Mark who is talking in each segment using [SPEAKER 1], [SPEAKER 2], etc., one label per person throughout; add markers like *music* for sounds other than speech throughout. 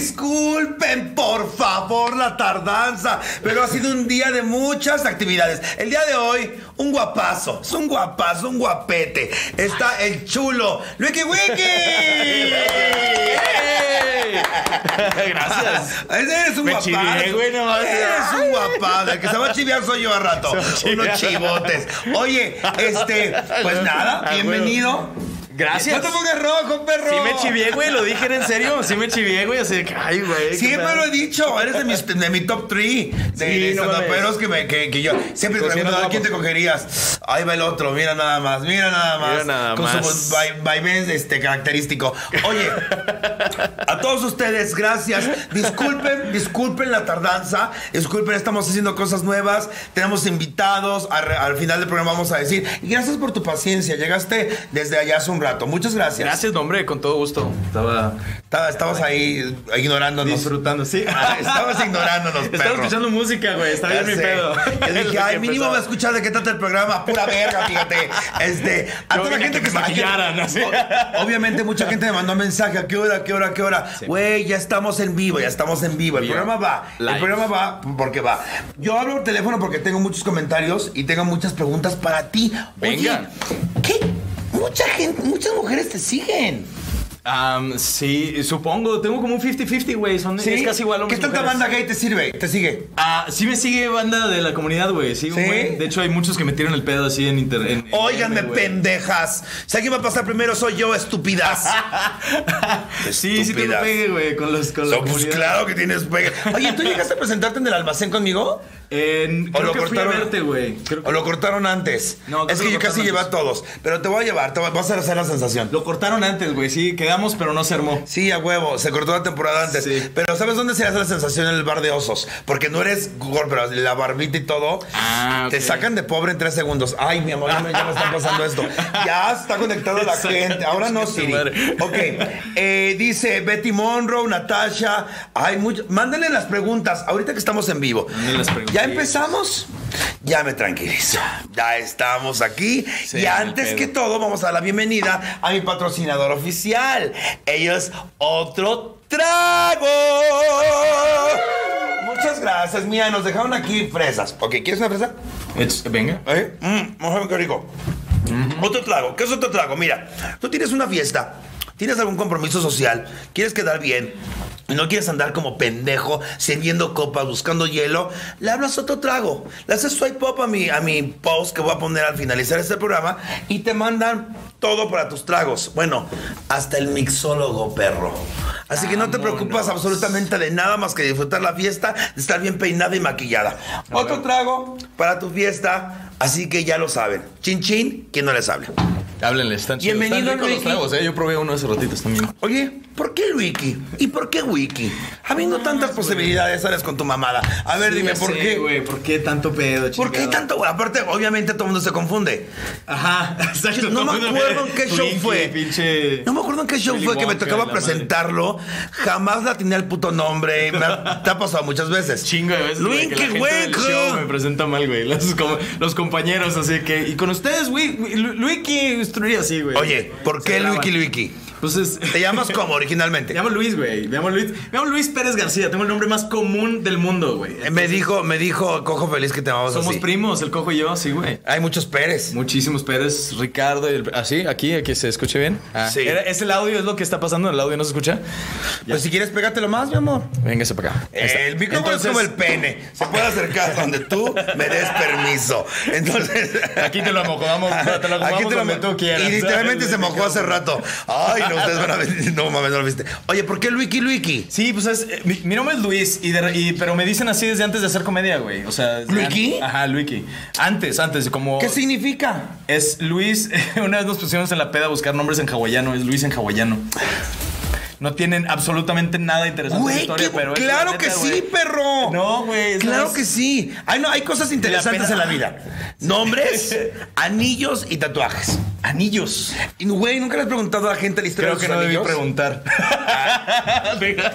[SPEAKER 1] Disculpen, por favor, la tardanza, pero ha sido un día de muchas actividades. El día de hoy, un guapazo, es un guapazo, un guapete. Está el chulo, Wiki
[SPEAKER 2] *laughs*
[SPEAKER 1] Wiki.
[SPEAKER 2] Gracias.
[SPEAKER 1] Ese eres un
[SPEAKER 2] Me
[SPEAKER 1] guapazo.
[SPEAKER 2] chivié, güey, no más.
[SPEAKER 1] Eres un guapazo. El que se va a chiviar soy yo a rato.
[SPEAKER 2] Se va a
[SPEAKER 1] Unos
[SPEAKER 2] chiviar.
[SPEAKER 1] chivotes. Oye, este,
[SPEAKER 2] *laughs*
[SPEAKER 1] pues nada,
[SPEAKER 2] Ah,
[SPEAKER 1] bienvenido.
[SPEAKER 2] Gracias.
[SPEAKER 1] No te pongas rojo, perro.
[SPEAKER 2] Sí me chivié, güey, lo dije en serio. Sí me chivié, güey, así de que, ay, güey. qué
[SPEAKER 1] Siempre
[SPEAKER 2] mal.
[SPEAKER 1] lo he dicho, eres de, mis- de mi top 3 de,
[SPEAKER 2] Sí,
[SPEAKER 1] de
[SPEAKER 2] no mames.
[SPEAKER 1] estandaperos que, me- que, que yo siempre
[SPEAKER 2] Cociendo
[SPEAKER 1] pregunto a
[SPEAKER 2] guapo.
[SPEAKER 1] quién te cogerías. Ahí va el otro, mira nada más, mira nada más.
[SPEAKER 2] Mira nada
[SPEAKER 1] con
[SPEAKER 2] más.
[SPEAKER 1] su vai- vaivén este, característico. Oye, a todos ustedes, gracias. Disculpen, disculpen la tardanza. Disculpen, estamos haciendo cosas nuevas. Tenemos invitados. Al, al final del programa vamos a decir. Y gracias por tu paciencia. Llegaste desde allá hace un rato. Muchas gracias.
[SPEAKER 2] Gracias, no, hombre, con todo gusto. Estaba
[SPEAKER 1] Estaba- Estabas ahí eh, ignorándonos.
[SPEAKER 2] disfrutando, sí.
[SPEAKER 1] Ah, Estabas ignorándonos, perro.
[SPEAKER 2] Estaba escuchando música, güey. Está bien
[SPEAKER 1] Ya
[SPEAKER 2] mi
[SPEAKER 1] sé.
[SPEAKER 2] pedo. *laughs*
[SPEAKER 1] Yo dije, ay, mínimo va a escuchar de qué trata el programa. Pura verga, fíjate. Este, a
[SPEAKER 2] Yo
[SPEAKER 1] toda la
[SPEAKER 2] dije
[SPEAKER 1] gente
[SPEAKER 2] que
[SPEAKER 1] que
[SPEAKER 2] te maquillaran,
[SPEAKER 1] a-
[SPEAKER 2] así.
[SPEAKER 1] O- Obviamente, mucha gente me mandó mensaje. ¿A qué hora, qué hora, qué hora? Güey, ya estamos en vivo, ya estamos en vivo. El
[SPEAKER 2] Bien.
[SPEAKER 1] programa va.
[SPEAKER 2] Live.
[SPEAKER 1] El programa va porque va. Yo hablo por teléfono porque tengo muchos comentarios y tengo muchas preguntas para ti. Oye,
[SPEAKER 2] Venga.
[SPEAKER 1] ¿Qué? Mucha gente, muchas mujeres te siguen.
[SPEAKER 2] Am, sí, supongo. Tengo como un 50-50, güey. Son- Es casi igual
[SPEAKER 1] ¿Qué
[SPEAKER 2] hombres y
[SPEAKER 1] tanta
[SPEAKER 2] mujeres.
[SPEAKER 1] banda gay te sirve? ¿Te sigue?
[SPEAKER 2] Ah, sí me sigue banda de la comunidad, güey. Sí, un
[SPEAKER 1] ¿Sí?
[SPEAKER 2] buen. De hecho, hay muchos que metieron el pedo así en internet.
[SPEAKER 1] Óiganme,
[SPEAKER 2] pendejo.
[SPEAKER 1] pendejas. Si alguien va a pasar primero, soy yo,
[SPEAKER 2] *laughs*
[SPEAKER 1] estúpidas.
[SPEAKER 2] Sí, sí te lo
[SPEAKER 1] Estúpidas.
[SPEAKER 2] pegué, güey, con los con la
[SPEAKER 1] No, pues
[SPEAKER 2] comunidad.
[SPEAKER 1] claro que tienes pega. Oye, ¿tú llegaste a presentarte en el almacén conmigo?
[SPEAKER 2] En- creo
[SPEAKER 1] lo
[SPEAKER 2] que fui a
[SPEAKER 1] cortaron.
[SPEAKER 2] verte, güey. Creo que-
[SPEAKER 1] ¿O lo cortaron antes?
[SPEAKER 2] No, creo
[SPEAKER 1] es
[SPEAKER 2] que
[SPEAKER 1] que
[SPEAKER 2] lo
[SPEAKER 1] yo casi
[SPEAKER 2] cortaron
[SPEAKER 1] llevé a
[SPEAKER 2] antes.
[SPEAKER 1] todos. Pero te voy a llevar, te voy- vas a hacer la sensación.
[SPEAKER 2] Lo cortaron antes, güey. Sí, quedamos, pero no se armó.
[SPEAKER 1] Sí, a huevo, se cortó la temporada antes.
[SPEAKER 2] Sí.
[SPEAKER 1] Pero ¿sabes dónde se hace la sensación en el bar de osos? Porque no eres gordo, pero la barbita y todo.
[SPEAKER 2] Ah, ok.
[SPEAKER 1] Te sacan de pobre en tres segundos. Ay, mi amor, ya me, ya me está pasando esto. Ya está conectada la
[SPEAKER 2] Sacan
[SPEAKER 1] gente. Ahora no,
[SPEAKER 2] de su
[SPEAKER 1] Siri.
[SPEAKER 2] madre.
[SPEAKER 1] Ok. eh, dice Betty Monroe, Natasha. Hay mucho. Mándenle las preguntas. Ahorita que estamos en vivo.
[SPEAKER 2] Mándenle las preguntas.
[SPEAKER 1] Ya empezamos. Ya me tranquilizo. Ya estamos aquí.
[SPEAKER 2] Sí,
[SPEAKER 1] y
[SPEAKER 2] en el
[SPEAKER 1] antes
[SPEAKER 2] pedo.
[SPEAKER 1] que todo, vamos a dar la bienvenida a mi patrocinador oficial. Ellos, otro trago. Muchas gracias, mía. Nos dejaron aquí fresas. Ok, ¿quieres una fresa?
[SPEAKER 2] Ech, Venga.
[SPEAKER 1] ¿Eh? Mm, vamos a ver qué rico. Otro trago. ¿Qué es otro trago? Mira, tú tienes una fiesta, tienes algún compromiso social, quieres quedar bien. y No quieres andar como pendejo, sirviendo copas, buscando hielo. Le hablas otro trago. Le haces swipe up a mi, a mi post que voy a poner al finalizar este programa y te mandan todo para tus tragos. Bueno, hasta el mixólogo, perro. Así que no te
[SPEAKER 2] Vámonos.
[SPEAKER 1] preocupas absolutamente de nada más que disfrutar la fiesta, de estar bien peinada y maquillada. Otro trago para tu fiesta, así que ya lo saben. Chin chin, quien no les hable.
[SPEAKER 2] Háblenle, están chidos.
[SPEAKER 1] Bienvenido,
[SPEAKER 2] Están ricos los
[SPEAKER 1] Luigi.
[SPEAKER 2] tragos, eh. Yo probé uno hace ratitos también.
[SPEAKER 1] Oye, ¿por qué Wiki? ¿Y por qué Wiki? Habiendo tantas posibilidades, sales con tu mamada. A ver,
[SPEAKER 2] Ah, Sí,
[SPEAKER 1] dime,
[SPEAKER 2] ya
[SPEAKER 1] ¿por
[SPEAKER 2] sé,
[SPEAKER 1] qué?
[SPEAKER 2] güey? ¿Por qué tanto pedo,
[SPEAKER 1] ¿Por qué
[SPEAKER 2] chingado?
[SPEAKER 1] tanto? Aparte, obviamente todo el mundo se confunde.
[SPEAKER 2] Ajá, *laughs* exacto.
[SPEAKER 1] No me
[SPEAKER 2] todo
[SPEAKER 1] acuerdo en
[SPEAKER 2] de-
[SPEAKER 1] qué show
[SPEAKER 2] Twinkie,
[SPEAKER 1] fue.
[SPEAKER 2] Pinche...
[SPEAKER 1] No me acuerdo en qué show
[SPEAKER 2] Willy
[SPEAKER 1] fue que me
[SPEAKER 2] Wonka,
[SPEAKER 1] tocaba
[SPEAKER 2] la
[SPEAKER 1] presentarlo. Jamás la tenía el puto nombre. Me ha, te ha pasado muchas veces.
[SPEAKER 2] madre. Chingo de veces. güey, que la
[SPEAKER 1] Winky
[SPEAKER 2] gente del
[SPEAKER 1] Winky.
[SPEAKER 2] show Me presenta mal, güey. Los, como- los compañeros, así que. Y con ustedes, güey. Lu- Luiki, estoy así, güey.
[SPEAKER 1] Oye, ¿por
[SPEAKER 2] Se
[SPEAKER 1] qué
[SPEAKER 2] graban.
[SPEAKER 1] Luiki Luiki?
[SPEAKER 2] Pues es.
[SPEAKER 1] Te llamas como
[SPEAKER 2] *laughs* Me
[SPEAKER 1] originalmente.
[SPEAKER 2] llamo Luis, güey. Me llamo Luis. Me llamo Luis Pérez García. Tengo el nombre más común del mundo, güey.
[SPEAKER 1] Eh, Me dijo, me dijo Cojo Feliz que te llamabas
[SPEAKER 2] Somos
[SPEAKER 1] así.
[SPEAKER 2] primos, el cojo y yo, sí, güey.
[SPEAKER 1] Hay muchos Pérez.
[SPEAKER 2] Muchísimos Pérez, Ricardo. ¿Así? ¿Aquí? ¿Aquí se escuche bien? Ah.
[SPEAKER 1] Sí.
[SPEAKER 2] ¿Es el audio? ¿Es lo que está pasando? ¿El audio no se escucha?
[SPEAKER 1] Pues si quieres, pégatelo más, mi amor.
[SPEAKER 2] Véngase para acá. Ahí está.
[SPEAKER 1] El micrófono es como el pene. Se puede acercar donde tú me des permiso. Entonces.
[SPEAKER 2] Aquí te
[SPEAKER 1] *laughs*
[SPEAKER 2] lo *laughs* acomodamos, te lo acomodamos donde
[SPEAKER 1] mo-
[SPEAKER 2] tú quieras.
[SPEAKER 1] Y literalmente
[SPEAKER 2] ¿sabes?
[SPEAKER 1] se mojó hace *laughs* rato. Ay, no, ustedes van a ver. No mames, no lo viste. Oye, ¿por qué Luiki Luiki?
[SPEAKER 2] Sí, pues es. eh, Mi, mi nombre es Luis, y de re- y- pero me dicen así desde antes de hacer comedia, güey. O sea. desde
[SPEAKER 1] ¿Luiki?
[SPEAKER 2] an- Ajá, Luiki. Antes, antes, como.
[SPEAKER 1] ¿Qué significa?
[SPEAKER 2] Es Luis. *laughs* Una vez nos pusimos en la peda a buscar nombres en hawaiano. Es Luis en hawaiano. No tienen absolutamente nada interesante en
[SPEAKER 1] Güey,
[SPEAKER 2] la historia,
[SPEAKER 1] qué-
[SPEAKER 2] pero. es la
[SPEAKER 1] claro
[SPEAKER 2] neta,
[SPEAKER 1] que sí,
[SPEAKER 2] güey.
[SPEAKER 1] perro.
[SPEAKER 2] No, güey. es
[SPEAKER 1] Claro
[SPEAKER 2] más-
[SPEAKER 1] que sí. Ay, no, hay cosas interesantes
[SPEAKER 2] pena- *laughs*
[SPEAKER 1] en la vida. Nombres, anillos y tatuajes.
[SPEAKER 2] Anillos.
[SPEAKER 1] Y, Güey, nunca le has preguntado a la gente la historia de
[SPEAKER 2] Creo que
[SPEAKER 1] sus
[SPEAKER 2] no debí
[SPEAKER 1] anillos?
[SPEAKER 2] preguntar.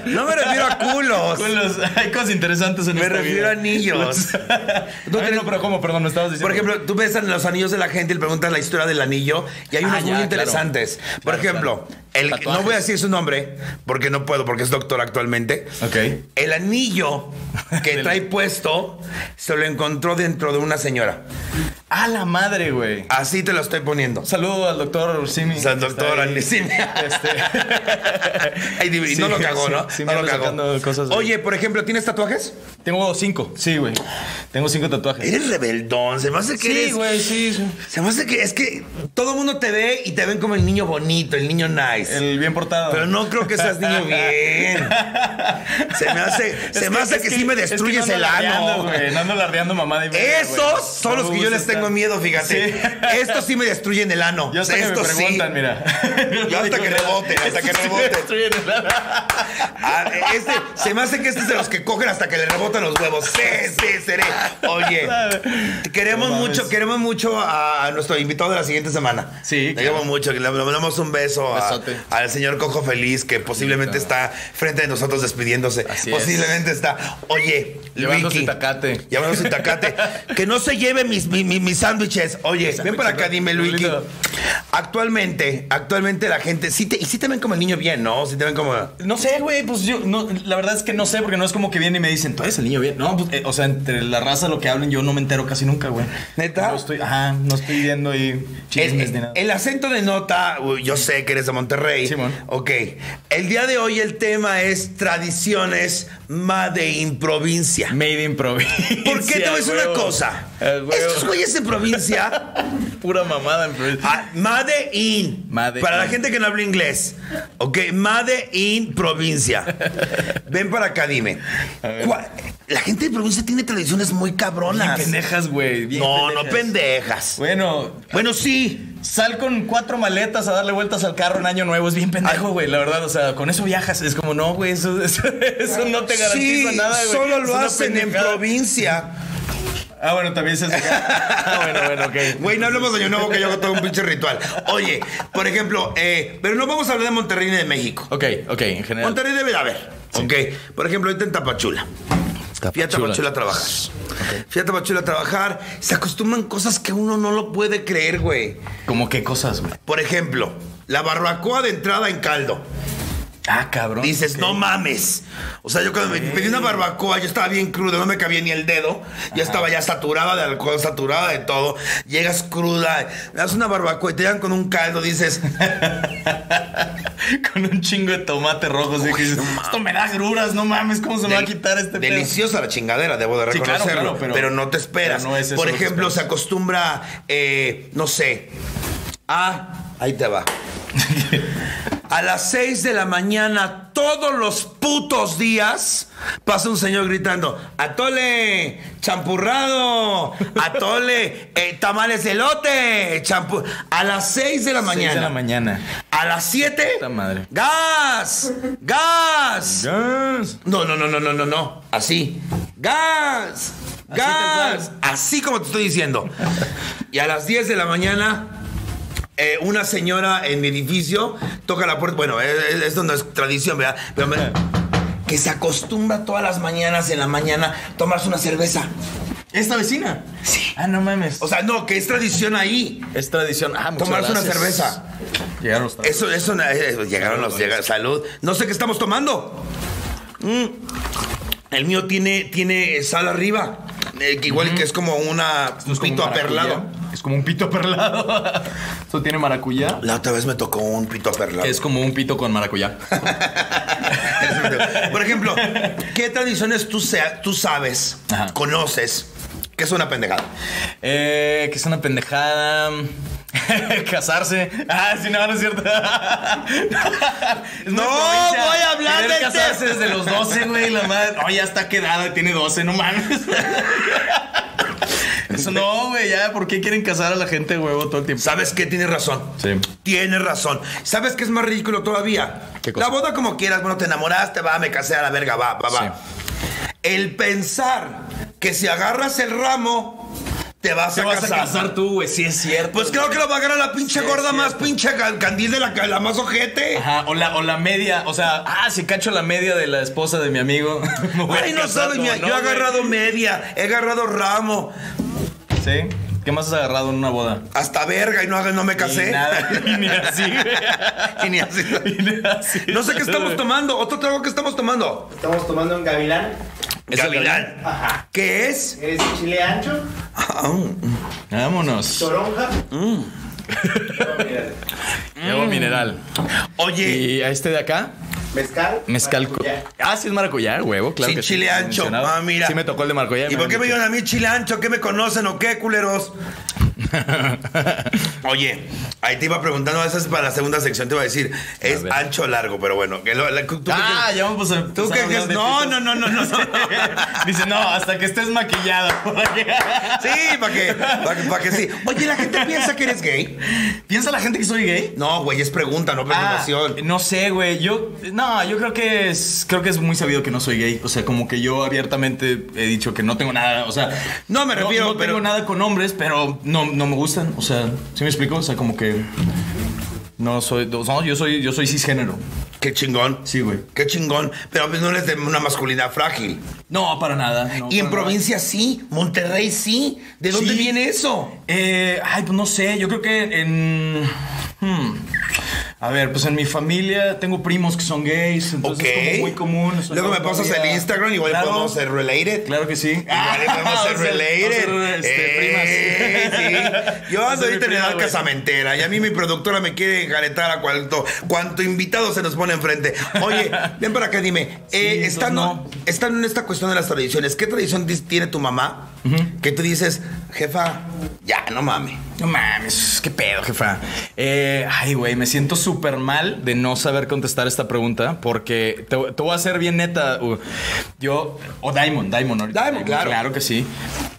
[SPEAKER 1] No me refiero a culos.
[SPEAKER 2] *laughs* Culos. Hay cosas interesantes en
[SPEAKER 1] Me
[SPEAKER 2] esta
[SPEAKER 1] refiero
[SPEAKER 2] vida.
[SPEAKER 1] a anillos.
[SPEAKER 2] Los-
[SPEAKER 1] No
[SPEAKER 2] Ay,
[SPEAKER 1] tenés-
[SPEAKER 2] *laughs* no, pero ¿cómo? Perdón, me estabas diciendo.
[SPEAKER 1] Por ejemplo, tú ves en los anillos de la gente y le preguntas la historia del anillo y hay
[SPEAKER 2] Ah,
[SPEAKER 1] unos
[SPEAKER 2] ya,
[SPEAKER 1] muy
[SPEAKER 2] claro.
[SPEAKER 1] interesantes. Por
[SPEAKER 2] Claro,
[SPEAKER 1] ejemplo,
[SPEAKER 2] claro.
[SPEAKER 1] el- no
[SPEAKER 2] Tatuajes.
[SPEAKER 1] voy a decir su nombre porque no puedo, porque es doctor actualmente.
[SPEAKER 2] Ok.
[SPEAKER 1] El anillo que
[SPEAKER 2] *laughs* Del-
[SPEAKER 1] trae puesto se lo encontró dentro de una señora.
[SPEAKER 2] A Ah, la madre, güey.
[SPEAKER 1] Así te lo estoy poniendo.
[SPEAKER 2] Saludo al doctor Simi.
[SPEAKER 1] Al doctor
[SPEAKER 2] Está ahí.
[SPEAKER 1] Andy Simi.
[SPEAKER 2] Este.
[SPEAKER 1] *laughs* Ay, divi-
[SPEAKER 2] Sí,
[SPEAKER 1] no lo cagó,
[SPEAKER 2] sí,
[SPEAKER 1] ¿no?
[SPEAKER 2] sí me
[SPEAKER 1] no lo
[SPEAKER 2] ando sacando cosas de-
[SPEAKER 1] Oye, por ejemplo, ¿tienes tatuajes?
[SPEAKER 2] Tengo cinco. Sí, güey. Tengo cinco tatuajes.
[SPEAKER 1] Eres rebeldón, se me hace que
[SPEAKER 2] Sí,
[SPEAKER 1] eres-
[SPEAKER 2] güey, sí, sí.
[SPEAKER 1] Se me hace que es que todo el mundo te ve y te ven como el niño bonito, el niño nice.
[SPEAKER 2] El bien portado.
[SPEAKER 1] Pero no creo que seas
[SPEAKER 2] *laughs*
[SPEAKER 1] niño bien. Se me hace, se
[SPEAKER 2] Es
[SPEAKER 1] me hace que, sí me
[SPEAKER 2] es
[SPEAKER 1] destruyes
[SPEAKER 2] no ando
[SPEAKER 1] el ano.
[SPEAKER 2] larreando, güey. No ando larreando mamá de media, güey.
[SPEAKER 1] Esos son
[SPEAKER 2] No
[SPEAKER 1] los
[SPEAKER 2] me
[SPEAKER 1] que yo
[SPEAKER 2] gusta
[SPEAKER 1] les tengo
[SPEAKER 2] estar-
[SPEAKER 1] miedo, fíjate. *laughs*
[SPEAKER 2] Sí.
[SPEAKER 1] Estos sí me destruyen el ano.
[SPEAKER 2] Yo hasta que me
[SPEAKER 1] Estos sí. *laughs*
[SPEAKER 2] preguntan, mira.
[SPEAKER 1] Yo hasta que rebote, hasta que
[SPEAKER 2] Estos sí
[SPEAKER 1] rebote.
[SPEAKER 2] destruyen el ano.
[SPEAKER 1] Ah, este, se me hace que este es de los que cogen hasta que le rebotan los huevos. Sí, sí, seré. Oye, te queremos
[SPEAKER 2] No mames.
[SPEAKER 1] mucho, queremos mucho a, a nuestro invitado de la siguiente semana.
[SPEAKER 2] Sí,
[SPEAKER 1] Le
[SPEAKER 2] claro.
[SPEAKER 1] queremos mucho. que Le, le mandamos un beso a-
[SPEAKER 2] Besote.
[SPEAKER 1] al señor Cojo Feliz, que posiblemente está frente de nosotros despidiéndose.
[SPEAKER 2] Así es.
[SPEAKER 1] posiblemente está. Oye,
[SPEAKER 2] Llevando
[SPEAKER 1] Ricky,
[SPEAKER 2] su tacate.
[SPEAKER 1] Llevando su tacate. que no se lleve mis, mi- mi- mis sándwiches. Oye, ven para acá, dime, Luigi.
[SPEAKER 2] Lolito.
[SPEAKER 1] Actualmente, actualmente la gente, sí te, y sí te ven como el niño bien, ¿no? Sí te ven como...
[SPEAKER 2] No sé, güey, pues yo, no, la verdad es que no sé, porque no es como que vienen y me dicen, tú eres el niño bien. No, pues, eh, o sea, entre la raza lo que hablen, yo no me entero casi nunca, güey.
[SPEAKER 1] ¿Neta?
[SPEAKER 2] No estoy, ajá, no estoy viendo ahí
[SPEAKER 1] El,
[SPEAKER 2] chismes ni nada.
[SPEAKER 1] el acento de nota, uy, yo sé que eres de Monterrey.
[SPEAKER 2] Simón.
[SPEAKER 1] Ok. El día de hoy el tema es tradiciones made in provincia.
[SPEAKER 2] Made in provincia.
[SPEAKER 1] ¿Por qué te voy a decir una
[SPEAKER 2] huevo.
[SPEAKER 1] cosa?
[SPEAKER 2] El huevo.
[SPEAKER 1] Estos güeyes en
[SPEAKER 2] *laughs*
[SPEAKER 1] provincia,
[SPEAKER 2] Pura mamada en provincia.
[SPEAKER 1] ah, made in.
[SPEAKER 2] Made
[SPEAKER 1] para la
[SPEAKER 2] in.
[SPEAKER 1] gente que no habla inglés. Ok, made in
[SPEAKER 2] *laughs*
[SPEAKER 1] provincia. Ven para acá, dime. ¿Cuál- La gente de provincia tiene tradiciones muy
[SPEAKER 2] Bien
[SPEAKER 1] cabronas.
[SPEAKER 2] pendejas, güey. bien
[SPEAKER 1] no, no
[SPEAKER 2] pendejas.
[SPEAKER 1] pendejas.
[SPEAKER 2] Bueno,
[SPEAKER 1] Bueno, sí.
[SPEAKER 2] Sal con cuatro maletas a darle vueltas al carro en año nuevo. Es bien pendejo, güey. La verdad, o sea, con eso viajas. Es como, no, güey, eso, *laughs* eso, eso no te garantiza
[SPEAKER 1] sí,
[SPEAKER 2] nada, güey.
[SPEAKER 1] solo
[SPEAKER 2] Es
[SPEAKER 1] lo
[SPEAKER 2] una
[SPEAKER 1] hacen en
[SPEAKER 2] pendejada.
[SPEAKER 1] provincia.
[SPEAKER 2] Ah, bueno, también se hace. *laughs* Ah, bueno, bueno, ok.
[SPEAKER 1] Güey, no hablemos de Año Nuevo que yo hago todo un pinche ritual. Oye, por ejemplo, eh, pero no vamos a hablar de Monterrey ni de México.
[SPEAKER 2] Ok, ok, en general.
[SPEAKER 1] Monterrey debe de haber. Ok, por ejemplo, ahorita en Tapachula. Fui a Tapachula a trabajar. Fui a Tapachula a trabajar. Se acostumbran cosas que uno no lo puede creer, güey.
[SPEAKER 2] ¿Cómo qué cosas, güey?
[SPEAKER 1] Por ejemplo, la barbacoa de entrada en caldo.
[SPEAKER 2] Ah, cabrón.
[SPEAKER 1] Dices, no mames. O sea, yo cuando me pedí una barbacoa, yo estaba bien cruda, no me cabía ni el dedo. Ya estaba ya saturada de alcohol, saturada de todo. Llegas cruda, me das una barbacoa y te dan con un caldo, dices,
[SPEAKER 2] *laughs* Con un chingo de tomate rojo. Así que dices, esto me da gruras, no mames. ¿Cómo se me va a
[SPEAKER 1] del-
[SPEAKER 2] quitar este pedo?
[SPEAKER 1] Deliciosa la chingadera, debo de
[SPEAKER 2] Sí, claro,
[SPEAKER 1] reconocerlo.
[SPEAKER 2] claro,
[SPEAKER 1] pero,
[SPEAKER 2] pero-
[SPEAKER 1] no te esperas.
[SPEAKER 2] pero no es eso
[SPEAKER 1] Por
[SPEAKER 2] lo que
[SPEAKER 1] ejemplo, se
[SPEAKER 2] esperas.
[SPEAKER 1] acostumbra, eh, no sé, a. Ahí te
[SPEAKER 2] *laughs*
[SPEAKER 1] va. A las 6 de la mañana, todos los putos días, pasa un señor gritando: Atole, champurrado,
[SPEAKER 2] *laughs*
[SPEAKER 1] Atole, eh, tamales de elote, champu. A las 6 de la mañana.
[SPEAKER 2] Seis de la mañana.
[SPEAKER 1] A las 7.
[SPEAKER 2] Puta madre.
[SPEAKER 1] ¡Gas! ¡Gas!
[SPEAKER 2] Yes.
[SPEAKER 1] No, no, no, no, no, no, no. Así. ¡Gas!
[SPEAKER 2] Así tal
[SPEAKER 1] ¡Gas! Así como te estoy diciendo. Y a las 10 de la mañana, eh, una señora en mi edificio toca la puerta. Bueno, eh, eh, esto no es tradición, ¿verdad? Pero me- que se acostumbra todas las mañanas en la mañana tomarse una cerveza.
[SPEAKER 2] ¿Esta vecina? Sí. Ah, no mames.
[SPEAKER 1] O sea, no, que es tradición ahí.
[SPEAKER 2] es tradición. Ah, muchas
[SPEAKER 1] Tomarse una
[SPEAKER 2] gracias.
[SPEAKER 1] cerveza.
[SPEAKER 2] Llegaron los tacos.
[SPEAKER 1] Eso, eso, eh, eh, llegaron los, llega- salud. No sé qué estamos tomando. Mm. El mío tiene, tiene sal arriba. Eh, que igual que es como una
[SPEAKER 2] Esto es como
[SPEAKER 1] pito
[SPEAKER 2] un maracuyá.
[SPEAKER 1] aperlado.
[SPEAKER 2] Es como un pito aperlado. *laughs* Esto tiene maracuyá.
[SPEAKER 1] La otra vez me tocó un pito aperlado.
[SPEAKER 2] Es como un pito con *laughs* maracuyá.
[SPEAKER 1] *laughs* Por ejemplo, ¿qué tradiciones tú, sea- tú sabes,
[SPEAKER 2] Ajá.
[SPEAKER 1] conoces, que es una pendejada?
[SPEAKER 2] Eh, que es una pendejada. *laughs* Casarse. Ah, sí, no, no es cierto. *laughs* Es muy
[SPEAKER 1] No
[SPEAKER 2] provincia.
[SPEAKER 1] voy a hablar este. del
[SPEAKER 2] Querer casarse
[SPEAKER 1] tema.
[SPEAKER 2] desde los 12, güey. La madre. Oh, ya está quedada, tiene 12, no mames. *laughs* Eso no, güey, ya. ¿Por qué quieren casar a la gente, huevo, todo el tiempo?
[SPEAKER 1] ¿Sabes qué? Tienes razón.
[SPEAKER 2] Sí.
[SPEAKER 1] Tienes razón. ¿Sabes qué es más ridículo todavía?
[SPEAKER 2] ¿Qué cosa?
[SPEAKER 1] La boda como quieras, bueno, te enamoraste, va, me casé a la verga, va, va, va. El pensar que si agarras el ramo, te vas,
[SPEAKER 2] Te
[SPEAKER 1] a,
[SPEAKER 2] vas
[SPEAKER 1] casar.
[SPEAKER 2] a casar tú, güey. Sí, es cierto.
[SPEAKER 1] Pues creo que lo va a ganar la pinche
[SPEAKER 2] Sí,
[SPEAKER 1] gorda
[SPEAKER 2] es
[SPEAKER 1] más
[SPEAKER 2] cierto.
[SPEAKER 1] pinche ca- candil de la, ca- la más ojete.
[SPEAKER 2] Ajá, o la, o la media, o sea, ah, si cacho la media de la esposa de mi amigo. *laughs* me voy a
[SPEAKER 1] Ay, no
[SPEAKER 2] casar,
[SPEAKER 1] sabes, mira,
[SPEAKER 2] no,
[SPEAKER 1] yo he
[SPEAKER 2] güey.
[SPEAKER 1] agarrado media, he agarrado ramo,
[SPEAKER 2] Sí. ¿Qué más has agarrado en una boda?
[SPEAKER 1] hasta verga y no, no me casé.
[SPEAKER 2] Y nada, y ni así,
[SPEAKER 1] *laughs* Y ni así.
[SPEAKER 2] güey. Y *laughs* ni así.
[SPEAKER 1] No sé qué estamos tomando, otro trago que estamos tomando.
[SPEAKER 3] Estamos tomando un gavilán.
[SPEAKER 2] ¿Es el
[SPEAKER 1] Gavilán.
[SPEAKER 3] Ajá.
[SPEAKER 1] ¿Qué es?
[SPEAKER 3] Es chile ancho,
[SPEAKER 1] Ah, mm.
[SPEAKER 2] Vámonos.
[SPEAKER 3] toronja. *laughs*
[SPEAKER 1] Mm.
[SPEAKER 2] Llevo mineral.
[SPEAKER 1] Oye,
[SPEAKER 2] ¿Y a este de acá?
[SPEAKER 3] Mezcal.
[SPEAKER 2] Mezcal.
[SPEAKER 3] maracuyá.
[SPEAKER 2] Ah, sí, es maracuyá, huevo, claro.
[SPEAKER 1] Sin
[SPEAKER 2] que sí,
[SPEAKER 1] chile ancho.
[SPEAKER 2] mencionado.
[SPEAKER 1] Ah, mira.
[SPEAKER 2] Sí, me tocó el de maracuyá.
[SPEAKER 1] ¿y por qué me
[SPEAKER 2] habían
[SPEAKER 1] dieron a mí chilancho? ¿Qué me conocen o qué,
[SPEAKER 2] *laughs*
[SPEAKER 1] culeros?
[SPEAKER 2] dicho.
[SPEAKER 1] Oye, ahí te iba preguntando, esa es para la segunda sección, te iba a decir, es
[SPEAKER 2] ver.
[SPEAKER 1] ancho o largo, pero bueno. que lo- la- ¿tú qué
[SPEAKER 2] Ah,
[SPEAKER 1] crees?
[SPEAKER 2] ya vamos a.
[SPEAKER 1] ¿Tú qué crees? No, no, no, no, no.
[SPEAKER 2] *laughs* Dice, no, hasta que estés *laughs* maquillada. por aquí.
[SPEAKER 1] Sí, para que, para que, pa' que sí. Oye, ¿la gente piensa que eres gay?
[SPEAKER 2] ¿Piensa la gente que soy gay?
[SPEAKER 1] No, güey, es pregunta,
[SPEAKER 2] Ah,
[SPEAKER 1] no preocupación.
[SPEAKER 2] no sé, güey. Yo, no, yo creo que es, creo que es muy sabido que no soy gay. O sea, como que yo abiertamente he dicho que no tengo nada. O sea,
[SPEAKER 1] No, me refiero,
[SPEAKER 2] No,
[SPEAKER 1] pero-
[SPEAKER 2] tengo nada con hombres, pero no, no me gustan. O sea, ¿sí me explico? O sea, como que no soy, no, yo soy, yo soy cisgénero.
[SPEAKER 1] Qué chingón.
[SPEAKER 2] Sí, güey.
[SPEAKER 1] Qué chingón. Pero pues, no eres de una masculinidad frágil.
[SPEAKER 2] No, para nada. no,
[SPEAKER 1] y en
[SPEAKER 2] para nada.
[SPEAKER 1] provincia sí, Monterrey sí. ¿De dónde
[SPEAKER 2] Sí.
[SPEAKER 1] viene eso?
[SPEAKER 2] Eh, ay, pues no sé, yo creo que en... hmm, A ver, pues en mi familia tengo primos que son gays, entonces es como muy común. es una
[SPEAKER 1] Luego me pasas el
[SPEAKER 2] familia-
[SPEAKER 1] Instagram y igual
[SPEAKER 2] Claro,
[SPEAKER 1] podemos ser related.
[SPEAKER 2] Claro que sí.
[SPEAKER 1] *laughs*
[SPEAKER 2] *laughs* Ah,
[SPEAKER 1] Igual y podemos ser
[SPEAKER 2] Vamos a ser-
[SPEAKER 1] related.
[SPEAKER 2] vamos a ser,
[SPEAKER 1] Eh,
[SPEAKER 2] este, primas. *laughs*
[SPEAKER 1] sí. Yo
[SPEAKER 2] Vamos a
[SPEAKER 1] ando ahorita
[SPEAKER 2] ser
[SPEAKER 1] en
[SPEAKER 2] mi prima,
[SPEAKER 1] edad
[SPEAKER 2] güey.
[SPEAKER 1] casamentera y a mí mi productora me quiere jaretar a cuanto, cuanto invitado se nos pone enfrente.
[SPEAKER 2] *laughs*
[SPEAKER 1] Oye, ven para acá, dime. eh,
[SPEAKER 2] entonces
[SPEAKER 1] estando,
[SPEAKER 2] no.
[SPEAKER 1] estando en esta cuestión de las tradiciones, ¿qué tradición dis- tiene tu mamá que tú dices, jefa, ya, no mames?
[SPEAKER 2] No mames, qué pedo, jefa. Eh, ay, güey, me siento súper mal de no saber contestar esta pregunta porque te, te voy a ser bien neta. uh, yo, o Diamond, Diamond, ahorita.
[SPEAKER 1] Diamond, claro.
[SPEAKER 2] Claro que sí.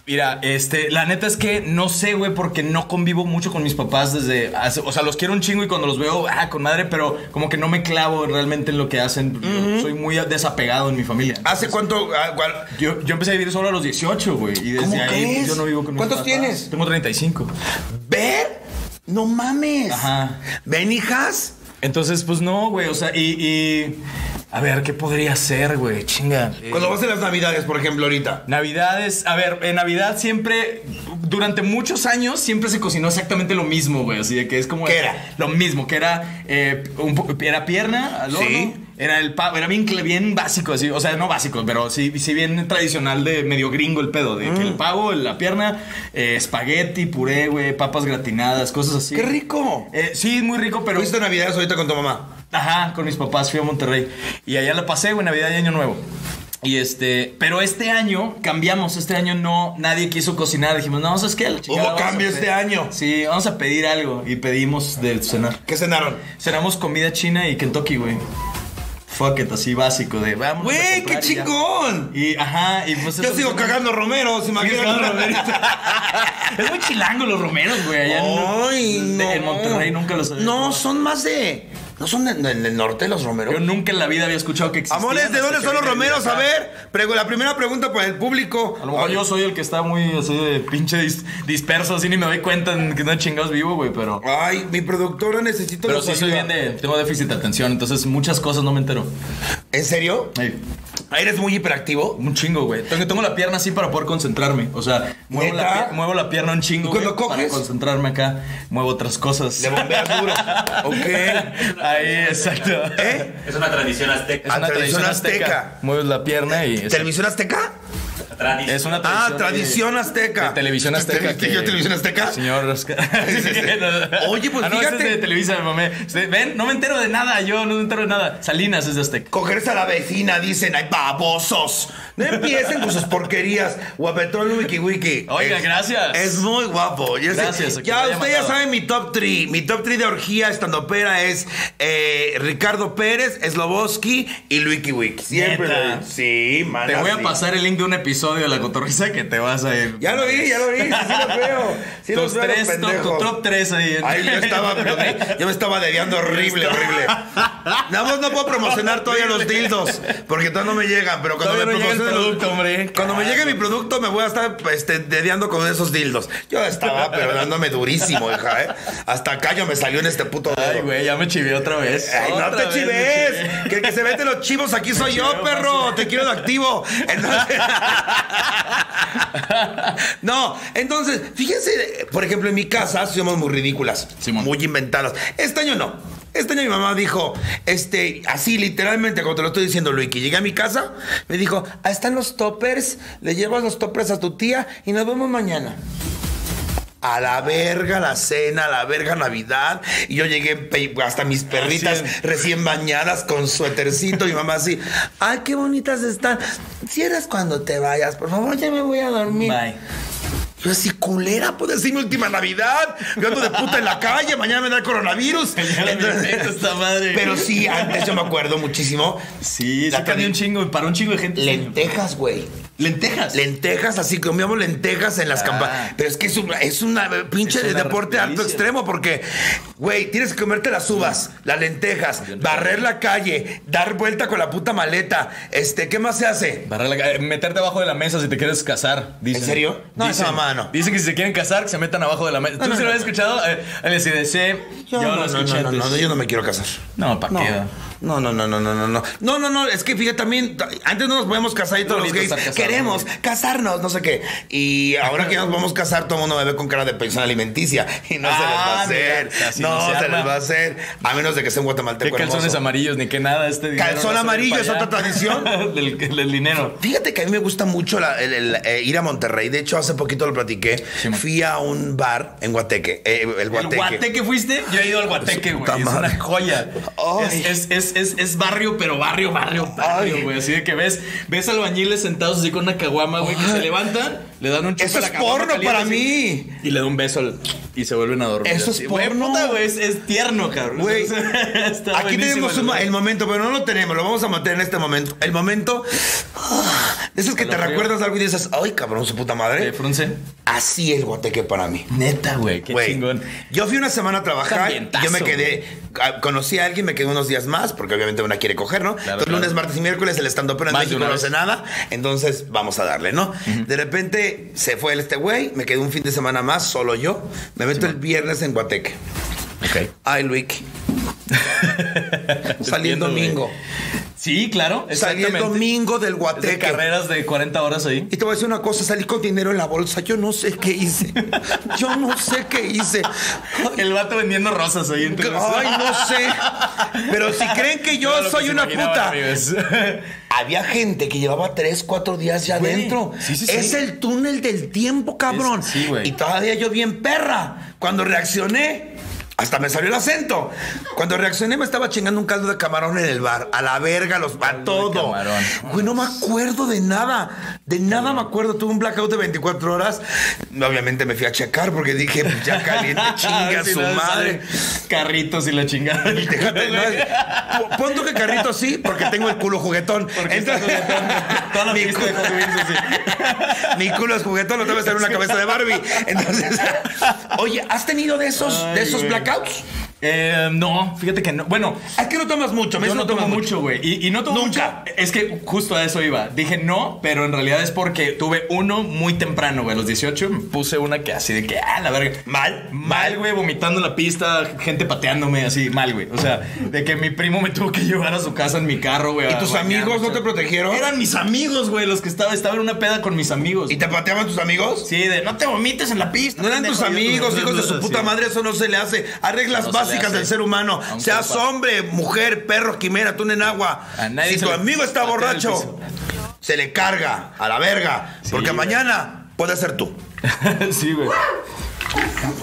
[SPEAKER 2] Mira, este, la neta es que no sé, güey, porque no convivo mucho con mis papás desde hace- o sea, los quiero un chingo y cuando los veo, ah, con madre, pero como que no me clavo realmente en lo que hacen. Yo Soy muy desapegado en mi familia.
[SPEAKER 1] ¿Hace cuánto? ah, cuál-
[SPEAKER 2] Yo, yo empecé a vivir solo a los 18, güey. Y desde
[SPEAKER 1] ¿Cómo
[SPEAKER 2] ahí pues,
[SPEAKER 1] crees?
[SPEAKER 2] yo no vivo con mis
[SPEAKER 1] ¿Cuántos
[SPEAKER 2] papás.
[SPEAKER 1] tienes?
[SPEAKER 2] Tengo 35.
[SPEAKER 1] ¿Ver? No mames.
[SPEAKER 2] Ajá.
[SPEAKER 1] ¿Ven, hijas?
[SPEAKER 2] Entonces, pues no, güey. O sea, y. y- a ver, ¿qué podría ser, güey? Chinga. Eh,
[SPEAKER 1] Cuando vas en las navidades, por ejemplo, ahorita.
[SPEAKER 2] Navidades, a ver, en Navidad siempre, durante muchos años, siempre se cocinó exactamente lo mismo, güey. Así de que es como.
[SPEAKER 1] ¿Qué era?
[SPEAKER 2] Lo mismo, que era. eh, un po- era pierna
[SPEAKER 1] Sí.
[SPEAKER 2] al horno, Era el pavo, era bien, cl- bien básico, así. O sea, no básico, pero sí, sí bien tradicional de medio gringo el pedo. De que
[SPEAKER 1] Mm.
[SPEAKER 2] el pavo, la pierna, eh, espagueti, puré, güey, papas gratinadas, cosas así.
[SPEAKER 1] ¡Qué rico!
[SPEAKER 2] Eh, sí, muy rico, pero.
[SPEAKER 1] ¿Fuiste a navidades ahorita con tu mamá?
[SPEAKER 2] Ajá, con mis papás fui a Monterrey. Y allá la pasé, güey, Navidad y Año Nuevo. Y este, pero este año cambiamos, este año no, nadie quiso cocinar. Dijimos, no, ¿sabes qué? La chingada,
[SPEAKER 1] Hubo
[SPEAKER 2] vamos a
[SPEAKER 1] cambio
[SPEAKER 2] pe-
[SPEAKER 1] este año.
[SPEAKER 2] Sí, vamos a pedir algo. Y pedimos de cenar.
[SPEAKER 1] ¿Qué cenaron?
[SPEAKER 2] Cenamos comida china y Kentucky, güey. Fuck it, así básico, de vamos.
[SPEAKER 1] ¡Güey, qué chingón!
[SPEAKER 2] Y ajá, y pues
[SPEAKER 1] Yo
[SPEAKER 2] eso
[SPEAKER 1] sigo
[SPEAKER 2] fue-
[SPEAKER 1] cagando romeros,
[SPEAKER 2] Sigue siendo
[SPEAKER 1] imagínate. *laughs*
[SPEAKER 2] romerito. *laughs* es muy chilango los romeros, güey. Allá en-
[SPEAKER 1] Ay,
[SPEAKER 2] en,
[SPEAKER 1] no.
[SPEAKER 2] en Monterrey nunca los había
[SPEAKER 1] No,
[SPEAKER 2] probado.
[SPEAKER 1] son más de. ¿No son de- de- del norte los romeros?
[SPEAKER 2] Yo nunca en la vida había escuchado que existían.
[SPEAKER 1] Amores, ¿de
[SPEAKER 2] hasta
[SPEAKER 1] dónde
[SPEAKER 2] que
[SPEAKER 1] son los
[SPEAKER 2] vine
[SPEAKER 1] romeros? A
[SPEAKER 2] acá.
[SPEAKER 1] ver, prego- la primera pregunta para el público.
[SPEAKER 2] A lo mejor yo soy el que está muy así de pinche dis- disperso, así ni me doy cuenta en que no chingados vivo, güey, pero.
[SPEAKER 1] Ay, mi productora necesito
[SPEAKER 2] Pero
[SPEAKER 1] la
[SPEAKER 2] sí soy
[SPEAKER 1] ayuda.
[SPEAKER 2] bien de. Tengo déficit de atención, entonces muchas cosas no me entero.
[SPEAKER 1] ¿En serio?
[SPEAKER 2] Ey,
[SPEAKER 1] Ah, ¿Eres muy hiperactivo?
[SPEAKER 2] un chingo, güey. Tengo, tengo la pierna así para poder concentrarme. O sea, muevo,
[SPEAKER 1] ¿Neta?
[SPEAKER 2] la, pier- muevo la pierna un chingo.
[SPEAKER 1] ¿Y cuando
[SPEAKER 2] güey,
[SPEAKER 1] coges?
[SPEAKER 2] Para concentrarme acá, muevo otras cosas.
[SPEAKER 1] Le
[SPEAKER 2] *laughs*
[SPEAKER 1] bombeas duro. Ok.
[SPEAKER 2] Ahí, exacto.
[SPEAKER 1] ¿Eh?
[SPEAKER 4] Es una tradición azteca.
[SPEAKER 2] Es
[SPEAKER 1] Ah,
[SPEAKER 2] una
[SPEAKER 1] tradición
[SPEAKER 2] tradición azteca.
[SPEAKER 1] azteca.
[SPEAKER 2] Mueves la pierna y. es-
[SPEAKER 1] ¿Televisión azteca?
[SPEAKER 4] Tradición.
[SPEAKER 2] Es una
[SPEAKER 1] Ah,
[SPEAKER 2] tradición. de-
[SPEAKER 1] tradición azteca.
[SPEAKER 2] de televisión azteca.
[SPEAKER 1] ¿Te- te- yo Este, televisión azteca?
[SPEAKER 2] Señor Oscar.
[SPEAKER 1] *laughs* Sí,
[SPEAKER 2] *laughs*
[SPEAKER 1] sí, sí. Oye, pues
[SPEAKER 2] ah, no,
[SPEAKER 1] fíjate.
[SPEAKER 2] este es de Televisa, mamé. Este- Ven, no me entero de nada, yo no me entero de nada. Salinas es de Azteca.
[SPEAKER 1] Cogerse a la vecina, dicen, ay, babosos. No empiecen con sus porquerías. Guapetón Wiki Wiki.
[SPEAKER 2] Oiga,
[SPEAKER 1] Es-
[SPEAKER 2] gracias.
[SPEAKER 1] Es muy guapo. Yo sé-
[SPEAKER 2] Gracias, que
[SPEAKER 1] ya
[SPEAKER 2] te haya
[SPEAKER 1] usted ya
[SPEAKER 2] matado.
[SPEAKER 1] sabe mi top 3. Mi top 3 de orgía estandopera es eh, Ricardo Pérez, Sloboski y Luiki Wiki. Siempre.
[SPEAKER 2] Neta.
[SPEAKER 1] Sí, man.
[SPEAKER 2] Te voy a
[SPEAKER 1] así.
[SPEAKER 2] pasar el link de un episodio de la cotorriza que te vas a ir.
[SPEAKER 1] Ya lo vi, ya lo vi. Sí, sí lo veo. Sí
[SPEAKER 2] Tus
[SPEAKER 1] lo veo,
[SPEAKER 2] tres, top-
[SPEAKER 1] pendejo.
[SPEAKER 2] tu top 3 ahí.
[SPEAKER 1] Ay, yo
[SPEAKER 2] *laughs*
[SPEAKER 1] estaba, pero me- yo me estaba deviando horrible, horrible. Nada más no puedo promocionar todavía los dildos, porque todavía no me llegan, pero cuando
[SPEAKER 2] Todavía
[SPEAKER 1] me
[SPEAKER 2] no llega el
[SPEAKER 1] promocionen los-
[SPEAKER 2] producto, hombre.
[SPEAKER 1] Cuando me llegue mi producto me voy a estar este, dediando con esos dildos. Yo estaba pero dándome durísimo, hija, ¿eh? Hasta acá yo me salió en este puto dedo.
[SPEAKER 2] Ay, güey, ya me chivé otra vez.
[SPEAKER 1] Pues, Ay, no
[SPEAKER 2] Otra
[SPEAKER 1] te
[SPEAKER 2] vez
[SPEAKER 1] chives.
[SPEAKER 2] me chivé.
[SPEAKER 1] Que el que se mete los chivos aquí soy yo, perro. Te quiero de activo.
[SPEAKER 2] *laughs*
[SPEAKER 1] Entonces. no, entonces, fíjense, por ejemplo, en mi casa somos muy ridículas,
[SPEAKER 2] Simón.
[SPEAKER 1] muy inventadas. Este año no. Este año mi mamá dijo, este, así literalmente, como te lo estoy diciendo, Luiki, llegué a mi casa, me dijo, ah, están los toppers, le llevas los toppers a tu tía y nos vemos mañana. A la verga la cena, a la verga Navidad. Y yo llegué pe- hasta mis perritas
[SPEAKER 2] Así es.
[SPEAKER 1] recién bañadas con suétercito. y mamá así, ay, qué bonitas están. Cierras cuando te vayas, por favor, ya me voy a dormir.
[SPEAKER 2] Bye. *laughs*
[SPEAKER 1] Yo así, culera, puede ser mi última Navidad. Yo ando de puta en la calle, mañana me da el coronavirus.
[SPEAKER 2] *laughs* Ya la
[SPEAKER 1] Entonces-
[SPEAKER 2] mierda esta madre.
[SPEAKER 1] pero sí, antes yo me acuerdo muchísimo.
[SPEAKER 2] Sí,
[SPEAKER 1] La
[SPEAKER 2] sí cambió
[SPEAKER 1] cami-
[SPEAKER 2] un chingo. Para un chingo de gente.
[SPEAKER 1] Lentejas, güey.
[SPEAKER 2] Lentejas.
[SPEAKER 1] Lentejas, así comíamos lentejas en las
[SPEAKER 2] Ah.
[SPEAKER 1] campanas. Pero es que es una, es una pinche
[SPEAKER 2] Es una
[SPEAKER 1] de deporte alto
[SPEAKER 2] delicia.
[SPEAKER 1] extremo porque, güey, tienes que comerte las uvas, las lentejas, barrer la calle, dar vuelta con la puta maleta. Este, ¿qué más se hace?
[SPEAKER 2] Barrer la ca- eh, meterte abajo de la mesa si te quieres casar. Dicen.
[SPEAKER 1] ¿En serio? No, esa
[SPEAKER 2] dicen,
[SPEAKER 1] mamada no.
[SPEAKER 2] Dicen que si se quieren casar, que se metan abajo de la mesa. ¿Tú
[SPEAKER 1] no,
[SPEAKER 2] si
[SPEAKER 1] no.
[SPEAKER 2] lo habías escuchado? Eh, En el CDC. Yo, lo
[SPEAKER 1] no,
[SPEAKER 2] escuché
[SPEAKER 1] no, no,
[SPEAKER 2] antes.
[SPEAKER 1] no, yo no me quiero casar.
[SPEAKER 2] No, ¿pa'
[SPEAKER 1] No.
[SPEAKER 2] qué?
[SPEAKER 1] No, no, no, no, no, no, no. No, no, no, es que fíjate también, t- antes no nos podíamos casar y todos los
[SPEAKER 2] Bonito
[SPEAKER 1] gays
[SPEAKER 2] estar casado,
[SPEAKER 1] queremos casarnos, no sé qué. Y ahora que nos vamos a casar, todo el mundo me ve con cara de pensión alimenticia y no se les va a
[SPEAKER 2] Ah,
[SPEAKER 1] hacer.
[SPEAKER 2] mira, así
[SPEAKER 1] no
[SPEAKER 2] no se
[SPEAKER 1] se,
[SPEAKER 2] arma.
[SPEAKER 1] les va a hacer, a menos de que sea un
[SPEAKER 2] ¿Qué
[SPEAKER 1] guatemalteco
[SPEAKER 2] calzones
[SPEAKER 1] hermoso.
[SPEAKER 2] amarillos ni qué nada? Este dinero
[SPEAKER 1] Calzón
[SPEAKER 2] va a salir
[SPEAKER 1] amarillo
[SPEAKER 2] pa'
[SPEAKER 1] es
[SPEAKER 2] allá.
[SPEAKER 1] otra tradición.
[SPEAKER 2] *laughs* del, del dinero.
[SPEAKER 1] Fíjate que a mí me gusta mucho la- el- el, eh, ir a Monterrey. De hecho, hace poquito lo platiqué.
[SPEAKER 2] Sí, man.
[SPEAKER 1] Fui a un bar en Guateque. eh, el
[SPEAKER 2] ¿El
[SPEAKER 1] Guateque.
[SPEAKER 2] Guateque fuiste? Yo he ido al Guateque, güey.
[SPEAKER 1] Puta
[SPEAKER 2] Es
[SPEAKER 1] madre.
[SPEAKER 2] una joya.
[SPEAKER 1] Ay.
[SPEAKER 2] Es, es, es, es, es barrio, pero barrio, barrio, barrio,
[SPEAKER 1] Ay.
[SPEAKER 2] güey. Así de que ves, ves albañiles sentados así con una caguama, güey, que se levantan, le dan un chupo
[SPEAKER 1] Eso
[SPEAKER 2] a la
[SPEAKER 1] es
[SPEAKER 2] caguama
[SPEAKER 1] porno
[SPEAKER 2] caliente,
[SPEAKER 1] para
[SPEAKER 2] así,
[SPEAKER 1] mí.
[SPEAKER 2] Y le da un beso al- y se vuelven a dormir.
[SPEAKER 1] Eso es
[SPEAKER 2] así. Güey,
[SPEAKER 1] porno.
[SPEAKER 2] puta, güey, es, es tierno, cabrón.
[SPEAKER 1] Güey,
[SPEAKER 2] *laughs* Está
[SPEAKER 1] Aquí
[SPEAKER 2] buenísimo,
[SPEAKER 1] tenemos un-
[SPEAKER 2] güey.
[SPEAKER 1] el momento, pero no lo tenemos, lo vamos a mantener en este momento. El momento. De esos que te
[SPEAKER 2] Escalofrío.
[SPEAKER 1] recuerdas algo y dices, ay, cabrón, su puta
[SPEAKER 2] Eh,
[SPEAKER 1] madre.
[SPEAKER 2] Frunce.
[SPEAKER 1] Así el guateque para mí.
[SPEAKER 2] Neta, güey, qué
[SPEAKER 1] Güey,
[SPEAKER 2] chingón.
[SPEAKER 1] Yo fui una semana a trabajar,
[SPEAKER 2] Ambientazo,
[SPEAKER 1] yo me quedé, ah, conocí a alguien, me quedé unos días más, porque obviamente una quiere coger, ¿no? Entonces
[SPEAKER 2] claro.
[SPEAKER 1] lunes, martes y miércoles el stand-up en
[SPEAKER 2] Más de
[SPEAKER 1] México
[SPEAKER 2] una
[SPEAKER 1] no
[SPEAKER 2] vez.
[SPEAKER 1] hace nada, entonces vamos a darle, ¿no? De repente se fue este güey, me quedé un fin de semana más, solo yo, me meto el viernes en Guateque.
[SPEAKER 2] Ok.
[SPEAKER 1] Ay,
[SPEAKER 2] *laughs*
[SPEAKER 1] Luik. Salí el
[SPEAKER 2] Entiendo, güey.
[SPEAKER 1] domingo.
[SPEAKER 2] Sí, claro.
[SPEAKER 1] Salí el
[SPEAKER 2] Exactamente.
[SPEAKER 1] domingo del
[SPEAKER 2] Es de
[SPEAKER 1] Guateque.
[SPEAKER 2] carreras de 40 horas ahí.
[SPEAKER 1] Y te voy a decir una cosa, salí con dinero en la bolsa. Yo no sé qué hice. *laughs* Yo no sé qué hice. Ay,
[SPEAKER 2] El vato vendiendo rosas ahí entre los-
[SPEAKER 1] Ay, no sé. Pero
[SPEAKER 2] *laughs*
[SPEAKER 1] si creen que yo
[SPEAKER 2] Era lo que
[SPEAKER 1] soy
[SPEAKER 2] se
[SPEAKER 1] una
[SPEAKER 2] imaginaban,
[SPEAKER 1] puta.
[SPEAKER 2] amigos. *laughs*
[SPEAKER 1] Había gente que llevaba tres, cuatro días ya
[SPEAKER 2] Güey,
[SPEAKER 1] adentro.
[SPEAKER 2] sí, sí,
[SPEAKER 1] es
[SPEAKER 2] sí.
[SPEAKER 1] el túnel del tiempo, cabrón.
[SPEAKER 2] Es- sí, güey.
[SPEAKER 1] y todavía yo bien perra. Cuando reaccioné, hasta me salió el acento. Cuando reaccioné me estaba chingando un caldo de camarón en el bar. A la verga, los a
[SPEAKER 2] Caldo de
[SPEAKER 1] todo.
[SPEAKER 2] camarón.
[SPEAKER 1] Güey, no me acuerdo de nada. De nada me acuerdo. Tuve un blackout de 24 horas. Obviamente me fui a checar porque dije, "Pues ya
[SPEAKER 2] *laughs*
[SPEAKER 1] caliente,
[SPEAKER 2] Ah,
[SPEAKER 1] chinga
[SPEAKER 2] Al
[SPEAKER 1] su
[SPEAKER 2] final
[SPEAKER 1] madre.
[SPEAKER 2] salen Carritos y la chingada. *laughs*
[SPEAKER 1] Déjate, no, es- P- pon tú que carrito sí, porque tengo el culo juguetón.
[SPEAKER 2] Porque está
[SPEAKER 1] Entonces-
[SPEAKER 2] juguetón. *laughs* Toda la
[SPEAKER 1] mi,
[SPEAKER 2] fiesta de
[SPEAKER 1] culo,
[SPEAKER 2] Hot Wheels, así.
[SPEAKER 1] mi culo es juguetón, lo tengo que en una cabeza de Barbie. Entonces, *laughs* oye, ¿has tenido de esos, de
[SPEAKER 2] Ay,
[SPEAKER 1] esos
[SPEAKER 2] güey.
[SPEAKER 1] blackouts?
[SPEAKER 2] Eh, no, fíjate que no. Bueno,
[SPEAKER 1] Es que no tomas mucho, me
[SPEAKER 2] yo
[SPEAKER 1] dicen,
[SPEAKER 2] no tomo
[SPEAKER 1] tomas
[SPEAKER 2] mucho, güey. Y, y no tomo
[SPEAKER 1] Nunca.
[SPEAKER 2] mucho. Es que justo a eso iba. Dije no, pero en realidad es porque tuve uno muy temprano, güey. A los 18 me puse una que así de que, ah, la verga.
[SPEAKER 1] Mal,
[SPEAKER 2] Mal, güey, vomitando en la pista, gente pateándome, así, mal, güey. O sea, de que mi primo me tuvo que *laughs* llevar a su casa en mi carro, güey.
[SPEAKER 1] ¿Y
[SPEAKER 2] a
[SPEAKER 1] tus
[SPEAKER 2] bañarme,
[SPEAKER 1] amigos no
[SPEAKER 2] o
[SPEAKER 1] te
[SPEAKER 2] sea.
[SPEAKER 1] protegieron?
[SPEAKER 2] Eran mis amigos, güey, los que estaba, estaba en una peda con mis amigos.
[SPEAKER 1] ¿Y te pateaban tus amigos?
[SPEAKER 2] Sí, de no te vomites en la pista.
[SPEAKER 1] No eran tus amigos, hijos de su puta madre, eso no se le hace. Hay reglas
[SPEAKER 2] No se le
[SPEAKER 1] básicas
[SPEAKER 2] hace.
[SPEAKER 1] del ser humano.
[SPEAKER 2] A un
[SPEAKER 1] Seas
[SPEAKER 2] compa.
[SPEAKER 1] hombre, mujer, perro, quimera, tú en agua.
[SPEAKER 2] A nadie
[SPEAKER 1] Si
[SPEAKER 2] se
[SPEAKER 1] tu
[SPEAKER 2] le-
[SPEAKER 1] amigo está
[SPEAKER 2] patea el
[SPEAKER 1] borracho,
[SPEAKER 2] piso.
[SPEAKER 1] se le carga a la verga.
[SPEAKER 2] Sí,
[SPEAKER 1] porque
[SPEAKER 2] güey. *laughs*
[SPEAKER 1] mañana puede ser tú.
[SPEAKER 2] sí, güey.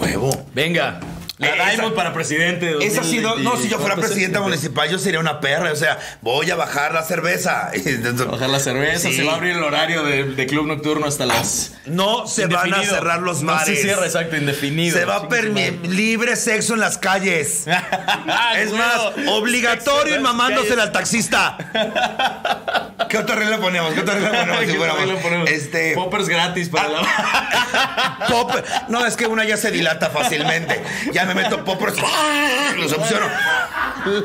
[SPEAKER 1] Huevo.
[SPEAKER 2] Venga. La
[SPEAKER 1] Esa-
[SPEAKER 2] Diamond para presidente. de
[SPEAKER 1] Esa sí, no, no, si yo fuera
[SPEAKER 2] 2024.
[SPEAKER 1] presidenta municipal, yo sería una perra. O sea, voy a bajar la cerveza. *laughs* Entonces,
[SPEAKER 2] Bajar la cerveza,
[SPEAKER 1] Sí.
[SPEAKER 2] se va a abrir el horario de, de club nocturno hasta las.
[SPEAKER 1] No se van a
[SPEAKER 2] Indefinido.
[SPEAKER 1] cerrar los
[SPEAKER 2] No
[SPEAKER 1] bares.
[SPEAKER 2] se cierra, exacto, indefinido.
[SPEAKER 1] Se va a
[SPEAKER 2] Chingue su *laughs* madre.
[SPEAKER 1] permitir libre sexo en las calles.
[SPEAKER 2] Ah,
[SPEAKER 1] es
[SPEAKER 2] huevo.
[SPEAKER 1] más, obligatorio y
[SPEAKER 2] Sexo en las
[SPEAKER 1] mamándosela
[SPEAKER 2] *laughs* calles.
[SPEAKER 1] al taxista. ¿Qué otra regla ponemos? ¿Qué otra regla ponemos?
[SPEAKER 2] Ay,
[SPEAKER 1] si
[SPEAKER 2] *laughs* qué
[SPEAKER 1] fuéramos?
[SPEAKER 2] bueno, ponemos
[SPEAKER 1] Este,
[SPEAKER 2] Poppers gratis para la.
[SPEAKER 1] pop. No, es que una ya se dilata fácilmente. Ya me meto pop,
[SPEAKER 2] *laughs*
[SPEAKER 1] los opciono.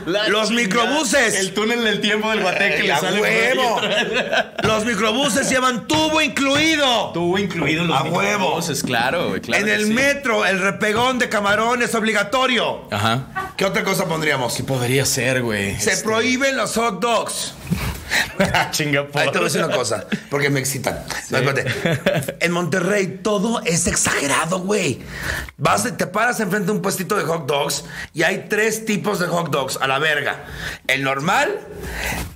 [SPEAKER 2] la
[SPEAKER 1] Los microbuses.
[SPEAKER 2] El túnel del tiempo del guateque que
[SPEAKER 1] Eh,
[SPEAKER 2] le
[SPEAKER 1] a
[SPEAKER 2] sale por
[SPEAKER 1] huevo.
[SPEAKER 2] ahí.
[SPEAKER 1] Los microbuses llevan tubo incluido.
[SPEAKER 2] Tuvo incluido los
[SPEAKER 1] A huevo.
[SPEAKER 2] microbuses, claro, güey, claro
[SPEAKER 1] en
[SPEAKER 2] que
[SPEAKER 1] el
[SPEAKER 2] sí.
[SPEAKER 1] metro, el repegón de camarón es obligatorio.
[SPEAKER 2] Ajá.
[SPEAKER 1] ¿Qué otra cosa pondríamos?
[SPEAKER 2] ¿Qué podría ser, güey?
[SPEAKER 1] Se prohíben los hot dogs.
[SPEAKER 2] Chingapur.
[SPEAKER 1] Ahí te voy a decir una cosa, porque me excitan. No, espérate. En Monterrey todo es exagerado, güey. Vas, y te paras enfrente de un puestito de hot dogs y hay tres tipos de hot dogs a la verga. El normal,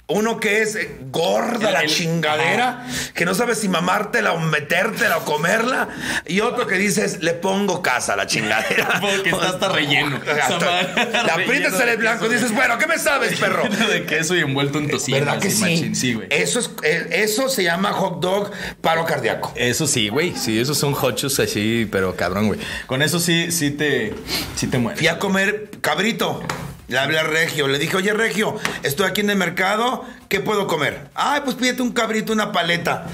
[SPEAKER 1] uno que es eh, gorda
[SPEAKER 2] El-
[SPEAKER 1] la
[SPEAKER 2] el-
[SPEAKER 1] chingadera, que no sabes si mamártela o metértela o comerla, y otro que dices, le pongo casa a la chingadera.
[SPEAKER 2] *laughs* Porque está hasta relleno.
[SPEAKER 1] Hasta-
[SPEAKER 2] Esa madre,
[SPEAKER 1] Le aprietas
[SPEAKER 2] relleno
[SPEAKER 1] el
[SPEAKER 2] de
[SPEAKER 1] blanco y
[SPEAKER 2] queso,
[SPEAKER 1] dices, bueno, ¿qué me sabes,
[SPEAKER 2] *laughs*
[SPEAKER 1] perro?
[SPEAKER 2] de queso y envuelto en tocino.
[SPEAKER 1] ¿Verdad que
[SPEAKER 2] así,
[SPEAKER 1] sí?
[SPEAKER 2] machín, sí, güey.
[SPEAKER 1] eso, es, eh, eso se llama hot dog paro cardíaco.
[SPEAKER 2] Eso sí, güey. Sí, esos son hochos así, pero cabrón, güey. Con eso sí, sí te, sí te mueres.
[SPEAKER 1] Fui a comer cabrito. Le hablé a Regio. Le dije, oye, Regio, estoy aquí en el mercado. ¿Qué puedo comer? Ay, pues pídete un cabrito, una paleta.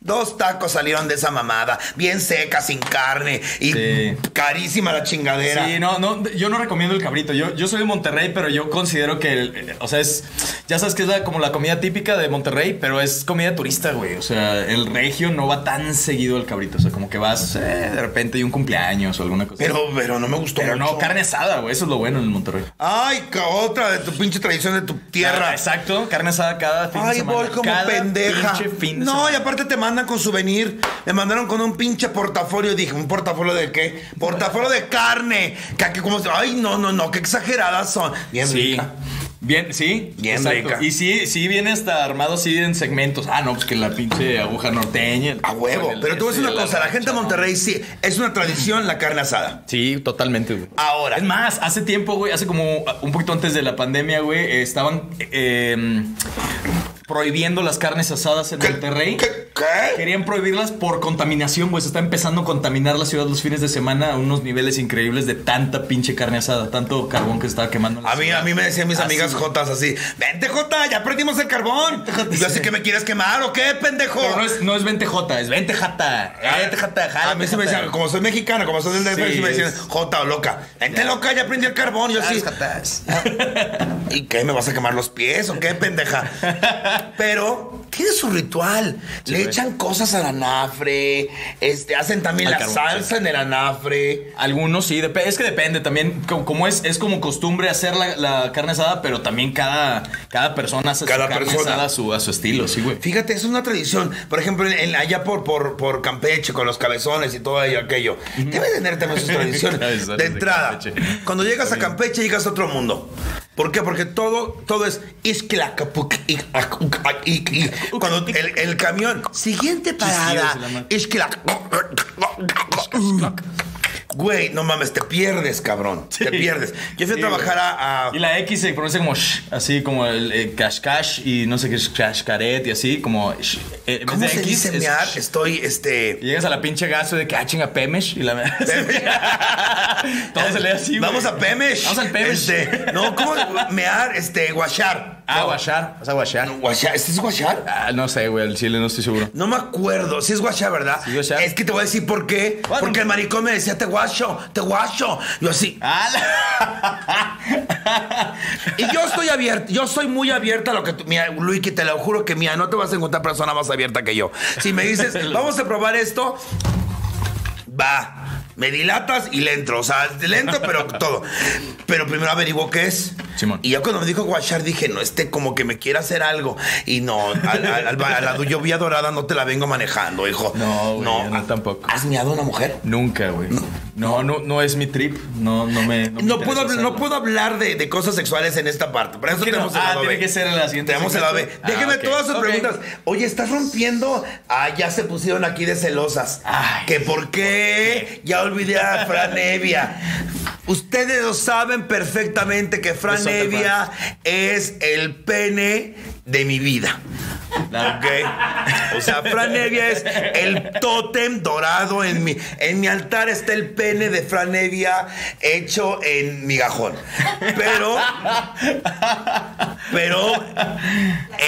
[SPEAKER 1] Dos tacos salieron de esa mamada. Bien seca, sin carne. Y
[SPEAKER 2] Sí.
[SPEAKER 1] carísima la chingadera.
[SPEAKER 2] Sí, no, no, yo no recomiendo el cabrito. Yo, yo soy de Monterrey, pero yo considero que, el- eh, o sea, es, ya sabes que es la- como la comida típica de Monterrey, pero es comida turista, güey. O sea, el regio no va tan seguido al cabrito. O sea, como que vas eh, de repente y un cumpleaños o alguna cosa.
[SPEAKER 1] Pero, pero no me gustó
[SPEAKER 2] Pero no,
[SPEAKER 1] mucho.
[SPEAKER 2] carne asada, güey. Eso es lo bueno en Monterrey.
[SPEAKER 1] Ay, ca- otra de tu pinche tradición de tu tierra.
[SPEAKER 2] Ah, Exacto, carne asada cada fin de
[SPEAKER 1] Ay,
[SPEAKER 2] semana.
[SPEAKER 1] voy como
[SPEAKER 2] Cada
[SPEAKER 1] pendeja.
[SPEAKER 2] pinche fin de
[SPEAKER 1] No,
[SPEAKER 2] semana.
[SPEAKER 1] y aparte te mandan con souvenir. Me mandaron con un pinche portafolio. y Dije, ¿un portafolio de qué? Portafolio de carne. Que aquí como... Ay, no, no, no, qué exageradas son. Bien
[SPEAKER 2] Sí.
[SPEAKER 1] rica.
[SPEAKER 2] Bien, sí.
[SPEAKER 1] Bien rica.
[SPEAKER 2] Y sí, sí viene hasta armado así en segmentos. Ah, no, pues que la pinche aguja norteña. el-
[SPEAKER 1] A huevo.
[SPEAKER 2] el-
[SPEAKER 1] Pero tú ves
[SPEAKER 2] este,
[SPEAKER 1] una cosa. La gente de Monterrey sí. Es una tradición la carne asada.
[SPEAKER 2] Sí, totalmente, güey.
[SPEAKER 1] Ahora.
[SPEAKER 2] Es más, hace tiempo, güey, hace como un poquito antes de la pandemia, güey, eh, estaban eh, prohibiendo las carnes asadas en
[SPEAKER 1] ¿Qué-
[SPEAKER 2] Monterrey.
[SPEAKER 1] ¿Qué? qué?
[SPEAKER 2] Querían prohibirlas por contaminación, güey. Se está empezando a contaminar la ciudad los fines de semana a unos niveles increíbles de tanta pinche carne asada, tanto carbón que se estaba quemando. en la
[SPEAKER 1] A mí,
[SPEAKER 2] ciudad.
[SPEAKER 1] a mí me decían mis
[SPEAKER 2] Así,
[SPEAKER 1] amigas
[SPEAKER 2] güey.
[SPEAKER 1] Jotas así, vente Jota, ya prendimos el carbón. Y yo así que me quieres quemar o qué, pendejo.
[SPEAKER 2] Pero no es, no es 20J, es 20J.
[SPEAKER 1] Ah,
[SPEAKER 2] 20J,
[SPEAKER 1] A mí se me decían, como soy mexicano, como soy del DF,
[SPEAKER 2] Sí,
[SPEAKER 1] sí me decían,
[SPEAKER 2] es- Ah,
[SPEAKER 1] Jota o loca. Gente loca, ya prendí el carbón. Yo sí. ¿Y qué? ¿Me vas a quemar los pies o
[SPEAKER 2] *laughs*
[SPEAKER 1] qué, pendeja? Pero tiene su ritual. Le
[SPEAKER 2] güey.
[SPEAKER 1] echan cosas al anafre. Este, hacen también
[SPEAKER 2] Al
[SPEAKER 1] la
[SPEAKER 2] carbón,
[SPEAKER 1] salsa en el anafre.
[SPEAKER 2] Algunos sí, dep- es que depende también, co- como, es, es como costumbre hacer la, la carne asada, pero también cada, cada persona hace
[SPEAKER 1] Cada
[SPEAKER 2] su carne
[SPEAKER 1] persona.
[SPEAKER 2] asada a su, a su estilo, sí, güey.
[SPEAKER 1] Fíjate, es una tradición. Por ejemplo, en- en- allá por, por, por Campeche, con los cabezones y todo ello- aquello. Debe tener también
[SPEAKER 2] *laughs*
[SPEAKER 1] sus tradiciones.
[SPEAKER 2] Cabezones
[SPEAKER 1] de
[SPEAKER 2] de
[SPEAKER 1] entrada,
[SPEAKER 2] Campeche.
[SPEAKER 1] cuando llegas a Campeche, llegas a otro mundo. ¿Por qué? Porque todo, todo es isclacapuc, ic, ac, uc, ac, ic, ic. Cuando el, el camión, siguiente parada,
[SPEAKER 2] Chisquidos de la mano.
[SPEAKER 1] isclac. Güey, no mames, te pierdes, cabrón. Te
[SPEAKER 2] Sí.
[SPEAKER 1] pierdes. Yo fui
[SPEAKER 2] Sí,
[SPEAKER 1] a trabajar a, a-
[SPEAKER 2] Y la X se pronuncia como sh, así como el eh, cash y no sé qué, cashcaret y así, como sh. Eh, en vez
[SPEAKER 1] ¿Cómo
[SPEAKER 2] de
[SPEAKER 1] se
[SPEAKER 2] X,
[SPEAKER 1] dice
[SPEAKER 2] es
[SPEAKER 1] mear?
[SPEAKER 2] sh.
[SPEAKER 1] Estoy, este...
[SPEAKER 2] Y llegas a la pinche gaso de que, ah, chinga, Pemesh. Y la *laughs* Todo se lee así, güey.
[SPEAKER 1] Vamos a Pemesh.
[SPEAKER 2] Vamos al Pemesh.
[SPEAKER 1] Este, no, ¿cómo? Mear, este, guachar.
[SPEAKER 2] Ah, guachar. Vas a guachar.
[SPEAKER 1] Guachar, ¿este es guachar?
[SPEAKER 2] Ah, no sé, güey, el chile no estoy seguro.
[SPEAKER 1] No me acuerdo, si es guachar, ¿verdad?
[SPEAKER 2] Sí, guachar.
[SPEAKER 1] Es que te voy a decir por qué.
[SPEAKER 2] Bueno.
[SPEAKER 1] Porque el maricón me decía, te guacho, te guacho. Yo así. Y yo estoy abierta, yo soy muy abierta a lo que tú. Mira, Luiki, te lo juro que mía, no te vas a encontrar persona más abierta que yo. Si me dices,
[SPEAKER 2] *laughs*
[SPEAKER 1] vamos a probar esto, va. Me dilatas y le entro. O sea, le entro,
[SPEAKER 2] *laughs*
[SPEAKER 1] pero todo. Pero primero averiguo qué es.
[SPEAKER 2] Simón.
[SPEAKER 1] Y ya cuando me dijo guachar, dije, no, este como que me quiere hacer algo. Y no, al- al- al- a la lluvia dorada no te la vengo manejando, hijo.
[SPEAKER 2] No, güey, yo no
[SPEAKER 1] ah,
[SPEAKER 2] tampoco.
[SPEAKER 1] ¿Has miado a una mujer?
[SPEAKER 2] Nunca, güey. No, no, no es mi trip. No, no me. me
[SPEAKER 1] No
[SPEAKER 2] interesa
[SPEAKER 1] puedo, habl- no
[SPEAKER 2] hacerlo.
[SPEAKER 1] puedo hablar de, de cosas sexuales en esta parte. Para eso
[SPEAKER 2] ¿Por qué no?
[SPEAKER 1] tenemos el
[SPEAKER 2] Ah,
[SPEAKER 1] lado
[SPEAKER 2] tiene
[SPEAKER 1] B.
[SPEAKER 2] que ser en la siguiente.
[SPEAKER 1] Tenemos el
[SPEAKER 2] sección.
[SPEAKER 1] lado B.
[SPEAKER 2] Ah,
[SPEAKER 1] Déjenme
[SPEAKER 2] ok.
[SPEAKER 1] todas sus
[SPEAKER 2] Ok.
[SPEAKER 1] preguntas. Oye, estás rompiendo. Ah, ya se pusieron aquí de celosas.
[SPEAKER 2] Ay.
[SPEAKER 1] ¿Que por qué? Ya olvidé a
[SPEAKER 2] *laughs*
[SPEAKER 1] Fran Evia. Ustedes lo saben perfectamente que Fran
[SPEAKER 2] Besote,
[SPEAKER 1] Evia es el pene de mi vida.
[SPEAKER 2] Claro.
[SPEAKER 1] Ok. O sea, Fran Evia es el tótem dorado en mi, en mi altar está el pene de Fran Evia hecho en migajón. Pero, pero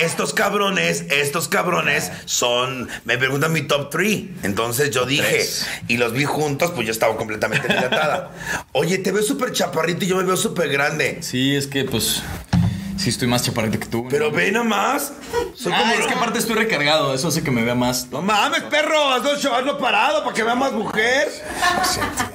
[SPEAKER 1] estos cabrones, estos cabrones son, me preguntan mi top 3. Entonces yo dije,
[SPEAKER 2] tres.
[SPEAKER 1] y los vi juntos, pues yo estaba completamente dilatada. Oye, te veo súper chaparrito y yo me veo súper grande.
[SPEAKER 2] Sí, es que pues. Sí, estoy más chaparrito que tú. ¿no?
[SPEAKER 1] Pero ve nomás. Soy
[SPEAKER 2] Ah,
[SPEAKER 1] como-
[SPEAKER 2] es que aparte estoy recargado. Eso hace que me vea más.
[SPEAKER 1] No mames, perro, hazlo, hazlo parado para que vea más mujer.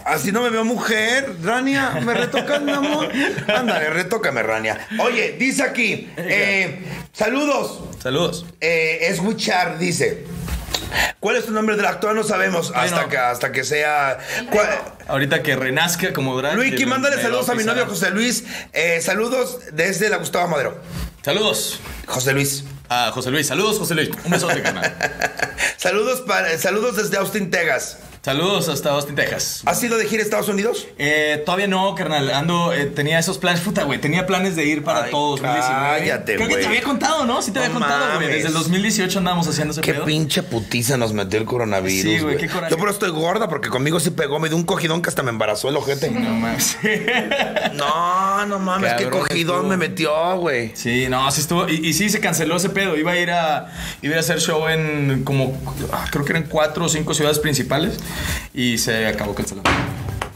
[SPEAKER 1] Así no me veo mujer. Rania, ¿me retocas, mi amor? Ándale, retócame, Rania. Oye, dice aquí, eh, saludos.
[SPEAKER 2] Saludos.
[SPEAKER 1] Eh, es Wichar, dice. ¿Cuál es tu nombre del actor? No sabemos.
[SPEAKER 2] Ay,
[SPEAKER 1] Hasta,
[SPEAKER 2] no.
[SPEAKER 1] que, hasta que sea. ¿Cuál-
[SPEAKER 2] Ahorita que renazca como drag.
[SPEAKER 1] Luiki,
[SPEAKER 2] que me-
[SPEAKER 1] mándale
[SPEAKER 2] me
[SPEAKER 1] saludos
[SPEAKER 2] va
[SPEAKER 1] a mi
[SPEAKER 2] pisar.
[SPEAKER 1] novio José Luis. Eh, saludos desde la Gustavo Madero.
[SPEAKER 2] Saludos
[SPEAKER 1] José Luis.
[SPEAKER 2] a José Luis. Saludos, José Luis. Un besote, *laughs* carnal.
[SPEAKER 1] Saludos, para, saludos desde Austin, Texas.
[SPEAKER 2] Saludos hasta Austin, Texas.
[SPEAKER 1] ¿Has ido de gira a Estados Unidos?
[SPEAKER 2] Eh, todavía no, carnal. Ando, eh, tenía esos planes. Puta, güey. Tenía planes de ir para
[SPEAKER 1] Ay,
[SPEAKER 2] todo 2019.
[SPEAKER 1] cállate,
[SPEAKER 2] Creo que
[SPEAKER 1] güey.
[SPEAKER 2] te había contado, ¿no? Sí te
[SPEAKER 1] No
[SPEAKER 2] había contado, güey.
[SPEAKER 1] mames.
[SPEAKER 2] Desde el 2018 andamos haciendo ese
[SPEAKER 1] Qué
[SPEAKER 2] pedo.
[SPEAKER 1] pinche putiza nos metió el coronavirus.
[SPEAKER 2] Sí, güey, qué coraje.
[SPEAKER 1] Yo por eso estoy gorda porque conmigo sí pegó, me dio un cogidón que hasta me embarazó el ojete.
[SPEAKER 2] No mames.
[SPEAKER 1] No, no mames, qué
[SPEAKER 2] Cabrón,
[SPEAKER 1] cogidón
[SPEAKER 2] estuvo.
[SPEAKER 1] me metió, güey.
[SPEAKER 2] Sí, no, sí estuvo. Y, y sí, se canceló ese pedo. Iba a ir a, iba a ir a hacer show en como, ah, creo que eran cuatro o cinco ciudades principales. Y se acabó cancelando.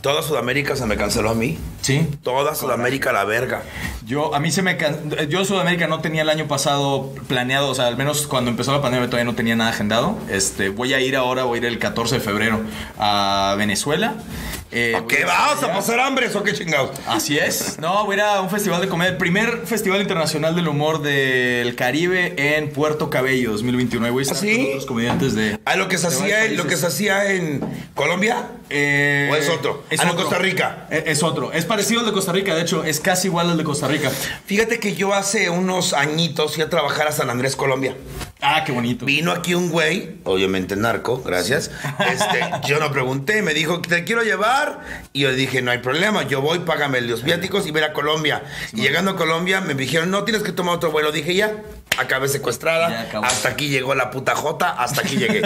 [SPEAKER 1] Toda Sudamérica se me canceló a mí.
[SPEAKER 2] Sí.
[SPEAKER 1] Toda Sudamérica a la verga.
[SPEAKER 2] Yo, a mí se me. can- Yo Sudamérica no tenía el año pasado planeado, o sea, al menos cuando empezó la pandemia todavía no tenía nada agendado. Este, voy a ir ahora, voy a ir el 14 de febrero a Venezuela. Eh,
[SPEAKER 1] ¿A
[SPEAKER 2] voy
[SPEAKER 1] qué
[SPEAKER 2] ir
[SPEAKER 1] vas a
[SPEAKER 2] allá.
[SPEAKER 1] pasar hambre o qué chingados?
[SPEAKER 2] Así es. No, voy a ir a un festival de comedia, el primer Festival Internacional del Humor del Caribe en Puerto Cabello 2021. Ahí voy a estar
[SPEAKER 1] ¿Ah, sí?
[SPEAKER 2] con otros comediantes de.
[SPEAKER 1] ¿A Ah, lo que se
[SPEAKER 2] de varios
[SPEAKER 1] hacía, en- lo que
[SPEAKER 2] países.
[SPEAKER 1] se hacía en Colombia?
[SPEAKER 2] Eh,
[SPEAKER 1] ¿O es otro? ¿A lo de Costa Rica?
[SPEAKER 2] Eh, Es, otro. Es parecido al de Costa Rica, de hecho, es casi igual al de Costa Rica.
[SPEAKER 1] Fíjate que yo hace unos añitos fui a trabajar a San Andrés, Colombia.
[SPEAKER 2] Ah, qué bonito.
[SPEAKER 1] Vino aquí un güey, obviamente narco,
[SPEAKER 2] *laughs*
[SPEAKER 1] gracias. Este, yo no pregunté, me dijo, te quiero llevar. Y yo dije, no hay problema, yo voy, págame los viáticos y ver a Colombia. Y llegando a Colombia me dijeron, no, tienes que tomar otro vuelo. Dije, ya, acabé
[SPEAKER 2] Ya
[SPEAKER 1] secuestrada.
[SPEAKER 2] acabó.
[SPEAKER 1] Hasta aquí llegó la puta Jota, hasta aquí
[SPEAKER 2] *laughs*
[SPEAKER 1] llegué.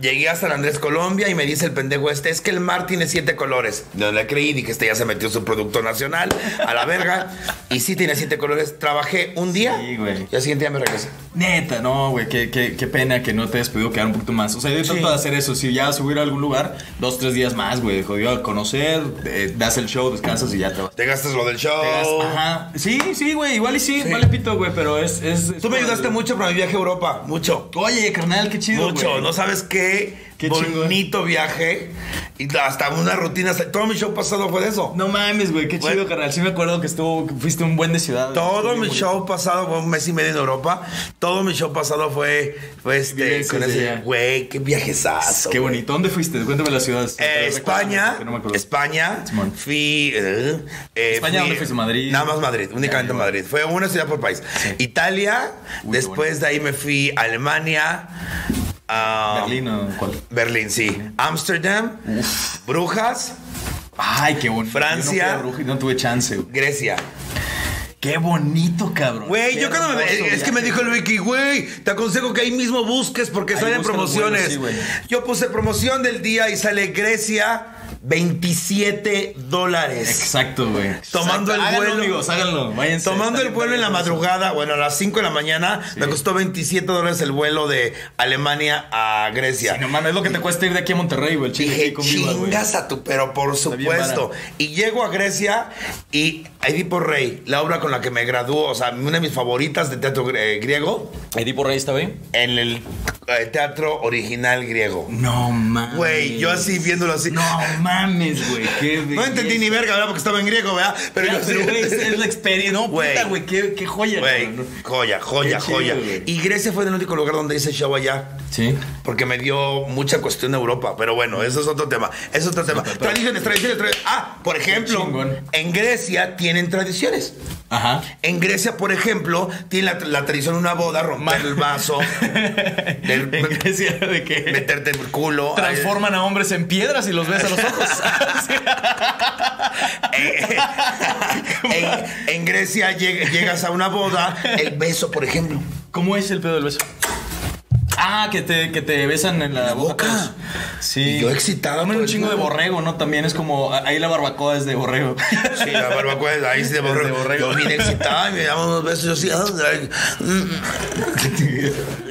[SPEAKER 1] llegué a San Andrés, Colombia y me dice el pendejo este, es que el mar tiene siete colores. No le creí, dije, este ya se metió su producto nacional a la verga. Y sí tiene siete colores. Trabajé un día
[SPEAKER 2] Sí, güey.
[SPEAKER 1] y al siguiente día me regresé.
[SPEAKER 2] Neta, no, güey, qué, qué- qué pena que no te hayas podido quedar un poquito más. O sea, yo trato de hacer eso. Si ya subir a algún lugar, dos, tres días más, güey. Jodido a conocer, eh, das el show, descansas y ya te vas.
[SPEAKER 1] Te gastas lo del show.
[SPEAKER 2] Te vas- Ajá. Sí, sí, güey. Igual y sí, vale pito, güey, pero es. es
[SPEAKER 1] Tú me ayudaste mucho para mi viaje a Europa. Mucho.
[SPEAKER 2] Oye, carnal, qué chido.
[SPEAKER 1] Mucho.
[SPEAKER 2] güey.
[SPEAKER 1] No sabes qué,
[SPEAKER 2] Qué
[SPEAKER 1] bonito viaje. Y hasta una rutina. hasta- Todo mi show pasado fue de eso.
[SPEAKER 2] No mames, güey, qué
[SPEAKER 1] Güey.
[SPEAKER 2] chido, carnal. Sí me acuerdo que estuvo, que fuiste un buen de ciudad.
[SPEAKER 1] Todo
[SPEAKER 2] Estuvo
[SPEAKER 1] mi
[SPEAKER 2] muy-
[SPEAKER 1] show pasado fue un mes y medio en Europa. Todo mi show pasado fue, fue este,
[SPEAKER 2] Vivencias
[SPEAKER 1] con
[SPEAKER 2] de
[SPEAKER 1] ese,
[SPEAKER 2] allá.
[SPEAKER 1] güey, qué viajezazo.
[SPEAKER 2] Qué
[SPEAKER 1] güey.
[SPEAKER 2] bonito. ¿Dónde fuiste? Cuéntame las ciudades.
[SPEAKER 1] Eh, España,
[SPEAKER 2] Que no me acuerdo.
[SPEAKER 1] España,
[SPEAKER 2] Simón.
[SPEAKER 1] fui. eh, eh,
[SPEAKER 2] España, ¿dónde fuiste? Madrid.
[SPEAKER 1] Nada más Madrid, únicamente
[SPEAKER 2] Ya, ya.
[SPEAKER 1] Madrid. Fue una ciudad por país. Italia,
[SPEAKER 2] Uy, qué
[SPEAKER 1] después de ahí me fui a Alemania. a
[SPEAKER 2] Berlín o cuál.
[SPEAKER 1] Berlín, sí. Ámsterdam, Brujas,
[SPEAKER 2] Ay, qué bonito.
[SPEAKER 1] Francia.
[SPEAKER 2] Yo no, fui a Brujas y no tuve chance, güey.
[SPEAKER 1] Grecia.
[SPEAKER 2] Qué bonito, cabrón.
[SPEAKER 1] Güey, yo
[SPEAKER 2] Qué
[SPEAKER 1] cuando me.
[SPEAKER 2] hermoso
[SPEAKER 1] Es que
[SPEAKER 2] viaje.
[SPEAKER 1] me dijo el Vicky, güey, te aconsejo que ahí mismo busques porque
[SPEAKER 2] Ahí
[SPEAKER 1] salen
[SPEAKER 2] busca los
[SPEAKER 1] promociones.
[SPEAKER 2] vuelos, sí, güey.
[SPEAKER 1] yo puse promoción del día y sale Grecia, 27 dólares.
[SPEAKER 2] Exacto, güey.
[SPEAKER 1] Tomando el
[SPEAKER 2] Exacto. háganlo,
[SPEAKER 1] vuelo.
[SPEAKER 2] amigos, háganlo. Váyanse.
[SPEAKER 1] Tomando
[SPEAKER 2] Está
[SPEAKER 1] el
[SPEAKER 2] bien,
[SPEAKER 1] vuelo en la
[SPEAKER 2] está bien,
[SPEAKER 1] madrugada, bueno, a las 5 de la mañana, me costó 27 dólares el vuelo de Alemania a Grecia.
[SPEAKER 2] Sí, no mames, es lo que te cuesta ir de aquí a Monterrey, güey. el chingo
[SPEAKER 1] Dije,
[SPEAKER 2] aquí con Viva, güey.
[SPEAKER 1] chingas a tu, pero por
[SPEAKER 2] bien
[SPEAKER 1] supuesto.
[SPEAKER 2] barato.
[SPEAKER 1] Y llego a Grecia y Edipo Rey, la obra con la que me graduó, o sea, una de mis favoritas de teatro gre- eh, griego,
[SPEAKER 2] ¿Edipo Rey estaba ahí?
[SPEAKER 1] en el, eh, teatro original griego.
[SPEAKER 2] No mames.
[SPEAKER 1] Güey, yo así viéndolo así.
[SPEAKER 2] No mames, güey. qué
[SPEAKER 1] *laughs* No entendí ni verga, ¿verdad? Porque estaba en griego, ¿verdad? Pero
[SPEAKER 2] Ya,
[SPEAKER 1] yo
[SPEAKER 2] pero,
[SPEAKER 1] sí-
[SPEAKER 2] güey, es, es la experiencia. No,
[SPEAKER 1] Güey.
[SPEAKER 2] puta, güey, qué, qué
[SPEAKER 1] *laughs*
[SPEAKER 2] joya.
[SPEAKER 1] Güey,
[SPEAKER 2] *laughs* cabrón.
[SPEAKER 1] joya, joya,
[SPEAKER 2] Qué chido,
[SPEAKER 1] joya.
[SPEAKER 2] güey.
[SPEAKER 1] Y Grecia fue el único lugar donde hice show allá.
[SPEAKER 2] Sí.
[SPEAKER 1] Porque me dio mucha cuestión de Europa. Pero bueno, eso es otro tema. Es otro tema. Tradiciones, tradiciones, tradiciones. Ah, por ejemplo,
[SPEAKER 2] chingón.
[SPEAKER 1] en Grecia tienen tradiciones.
[SPEAKER 2] Ajá.
[SPEAKER 1] En Grecia, por ejemplo, tiene la, la tradición de una boda, romper el *laughs* vaso,
[SPEAKER 2] *laughs*
[SPEAKER 1] del-
[SPEAKER 2] En Grecia, de que
[SPEAKER 1] meterte el culo.
[SPEAKER 2] transforman a hombres en piedras y los ves a los ojos.
[SPEAKER 1] *laughs*
[SPEAKER 2] Sí.
[SPEAKER 1] Eh, *laughs* en, en Grecia lleg- llegas a una boda, el beso, por ejemplo.
[SPEAKER 2] ¿Cómo es el pedo del beso? Ah, que te, que te besan en la,
[SPEAKER 1] boca.
[SPEAKER 2] todos. Sí.
[SPEAKER 1] Y yo excitado
[SPEAKER 2] Comen un
[SPEAKER 1] todo el
[SPEAKER 2] chingo de
[SPEAKER 1] tiempo.
[SPEAKER 2] borrego, ¿no? También es como. Ahí la barbacoa es de borrego.
[SPEAKER 1] Sí, la barbacoa, ahí sí de borrego.
[SPEAKER 2] de borrego.
[SPEAKER 1] Yo vine excitado y me daban unos besos. Yo sí, ah, ay,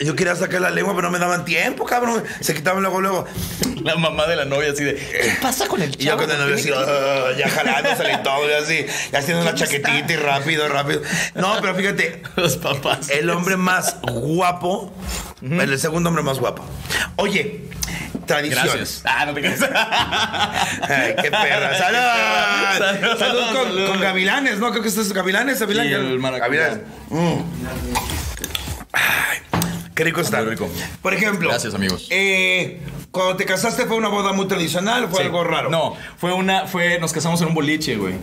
[SPEAKER 1] mm. yo quería sacar la lengua, pero no me daban tiempo, cabrón. Se quitaban luego, luego.
[SPEAKER 2] *laughs* La mamá de la novia, así de. ¿Qué pasa con el
[SPEAKER 1] Y yo
[SPEAKER 2] chavo?
[SPEAKER 1] con el novio así, ah, ya jalándosele
[SPEAKER 2] *laughs*
[SPEAKER 1] y todo, y así, y haciendo una chaquetita y rápido, rápido. No, pero fíjate,
[SPEAKER 2] *laughs* Los papás.
[SPEAKER 1] el hombre más guapo, el segundo hombre más guapo. Oye, tradiciones.
[SPEAKER 2] Gracias. Ah, no te
[SPEAKER 1] *laughs*
[SPEAKER 2] creas.
[SPEAKER 1] Ay, *laughs* qué perra. ¡Salud!
[SPEAKER 2] Salud,
[SPEAKER 1] Salud, con,
[SPEAKER 2] salud.
[SPEAKER 1] con gavilanes, ¿no? Creo que estos gavilanes, gavilanes.
[SPEAKER 2] Y el maracuyá.
[SPEAKER 1] Gavilanes. Mm. Ay, qué rico está.
[SPEAKER 2] Muy rico.
[SPEAKER 1] Por ejemplo.
[SPEAKER 2] Gracias, amigos.
[SPEAKER 1] eh, cuando te casaste fue una boda muy tradicional, o fue
[SPEAKER 2] Sí.
[SPEAKER 1] algo raro.
[SPEAKER 2] No, fue una, fue, nos casamos en un boliche, güey.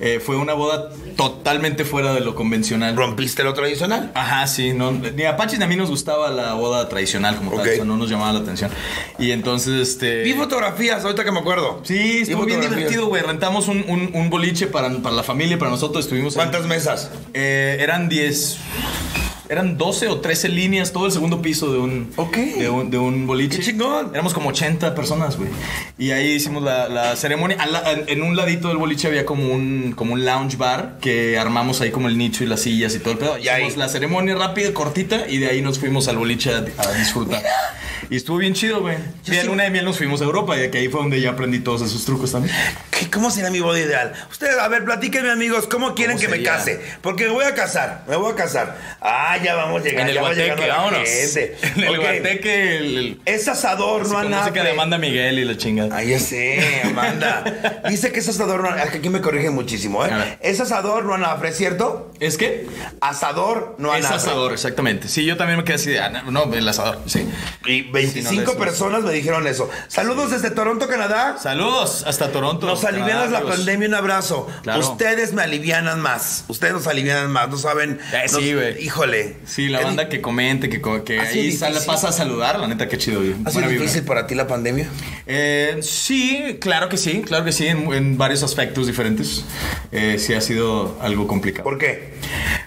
[SPEAKER 2] Eh, fue una boda totalmente fuera de lo convencional.
[SPEAKER 1] ¿Rompiste lo tradicional?
[SPEAKER 2] Ajá, sí, no, ni a Pachi ni a mí nos gustaba la boda tradicional como
[SPEAKER 1] Ok.
[SPEAKER 2] tal, o sea, no nos llamaba la atención. Y entonces, este...
[SPEAKER 1] Vi fotografías, ahorita que me acuerdo. Vi
[SPEAKER 2] Sí, estuvo bien
[SPEAKER 1] fotografías.
[SPEAKER 2] divertido, güey. Rentamos un, un- un boliche para, para la familia, y para nosotros, estuvimos... en-
[SPEAKER 1] ¿Cuántas mesas?
[SPEAKER 2] Eh, eran 10... Eran 12 o 13 líneas, todo el segundo piso de un,
[SPEAKER 1] Ok.
[SPEAKER 2] de un, de un boliche.
[SPEAKER 1] ¡Qué chingón!
[SPEAKER 2] Éramos como 80 personas, güey. Y ahí hicimos la, la ceremonia. Al la- en un ladito del boliche había como un, como un lounge bar que armamos ahí como el nicho y las sillas y todo el pedo.
[SPEAKER 1] Y ahí.
[SPEAKER 2] Hicimos la ceremonia rápida, cortita, y de ahí nos fuimos al boliche a, a disfrutar. Y estuvo bien chido, güey. Y en
[SPEAKER 1] sí-
[SPEAKER 2] luna de miel nos fuimos a Europa, y que ahí fue donde ya aprendí todos esos trucos también.
[SPEAKER 1] ¿Qué- ¿Cómo será mi boda ideal? Ustedes, a ver, platíquenme, amigos, ¿cómo quieren
[SPEAKER 2] ¿Cómo
[SPEAKER 1] que me
[SPEAKER 2] sería?
[SPEAKER 1] case? Porque me voy a casar, me voy a casar. Ah, ya vamos a llegar.
[SPEAKER 2] En el
[SPEAKER 1] ya va
[SPEAKER 2] guateque,
[SPEAKER 1] llegando la
[SPEAKER 2] vámonos.
[SPEAKER 1] gente.
[SPEAKER 2] *laughs* En el
[SPEAKER 1] Ok.
[SPEAKER 2] guateque, el... el-
[SPEAKER 1] Es asador, no
[SPEAKER 2] con música de
[SPEAKER 1] anafre.
[SPEAKER 2] Amanda Miguel y la chingada.
[SPEAKER 1] Ay, ya sé, Amanda. Dice que es asador, no anafre. Aquí me corrigen muchísimo,
[SPEAKER 2] A ver.
[SPEAKER 1] ¿eh? Es asador, no anafre, ¿cierto?
[SPEAKER 2] ¿Es que?
[SPEAKER 1] Asador, no
[SPEAKER 2] es
[SPEAKER 1] anafre.
[SPEAKER 2] asador, exactamente. Sí, yo también me quedé así de, ah, no, no, el asador, sí.
[SPEAKER 1] Y 25
[SPEAKER 2] Sí, no, eso.
[SPEAKER 1] personas me dijeron eso. Saludos desde Toronto, Canadá.
[SPEAKER 2] Saludos hasta Toronto.
[SPEAKER 1] Nos
[SPEAKER 2] Canadá,
[SPEAKER 1] alivianas la
[SPEAKER 2] amigos.
[SPEAKER 1] pandemia, un abrazo.
[SPEAKER 2] Claro.
[SPEAKER 1] Ustedes me alivianan más. Ustedes nos alivianan más, no saben.
[SPEAKER 2] Eh, sí,
[SPEAKER 1] nos-
[SPEAKER 2] güey.
[SPEAKER 1] Híjole.
[SPEAKER 2] Sí, la
[SPEAKER 1] Es
[SPEAKER 2] banda que comente, que, co- que
[SPEAKER 1] Ha sido
[SPEAKER 2] ahí sale,
[SPEAKER 1] difícil.
[SPEAKER 2] pasa a saludar, la neta, qué chido. güey.
[SPEAKER 1] ¿Ha sido
[SPEAKER 2] Buena vibra.
[SPEAKER 1] difícil para ti la pandemia?
[SPEAKER 2] Eh, sí, claro que sí, claro que sí, en, en varios aspectos diferentes. Eh, sí ha sido algo complicado.
[SPEAKER 1] ¿Por qué?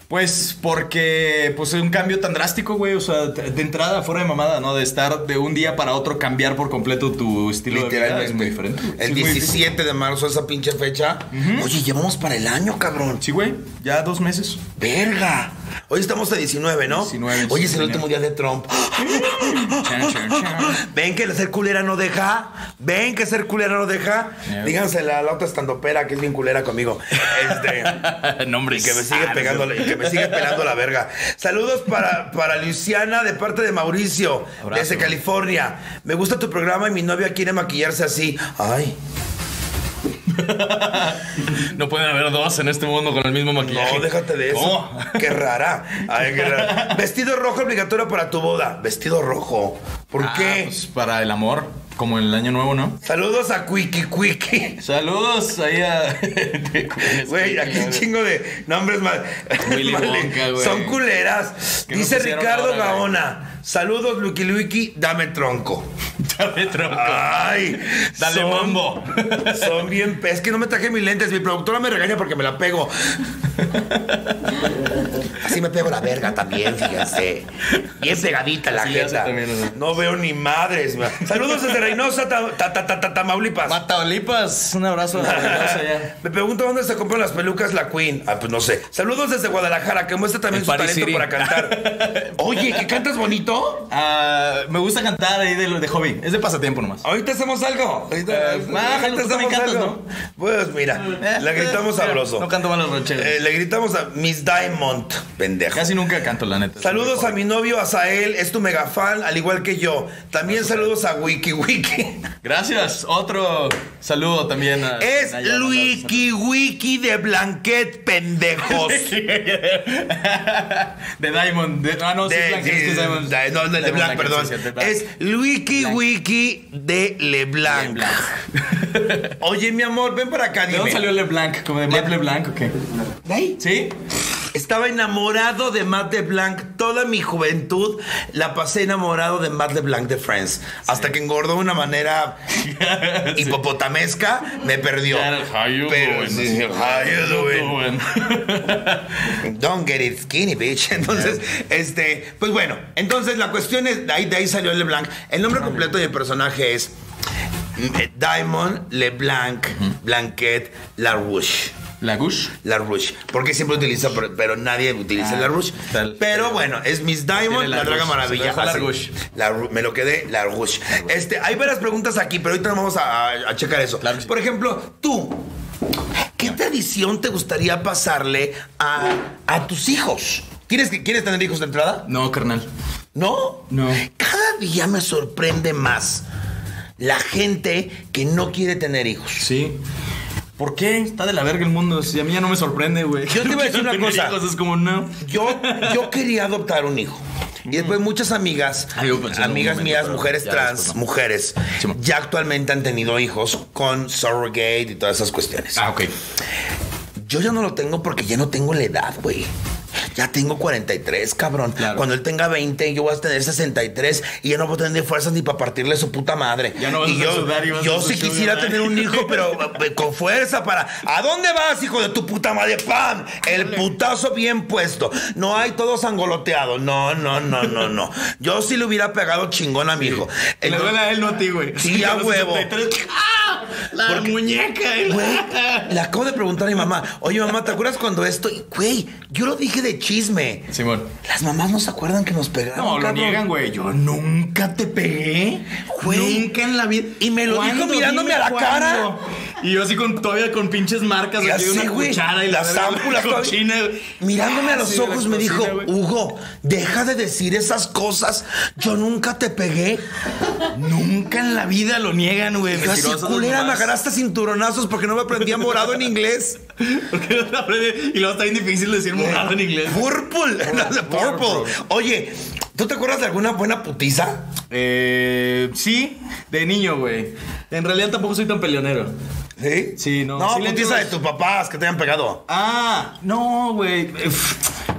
[SPEAKER 2] Pues porque pues es un cambio tan drástico, güey, o sea, de de entrada fuera de mamada, ¿no? De estar de un día para otro cambiar por completo tu estilo de vida es muy diferente. güey.
[SPEAKER 1] El
[SPEAKER 2] Sí, güey.
[SPEAKER 1] 17 de marzo, esa pinche fecha. Oye, llevamos para el año, cabrón.
[SPEAKER 2] Sí, güey, ya dos meses.
[SPEAKER 1] Verga. Hoy estamos a 19, ¿no?
[SPEAKER 2] 19,
[SPEAKER 1] Oye,
[SPEAKER 2] sí,
[SPEAKER 1] es el
[SPEAKER 2] señor.
[SPEAKER 1] último día de Trump. *gasps*
[SPEAKER 2] Chan, chan, chan.
[SPEAKER 1] Ven que ser culera no deja. Ven que ser culera no deja.
[SPEAKER 2] Yeah.
[SPEAKER 1] Dígansela a la otra estandopera que es bien culera conmigo.
[SPEAKER 2] *laughs*
[SPEAKER 1] Este.
[SPEAKER 2] *laughs* Ah, no, hombre,
[SPEAKER 1] Y que me sigue pegando, la- y que me sigue pelando la verga. Saludos para, para Luciana de parte de Mauricio,
[SPEAKER 2] Abrazo.
[SPEAKER 1] desde California. Me gusta tu programa y mi novia quiere maquillarse así. Ay,
[SPEAKER 2] No pueden haber dos en este mundo con el mismo maquillaje.
[SPEAKER 1] no, déjate de eso.
[SPEAKER 2] ¿Cómo?
[SPEAKER 1] Qué rara. Ay, qué
[SPEAKER 2] *laughs*
[SPEAKER 1] rara. Vestido rojo obligatorio para tu boda. Vestido rojo. ¿Por
[SPEAKER 2] Ah,
[SPEAKER 1] qué?
[SPEAKER 2] pues, para el amor, como el año nuevo, ¿no?
[SPEAKER 1] Saludos a Quiki Quiki.
[SPEAKER 2] Saludos ahí a. *laughs*
[SPEAKER 1] Güey, aquí un chingo de nombres mal. *laughs*
[SPEAKER 2] Willy
[SPEAKER 1] mal-
[SPEAKER 2] Wonka, güey.
[SPEAKER 1] Son culeras.
[SPEAKER 2] ¿Qué me
[SPEAKER 1] Dice
[SPEAKER 2] pusieron
[SPEAKER 1] Ricardo
[SPEAKER 2] ahora, güey?
[SPEAKER 1] Gaona. Saludos, Lucky Luiki. Dame tronco.
[SPEAKER 2] Dame tronco.
[SPEAKER 1] Ay,
[SPEAKER 2] Dale mambo.
[SPEAKER 1] Son bien. pe- Es que no me traje mis lentes. Mi productora me regaña porque me la pego. Así me pego la verga también, fíjense. Bien pegadita la
[SPEAKER 2] así le hace
[SPEAKER 1] jeta.
[SPEAKER 2] también, ¿no?
[SPEAKER 1] No veo ni madres. ma. Saludos desde Reynosa, Ta- Ta- Ta- Ta- Ta- Tamaulipas.
[SPEAKER 2] Mataulipas, un *laughs* abrazo a Mataulipas allá.
[SPEAKER 1] Me pregunto dónde se compran las pelucas la Queen. Ah, pues no sé. Saludos desde Guadalajara, que muestra también
[SPEAKER 2] En
[SPEAKER 1] su
[SPEAKER 2] Paris
[SPEAKER 1] talento
[SPEAKER 2] City.
[SPEAKER 1] para
[SPEAKER 2] *laughs*
[SPEAKER 1] cantar. Oye, ¿que cantas bonito?
[SPEAKER 2] Ah, me gusta cantar ahí de, lo- de hobby. Es de pasatiempo nomás.
[SPEAKER 1] Ahorita hacemos algo. Ahorita,
[SPEAKER 2] Eh, bájalo,
[SPEAKER 1] ahorita
[SPEAKER 2] tú también
[SPEAKER 1] hacemos
[SPEAKER 2] cantas,
[SPEAKER 1] algo. Pues mira, la gritamos
[SPEAKER 2] Mira,
[SPEAKER 1] sabroso.
[SPEAKER 2] Eh, No canto mal los rancheros.
[SPEAKER 1] Eh, le gritamos a Miss Diamond, pendejo.
[SPEAKER 2] Casi nunca canto, la neta.
[SPEAKER 1] Saludos a mi novio Azael, es tu mega fan, al igual que yo. También saludos a Wiki Wiki.
[SPEAKER 2] Gracias. Otro saludo también. a-
[SPEAKER 1] Es
[SPEAKER 2] a- a-
[SPEAKER 1] Wiki Wiki de Blanquet, pendejos.
[SPEAKER 2] *laughs* De Diamond. de- ah, no, sí,
[SPEAKER 1] De-
[SPEAKER 2] Blanc, es que es Diamond.
[SPEAKER 1] de- no, no, el de Blanc,
[SPEAKER 2] Diamond Blanc,
[SPEAKER 1] perdón.
[SPEAKER 2] sí, sí, de Blanc.
[SPEAKER 1] Es Wiki
[SPEAKER 2] Blanc.
[SPEAKER 1] Wiki de
[SPEAKER 2] De
[SPEAKER 1] LeBlanc.
[SPEAKER 2] Blanc.
[SPEAKER 1] *laughs* Oye, mi amor, ven para acá,
[SPEAKER 2] ¿De dónde
[SPEAKER 1] dime.
[SPEAKER 2] salió LeBlanc? ¿Como de Matt LeBlanc o qué?
[SPEAKER 1] ¿De ahí?
[SPEAKER 2] ¿Sí?
[SPEAKER 1] Estaba enamorado de Matt LeBlanc. Toda mi juventud la pasé enamorado de Matt LeBlanc de Friends. Hasta que engordó de una
[SPEAKER 2] *laughs*
[SPEAKER 1] manera hipopotamesca, me perdió.
[SPEAKER 2] Claro, how you
[SPEAKER 1] Pero
[SPEAKER 2] doing?
[SPEAKER 1] sí, how you
[SPEAKER 2] *laughs*
[SPEAKER 1] doing?
[SPEAKER 2] Bueno.
[SPEAKER 1] Don't get it skinny, bitch. *laughs* Entonces, este, pues bueno, entonces la cuestión es, de ahí, de ahí salió LeBlanc. El nombre completo del personaje es mm, eh, Diamond LeBlanc Blanquet LaRouche.
[SPEAKER 2] La Gush.
[SPEAKER 1] LaRouche. Porque siempre utiliza, pero, pero nadie utiliza
[SPEAKER 2] Ah,
[SPEAKER 1] LaRouche.
[SPEAKER 2] tal-
[SPEAKER 1] Pero bueno, es Miss Diamond,
[SPEAKER 2] Tiene
[SPEAKER 1] la
[SPEAKER 2] LaRouche.
[SPEAKER 1] Draga
[SPEAKER 2] Se lo
[SPEAKER 1] Maravilla.
[SPEAKER 2] dejo a
[SPEAKER 1] así.
[SPEAKER 2] LaRouche.
[SPEAKER 1] LaRou- me lo quedé LaRouche. Este, hay varias preguntas aquí, pero ahorita vamos a, a- a checar eso.
[SPEAKER 2] Claro que sí.
[SPEAKER 1] Por ejemplo, tú, ¿qué tradición te gustaría pasarle a, a tus hijos? ¿Quieres, que- ¿Quieres tener hijos de entrada?
[SPEAKER 2] No, carnal.
[SPEAKER 1] ¿No?
[SPEAKER 2] No.
[SPEAKER 1] Cada día me sorprende más la gente que no quiere tener hijos.
[SPEAKER 2] Sí. ¿Por qué? Está de la verga el mundo. Si a mí ya no me sorprende, güey.
[SPEAKER 1] Yo te iba a decir una
[SPEAKER 2] Tener
[SPEAKER 1] cosa.
[SPEAKER 2] hijos Es como, no.
[SPEAKER 1] Yo, yo quería adoptar un hijo. Y después muchas amigas,
[SPEAKER 2] Ah, yo pensé en un
[SPEAKER 1] amigas
[SPEAKER 2] momento,
[SPEAKER 1] mías,
[SPEAKER 2] pero
[SPEAKER 1] mujeres
[SPEAKER 2] ya
[SPEAKER 1] trans,
[SPEAKER 2] después no.
[SPEAKER 1] mujeres,
[SPEAKER 2] Sí, ma.
[SPEAKER 1] ya actualmente han tenido hijos con surrogate y todas esas cuestiones.
[SPEAKER 2] ok.
[SPEAKER 1] Yo ya no lo tengo porque ya no tengo la edad, güey. Ya tengo 43, cabrón.
[SPEAKER 2] Claro.
[SPEAKER 1] Cuando él tenga 20, yo voy a tener 63 y ya no voy a tener fuerzas ni para partirle su puta madre.
[SPEAKER 2] Ya no vas
[SPEAKER 1] y
[SPEAKER 2] a
[SPEAKER 1] yo,
[SPEAKER 2] sudar y vas
[SPEAKER 1] yo
[SPEAKER 2] a
[SPEAKER 1] sí
[SPEAKER 2] succionar.
[SPEAKER 1] quisiera tener un hijo,
[SPEAKER 2] *laughs*
[SPEAKER 1] pero eh, con fuerza para. ¿A dónde vas, hijo de tu puta madre? ¡Pam! El putazo bien puesto. No hay todos angoloteados. No, no, no, no, no. Yo sí le hubiera pegado chingón a mi hijo.
[SPEAKER 2] Le
[SPEAKER 1] Entonces-
[SPEAKER 2] duele a él, no a ti, güey.
[SPEAKER 1] Sí, a
[SPEAKER 2] Los
[SPEAKER 1] huevo.
[SPEAKER 2] 63. ¡Ah! La
[SPEAKER 1] Porque-
[SPEAKER 2] muñeca. el-
[SPEAKER 1] Güey, le acabo de preguntar a mi mamá, oye mamá, ¿te acuerdas cuando esto? Y, Güey, yo lo dije de chisme.
[SPEAKER 2] Simón.
[SPEAKER 1] Las mamás no se acuerdan que nos pegaron.
[SPEAKER 2] No, lo
[SPEAKER 1] cabrón.
[SPEAKER 2] niegan, güey. Yo nunca te pegué.
[SPEAKER 1] Güey.
[SPEAKER 2] Nunca en la vida.
[SPEAKER 1] Y me lo
[SPEAKER 2] ¿Cuándo?
[SPEAKER 1] dijo mirándome
[SPEAKER 2] Dime
[SPEAKER 1] a la cara.
[SPEAKER 2] cuándo. Y yo así con todavía con pinches marcas.
[SPEAKER 1] Ya
[SPEAKER 2] aquí
[SPEAKER 1] sé,
[SPEAKER 2] una
[SPEAKER 1] güey.
[SPEAKER 2] cuchara y
[SPEAKER 1] la
[SPEAKER 2] la verga,
[SPEAKER 1] zámpula
[SPEAKER 2] la
[SPEAKER 1] todavía.
[SPEAKER 2] cochina.
[SPEAKER 1] Mirándome a
[SPEAKER 2] Ah,
[SPEAKER 1] los
[SPEAKER 2] sí, la
[SPEAKER 1] ojos me dijo, "Uh".
[SPEAKER 2] cocina, güey.
[SPEAKER 1] Hugo, deja de decir esas cosas. Yo nunca te pegué.
[SPEAKER 2] Nunca en la vida lo niegan, güey.
[SPEAKER 1] Yo así,
[SPEAKER 2] Mentirosos
[SPEAKER 1] culera, me
[SPEAKER 2] nomás.
[SPEAKER 1] agarraste a cinturonazos porque no me aprendía morado en inglés.
[SPEAKER 2] *laughs* Porque no te aprende- Y luego está bien difícil decir morado en inglés.
[SPEAKER 1] Purple. *laughs* Purple. Oye, ¿tú te acuerdas de alguna buena putiza?
[SPEAKER 2] Eh, sí, de niño, güey. En realidad tampoco soy tan peleonero.
[SPEAKER 1] ¿Sí?
[SPEAKER 2] Sí, no.
[SPEAKER 1] No,
[SPEAKER 2] Sí le
[SPEAKER 1] putiza de
[SPEAKER 2] entiendo.
[SPEAKER 1] tus papás que te hayan pegado.
[SPEAKER 2] Ah, no, güey.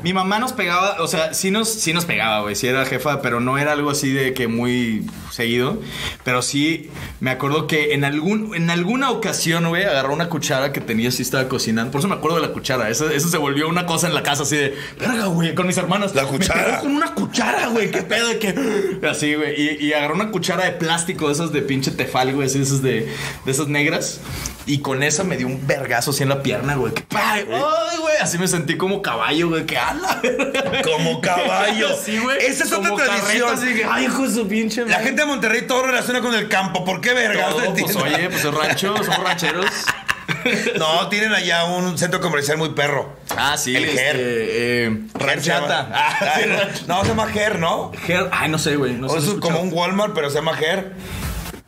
[SPEAKER 2] Mi mamá nos pegaba, o sea, sí nos, sí nos pegaba, güey. Sí era jefa, pero no era algo así de que muy seguido. Pero sí, me acuerdo que en, algún, en alguna ocasión, güey, agarró una cuchara que tenía así, estaba cocinando. Por eso me acuerdo de la cuchara. Eso, eso se volvió una cosa en la casa así de, verga, güey, con mis hermanas.
[SPEAKER 1] La
[SPEAKER 2] Me
[SPEAKER 1] cuchara.
[SPEAKER 2] pegó con una cuchara, güey. Qué pedo, que... Así, güey. Y, y agarró una cuchara de plástico, de esas de pinche tefal, güey, así, de esas de, de esas negras. Y con esa me dio un vergazo así en la pierna, güey. que ¡pa! ¡Ay, güey! Así me sentí como caballo, güey. ¡Qué ala! *laughs*
[SPEAKER 1] Como caballo.
[SPEAKER 2] Sí, güey.
[SPEAKER 1] Esa es otra
[SPEAKER 2] Como carreta,
[SPEAKER 1] tradición.
[SPEAKER 2] así que, ¡Ay, hijo de su pinche
[SPEAKER 1] La
[SPEAKER 2] madre!
[SPEAKER 1] gente de Monterrey todo relaciona con el campo. ¿Por qué verga?
[SPEAKER 2] Todo,
[SPEAKER 1] No
[SPEAKER 2] pues
[SPEAKER 1] entiendo.
[SPEAKER 2] oye, pues es rancho, somos rancheros.
[SPEAKER 1] *laughs* No, tienen allá un centro comercial muy perro.
[SPEAKER 2] Ah, sí.
[SPEAKER 1] El
[SPEAKER 2] este,
[SPEAKER 1] Ger.
[SPEAKER 2] eh, ranchata.
[SPEAKER 1] Ah,
[SPEAKER 2] *laughs* Ah, sí,
[SPEAKER 1] no, se llama Ger, ¿no?
[SPEAKER 2] Ger. Ay, no sé, güey. No
[SPEAKER 1] O
[SPEAKER 2] sé,
[SPEAKER 1] es
[SPEAKER 2] no he
[SPEAKER 1] como un Walmart, pero se llama Ger.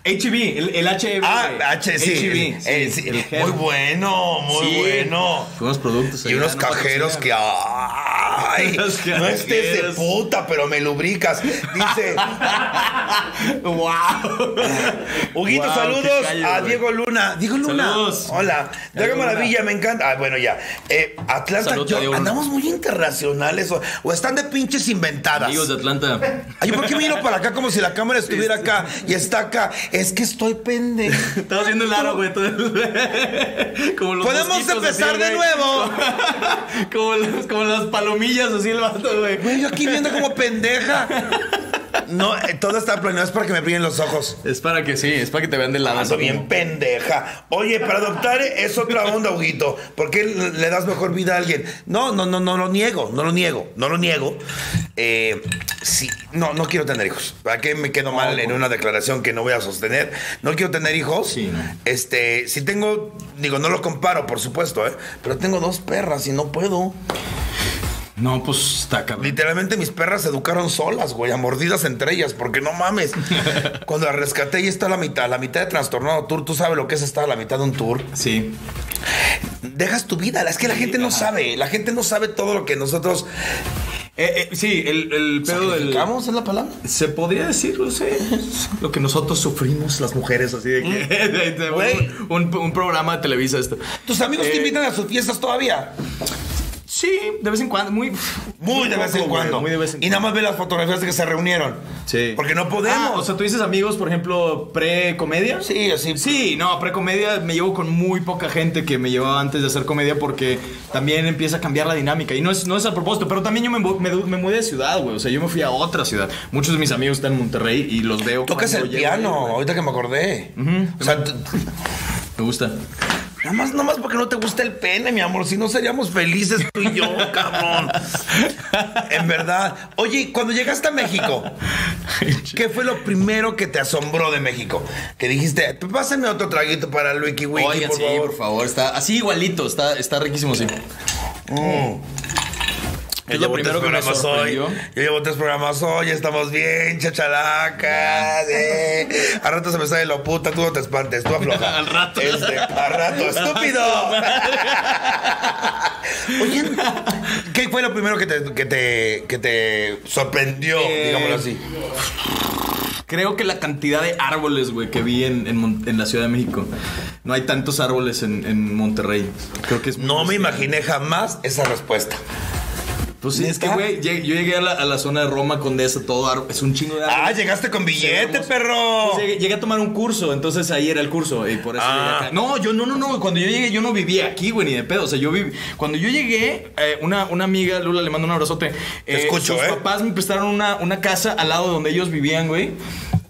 [SPEAKER 2] HB, el, el HB.
[SPEAKER 1] Ah,
[SPEAKER 2] güey.
[SPEAKER 1] H, sí.
[SPEAKER 2] HB.
[SPEAKER 1] Eh, sí.
[SPEAKER 2] el Ger.
[SPEAKER 1] Muy bueno, muy
[SPEAKER 2] Sí.
[SPEAKER 1] bueno.
[SPEAKER 2] Unos productos.
[SPEAKER 1] Y
[SPEAKER 2] allá,
[SPEAKER 1] unos
[SPEAKER 2] no
[SPEAKER 1] cajeros
[SPEAKER 2] patrocinan.
[SPEAKER 1] que. ¡Ay!
[SPEAKER 2] *laughs* Los
[SPEAKER 1] No estés de
[SPEAKER 2] cajeros.
[SPEAKER 1] puta, pero me lubricas.
[SPEAKER 2] *laughs*
[SPEAKER 1] Dice.
[SPEAKER 2] ¡Wow!
[SPEAKER 1] Huguito,
[SPEAKER 2] Guau,
[SPEAKER 1] saludos
[SPEAKER 2] qué callo,
[SPEAKER 1] a
[SPEAKER 2] güey.
[SPEAKER 1] Diego Luna. Diego Luna.
[SPEAKER 2] Saludos.
[SPEAKER 1] Hola. Diego
[SPEAKER 2] Diego Luna.
[SPEAKER 1] Maravilla, me encanta. Ah, bueno, ya. Eh, Atlanta,
[SPEAKER 2] Saludos
[SPEAKER 1] yo-
[SPEAKER 2] a Diego Luna.
[SPEAKER 1] andamos muy internacionales o, o están de pinches inventadas.
[SPEAKER 2] Amigos de Este. Atlanta.
[SPEAKER 1] Ay, ¿por qué miro para acá como si la cámara estuviera acá y está acá? Es que estoy pendejo.
[SPEAKER 2] Estaba haciendo el aro, güey. todo el- como *laughs* los
[SPEAKER 1] Podemos
[SPEAKER 2] mosquitos,
[SPEAKER 1] empezar
[SPEAKER 2] güey.
[SPEAKER 1] de nuevo.
[SPEAKER 2] como, los- como las palomillas, así el vato, güey.
[SPEAKER 1] Güey, yo aquí viendo como pendeja. No, eh, todo está planeado, es para que me brillen los ojos.
[SPEAKER 2] Es para que sí, es para que te vean del lado.
[SPEAKER 1] Ando
[SPEAKER 2] así
[SPEAKER 1] bien
[SPEAKER 2] como-
[SPEAKER 1] pendeja. Oye, para adoptar es otra onda, Huguito. ¿Por qué le das mejor vida a alguien? No, no, no, no lo niego, no lo niego, no lo niego. Eh, sí, no, no quiero tener hijos. ¿Para qué me quedo mal en una declaración que no voy a sostener? No quiero tener hijos.
[SPEAKER 2] Sí, no.
[SPEAKER 1] Este, si tengo, digo, no los comparo, por supuesto, ¿eh? Pero tengo dos perras y no puedo.
[SPEAKER 2] No, pues está cabrón.
[SPEAKER 1] Literalmente mis perras se educaron solas, güey, a mordidas entre ellas, porque no
[SPEAKER 2] *laughs*
[SPEAKER 1] mames. Cuando la rescaté, y está la mitad, la mitad de trastornado tour. Tú sabes lo que es estar a la mitad de un tour.
[SPEAKER 2] Sí.
[SPEAKER 1] Dejas tu vida, es que la gente no sabe, la gente no sabe todo lo que nosotros
[SPEAKER 2] Eh, eh, sí, el, el pedo del.
[SPEAKER 1] sacrificamos, es la palabra.
[SPEAKER 2] Se podría decir, no sé, lo que nosotros sufrimos las mujeres, así *laughs* de
[SPEAKER 1] Mm.
[SPEAKER 2] que. de- de-
[SPEAKER 1] Güey.
[SPEAKER 2] un, un- un programa de Televisa, esto.
[SPEAKER 1] Tus amigos te
[SPEAKER 2] Eh.
[SPEAKER 1] invitan a sus fiestas todavía.
[SPEAKER 2] Sí, de vez en cuando, muy.
[SPEAKER 1] Muy de vez
[SPEAKER 2] poco,
[SPEAKER 1] en
[SPEAKER 2] güey,
[SPEAKER 1] cuando.
[SPEAKER 2] Muy de vez en
[SPEAKER 1] Y nada más ve las fotografías de que se reunieron.
[SPEAKER 2] Sí.
[SPEAKER 1] Porque no podemos.
[SPEAKER 2] Ah, o sea, tú dices amigos, por ejemplo, pre-comedia.
[SPEAKER 1] sí, así.
[SPEAKER 2] Sí, no, pre-comedia me llevo con muy poca gente que me llevaba antes de hacer comedia porque también empieza a cambiar la dinámica. Y no es, no es a propósito, pero también yo me, mu- me, du- me mudé de ciudad, güey. O sea, yo me fui a otra ciudad. Muchos de mis amigos están en Monterrey y los veo.
[SPEAKER 1] Tocas
[SPEAKER 2] cuando
[SPEAKER 1] el
[SPEAKER 2] llego ahí,
[SPEAKER 1] piano,
[SPEAKER 2] güey.
[SPEAKER 1] ahorita que me acordé. O sea, tú-
[SPEAKER 2] Me gusta.
[SPEAKER 1] Nada más, nada más porque no te gusta el pene, mi amor. Si no seríamos felices tú y yo, cabrón. En verdad. Oye, cuando llegaste a México, ¿qué fue lo primero que te asombró de México? Que dijiste, pásame otro traguito para el Wiki Wiki,
[SPEAKER 2] Oigan,
[SPEAKER 1] por
[SPEAKER 2] sí,
[SPEAKER 1] favor.
[SPEAKER 2] por favor. Está así igualito, está, está riquísimo, sí.
[SPEAKER 1] Yo
[SPEAKER 2] Es lo
[SPEAKER 1] llevo
[SPEAKER 2] primero
[SPEAKER 1] tres
[SPEAKER 2] que me
[SPEAKER 1] programas hoy.
[SPEAKER 2] sorprendió.
[SPEAKER 1] Yo llevo tres programas hoy, estamos bien, chachalacas. Eh. A rato se me sale lo puta, tú no te espantes, tú afloja.
[SPEAKER 2] *laughs* Al rato.
[SPEAKER 1] Este,
[SPEAKER 2] *laughs*
[SPEAKER 1] a rato, estúpido. Oye, ¿qué fue lo primero que te, que te, que te sorprendió,
[SPEAKER 2] Eh,
[SPEAKER 1] digámoslo así?
[SPEAKER 2] Creo que la cantidad de árboles, güey, que vi en, en Mon- en la Ciudad de México. No hay tantos árboles en, en Monterrey. Creo que es pues, muy
[SPEAKER 1] No me
[SPEAKER 2] bestial.
[SPEAKER 1] imaginé jamás esa respuesta.
[SPEAKER 2] Pues sí, es que,
[SPEAKER 1] ¿Neta?
[SPEAKER 2] güey, lleg- yo llegué a la, a la zona de Roma, Condesa, todo ar- es un chingo de árboles.
[SPEAKER 1] Ah, llegaste con billete,
[SPEAKER 2] Hermoso.
[SPEAKER 1] perro.
[SPEAKER 2] Pues llegué, llegué a tomar un curso, entonces ahí era el curso y por eso
[SPEAKER 1] Ah.
[SPEAKER 2] llegué acá. No, yo no, no, no, cuando yo llegué yo no vivía aquí, güey, ni de pedo. O sea, yo viví. Cuando yo llegué, eh, una, una amiga, Lula, le mando un abrazote.
[SPEAKER 1] escucho,
[SPEAKER 2] sus
[SPEAKER 1] eh.
[SPEAKER 2] papás me prestaron una, una casa al lado donde ellos vivían, güey.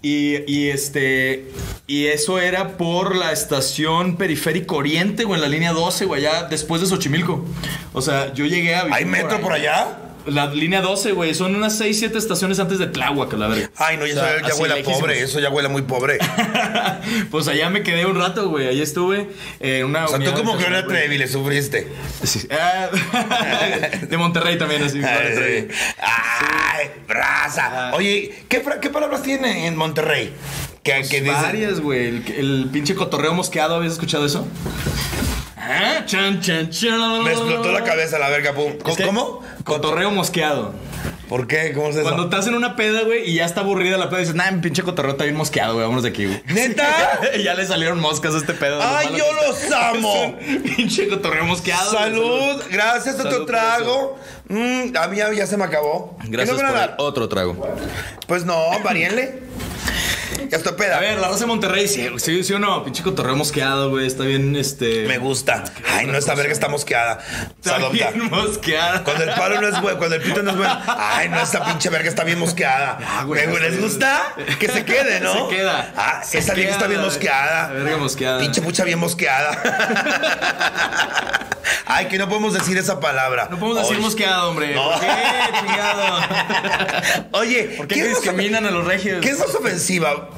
[SPEAKER 2] Y, y este. Y eso era por la estación Periférico Oriente, güey, en la línea 12, güey, allá después de Xochimilco. O sea, yo llegué a vivir
[SPEAKER 1] ¿Hay metro por
[SPEAKER 2] ahí.
[SPEAKER 1] allá?
[SPEAKER 2] La línea 12, güey, son unas 6, 7 estaciones antes de Tláhuac, la verga.
[SPEAKER 1] Ay, no, ya,
[SPEAKER 2] O sea,
[SPEAKER 1] ya
[SPEAKER 2] así
[SPEAKER 1] huele a
[SPEAKER 2] lejísimos.
[SPEAKER 1] pobre, eso ya huele a muy
[SPEAKER 2] *laughs*
[SPEAKER 1] pobre.
[SPEAKER 2] Pues allá me quedé un rato, güey. Allá estuve en una.
[SPEAKER 1] O sea, tú
[SPEAKER 2] unidad
[SPEAKER 1] como que una
[SPEAKER 2] habitacional, güey.
[SPEAKER 1] Trevi le sufriste.
[SPEAKER 2] Sí. *laughs* Ah, de Monterrey
[SPEAKER 1] *laughs*
[SPEAKER 2] también, así. Gloria
[SPEAKER 1] Ay,
[SPEAKER 2] Trevi.
[SPEAKER 1] ay, raza.
[SPEAKER 2] Ajá.
[SPEAKER 1] Oye, ¿qué, fra- qué palabras tiene en Monterrey? Que, que dicen-
[SPEAKER 2] Pues Varias, güey. El, el pinche cotorreo mosqueado, ¿habías escuchado eso? Ah, chan, chan, chan.
[SPEAKER 1] Me explotó la cabeza la verga, pum.
[SPEAKER 2] Es que-
[SPEAKER 1] ¿Cómo?
[SPEAKER 2] Cotorreo mosqueado.
[SPEAKER 1] ¿Por qué? ¿Cómo se
[SPEAKER 2] Cuando
[SPEAKER 1] eso?
[SPEAKER 2] te hacen una peda, güey, y ya está aburrida la peda, dices, nah, mi pinche cotorreo está bien mosqueado, güey, vámonos de aquí, güey. *laughs*
[SPEAKER 1] ¿Neta?
[SPEAKER 2] ya le salieron moscas a este pedo. de lo
[SPEAKER 1] ¡Ay,
[SPEAKER 2] malo
[SPEAKER 1] yo
[SPEAKER 2] que está.
[SPEAKER 1] los amo!
[SPEAKER 2] Es un *laughs* Pinche cotorreo mosqueado. güey,
[SPEAKER 1] Salud, gracias, otro
[SPEAKER 2] Salud por
[SPEAKER 1] trago. Mm, a mí ya, ya se me acabó. ¿Qué
[SPEAKER 2] Gracias
[SPEAKER 1] no van a
[SPEAKER 2] por el
[SPEAKER 1] dar?
[SPEAKER 2] otro trago.
[SPEAKER 1] Pues no,
[SPEAKER 2] *laughs*
[SPEAKER 1] varíenle. Ya estoy peda.
[SPEAKER 2] A ver, la raza de Monterrey, sí, sí, sí o no. Pinche cotorreo mosqueado, güey. Está bien, este.
[SPEAKER 1] Me gusta. Ay, no, esta verga está mosqueada. Se
[SPEAKER 2] Está
[SPEAKER 1] adopta.
[SPEAKER 2] bien mosqueado.
[SPEAKER 1] Cuando el palo no es bueno, cuando el pito no es bueno. Ay, no, esta pinche verga está bien mosqueada.
[SPEAKER 2] Ah, güey,
[SPEAKER 1] Me-
[SPEAKER 2] no
[SPEAKER 1] ¿Les
[SPEAKER 2] sé.
[SPEAKER 1] gusta? Que se quede, ¿no?
[SPEAKER 2] *laughs* Se queda.
[SPEAKER 1] Ah,
[SPEAKER 2] Se
[SPEAKER 1] esa vieja está bien
[SPEAKER 2] queda,
[SPEAKER 1] mosqueada.
[SPEAKER 2] la verga mosqueada.
[SPEAKER 1] Pinche pucha bien mosqueada. *laughs* Ay, que no podemos decir esa palabra.
[SPEAKER 2] No podemos decir
[SPEAKER 1] Oye.
[SPEAKER 2] mosqueado, hombre.
[SPEAKER 1] No.
[SPEAKER 2] ¿Por qué, *laughs* chingado?
[SPEAKER 1] Oye,
[SPEAKER 2] ¿Por qué,
[SPEAKER 1] es más
[SPEAKER 2] discriminan a los
[SPEAKER 1] ofen-
[SPEAKER 2] regios?
[SPEAKER 1] ¿Qué es más ofensiva?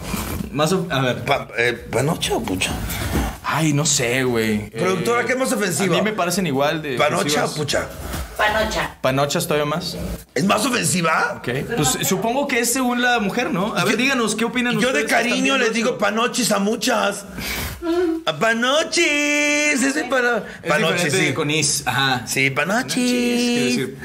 [SPEAKER 2] Más of- A ver.
[SPEAKER 1] Pa- eh, ¿Panocha o pucha?
[SPEAKER 2] Ay, no sé, güey.
[SPEAKER 1] Productora, ¿qué es más ofensiva?
[SPEAKER 2] Eh, A mí me parecen igual de.
[SPEAKER 1] ¿Panocha o
[SPEAKER 2] ofensivas.
[SPEAKER 1] pucha?
[SPEAKER 5] Panocha.
[SPEAKER 2] Panochas todavía más.
[SPEAKER 1] ¿Es más ofensiva?
[SPEAKER 2] Ok. Pues supongo que es según la mujer, ¿no? A ver,
[SPEAKER 1] Yo-
[SPEAKER 2] díganos, ¿qué opinan
[SPEAKER 1] Yo de
[SPEAKER 2] ustedes que están
[SPEAKER 1] cariño
[SPEAKER 2] viendo
[SPEAKER 1] les
[SPEAKER 2] esto? Mm.
[SPEAKER 1] digo panochis a muchas. A panochis. Ese para...
[SPEAKER 2] Es
[SPEAKER 1] Panochis,
[SPEAKER 2] diferente
[SPEAKER 1] sí.
[SPEAKER 2] con is. Ajá.
[SPEAKER 1] Sí,
[SPEAKER 2] Quiero
[SPEAKER 1] panochis.
[SPEAKER 2] decir.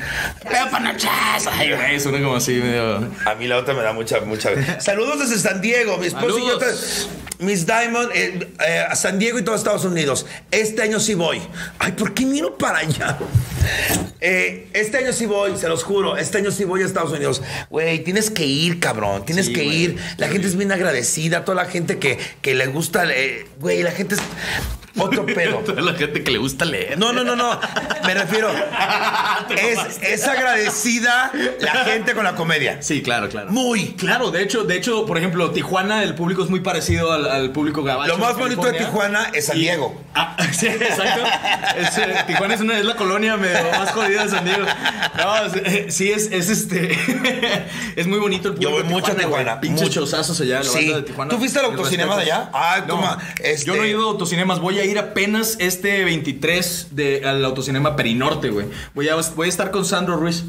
[SPEAKER 2] ¡Veo panochas! Ay, güey, suena como así medio.
[SPEAKER 1] A mí la otra me da mucha,
[SPEAKER 2] *laughs*
[SPEAKER 1] mucha. Saludos desde San Diego, mi esposo y yo.
[SPEAKER 2] Saludos.
[SPEAKER 1] tra- Miss Diamond, eh, eh, a San Diego y todo Estados Unidos. Este año sí voy. Ay, ¿por qué miro para allá? Eh, este año sí voy, se los juro. Este año sí voy a Estados Unidos. Güey, tienes que ir, cabrón. Tienes
[SPEAKER 2] Sí,
[SPEAKER 1] que
[SPEAKER 2] güey.
[SPEAKER 1] ir. La gente es bien agradecida. Toda la gente que, que le gusta. eh, Güey, la gente es. otro pedo.
[SPEAKER 2] la gente que le gusta leer.
[SPEAKER 1] No, no, no, no. Me
[SPEAKER 2] *laughs*
[SPEAKER 1] refiero. Es, es agradecida la gente con la comedia.
[SPEAKER 2] Sí, claro, claro.
[SPEAKER 1] Muy.
[SPEAKER 2] Claro, de hecho, de hecho, por ejemplo, Tijuana, el público es muy parecido al, al público gabacho.
[SPEAKER 1] Lo más
[SPEAKER 2] de
[SPEAKER 1] bonito de
[SPEAKER 2] California.
[SPEAKER 1] Tijuana es San
[SPEAKER 2] Y-
[SPEAKER 1] Diego.
[SPEAKER 2] Ah, *laughs* sí, exacto. Es, eh, Tijuana es, una, es la colonia medio más jodida de San Diego. No, es- eh, sí, es, es este. *laughs* es muy bonito el público.
[SPEAKER 1] Yo voy
[SPEAKER 2] de
[SPEAKER 1] mucho a
[SPEAKER 2] güey.
[SPEAKER 1] Tijuana,
[SPEAKER 2] Pinches
[SPEAKER 1] mucho.
[SPEAKER 2] chozazos allá, la
[SPEAKER 1] Sí.
[SPEAKER 2] banda de Tijuana.
[SPEAKER 1] ¿Tú fuiste al
[SPEAKER 2] Mis
[SPEAKER 1] autocinema de allá?
[SPEAKER 2] respetos.
[SPEAKER 1] Ah, toma, este-
[SPEAKER 2] Yo no he ido a autocinemas. Voy a ir apenas este 23 de, al autocinema Perinorte, güey. Voy a, voy a estar con Sandro Ruiz.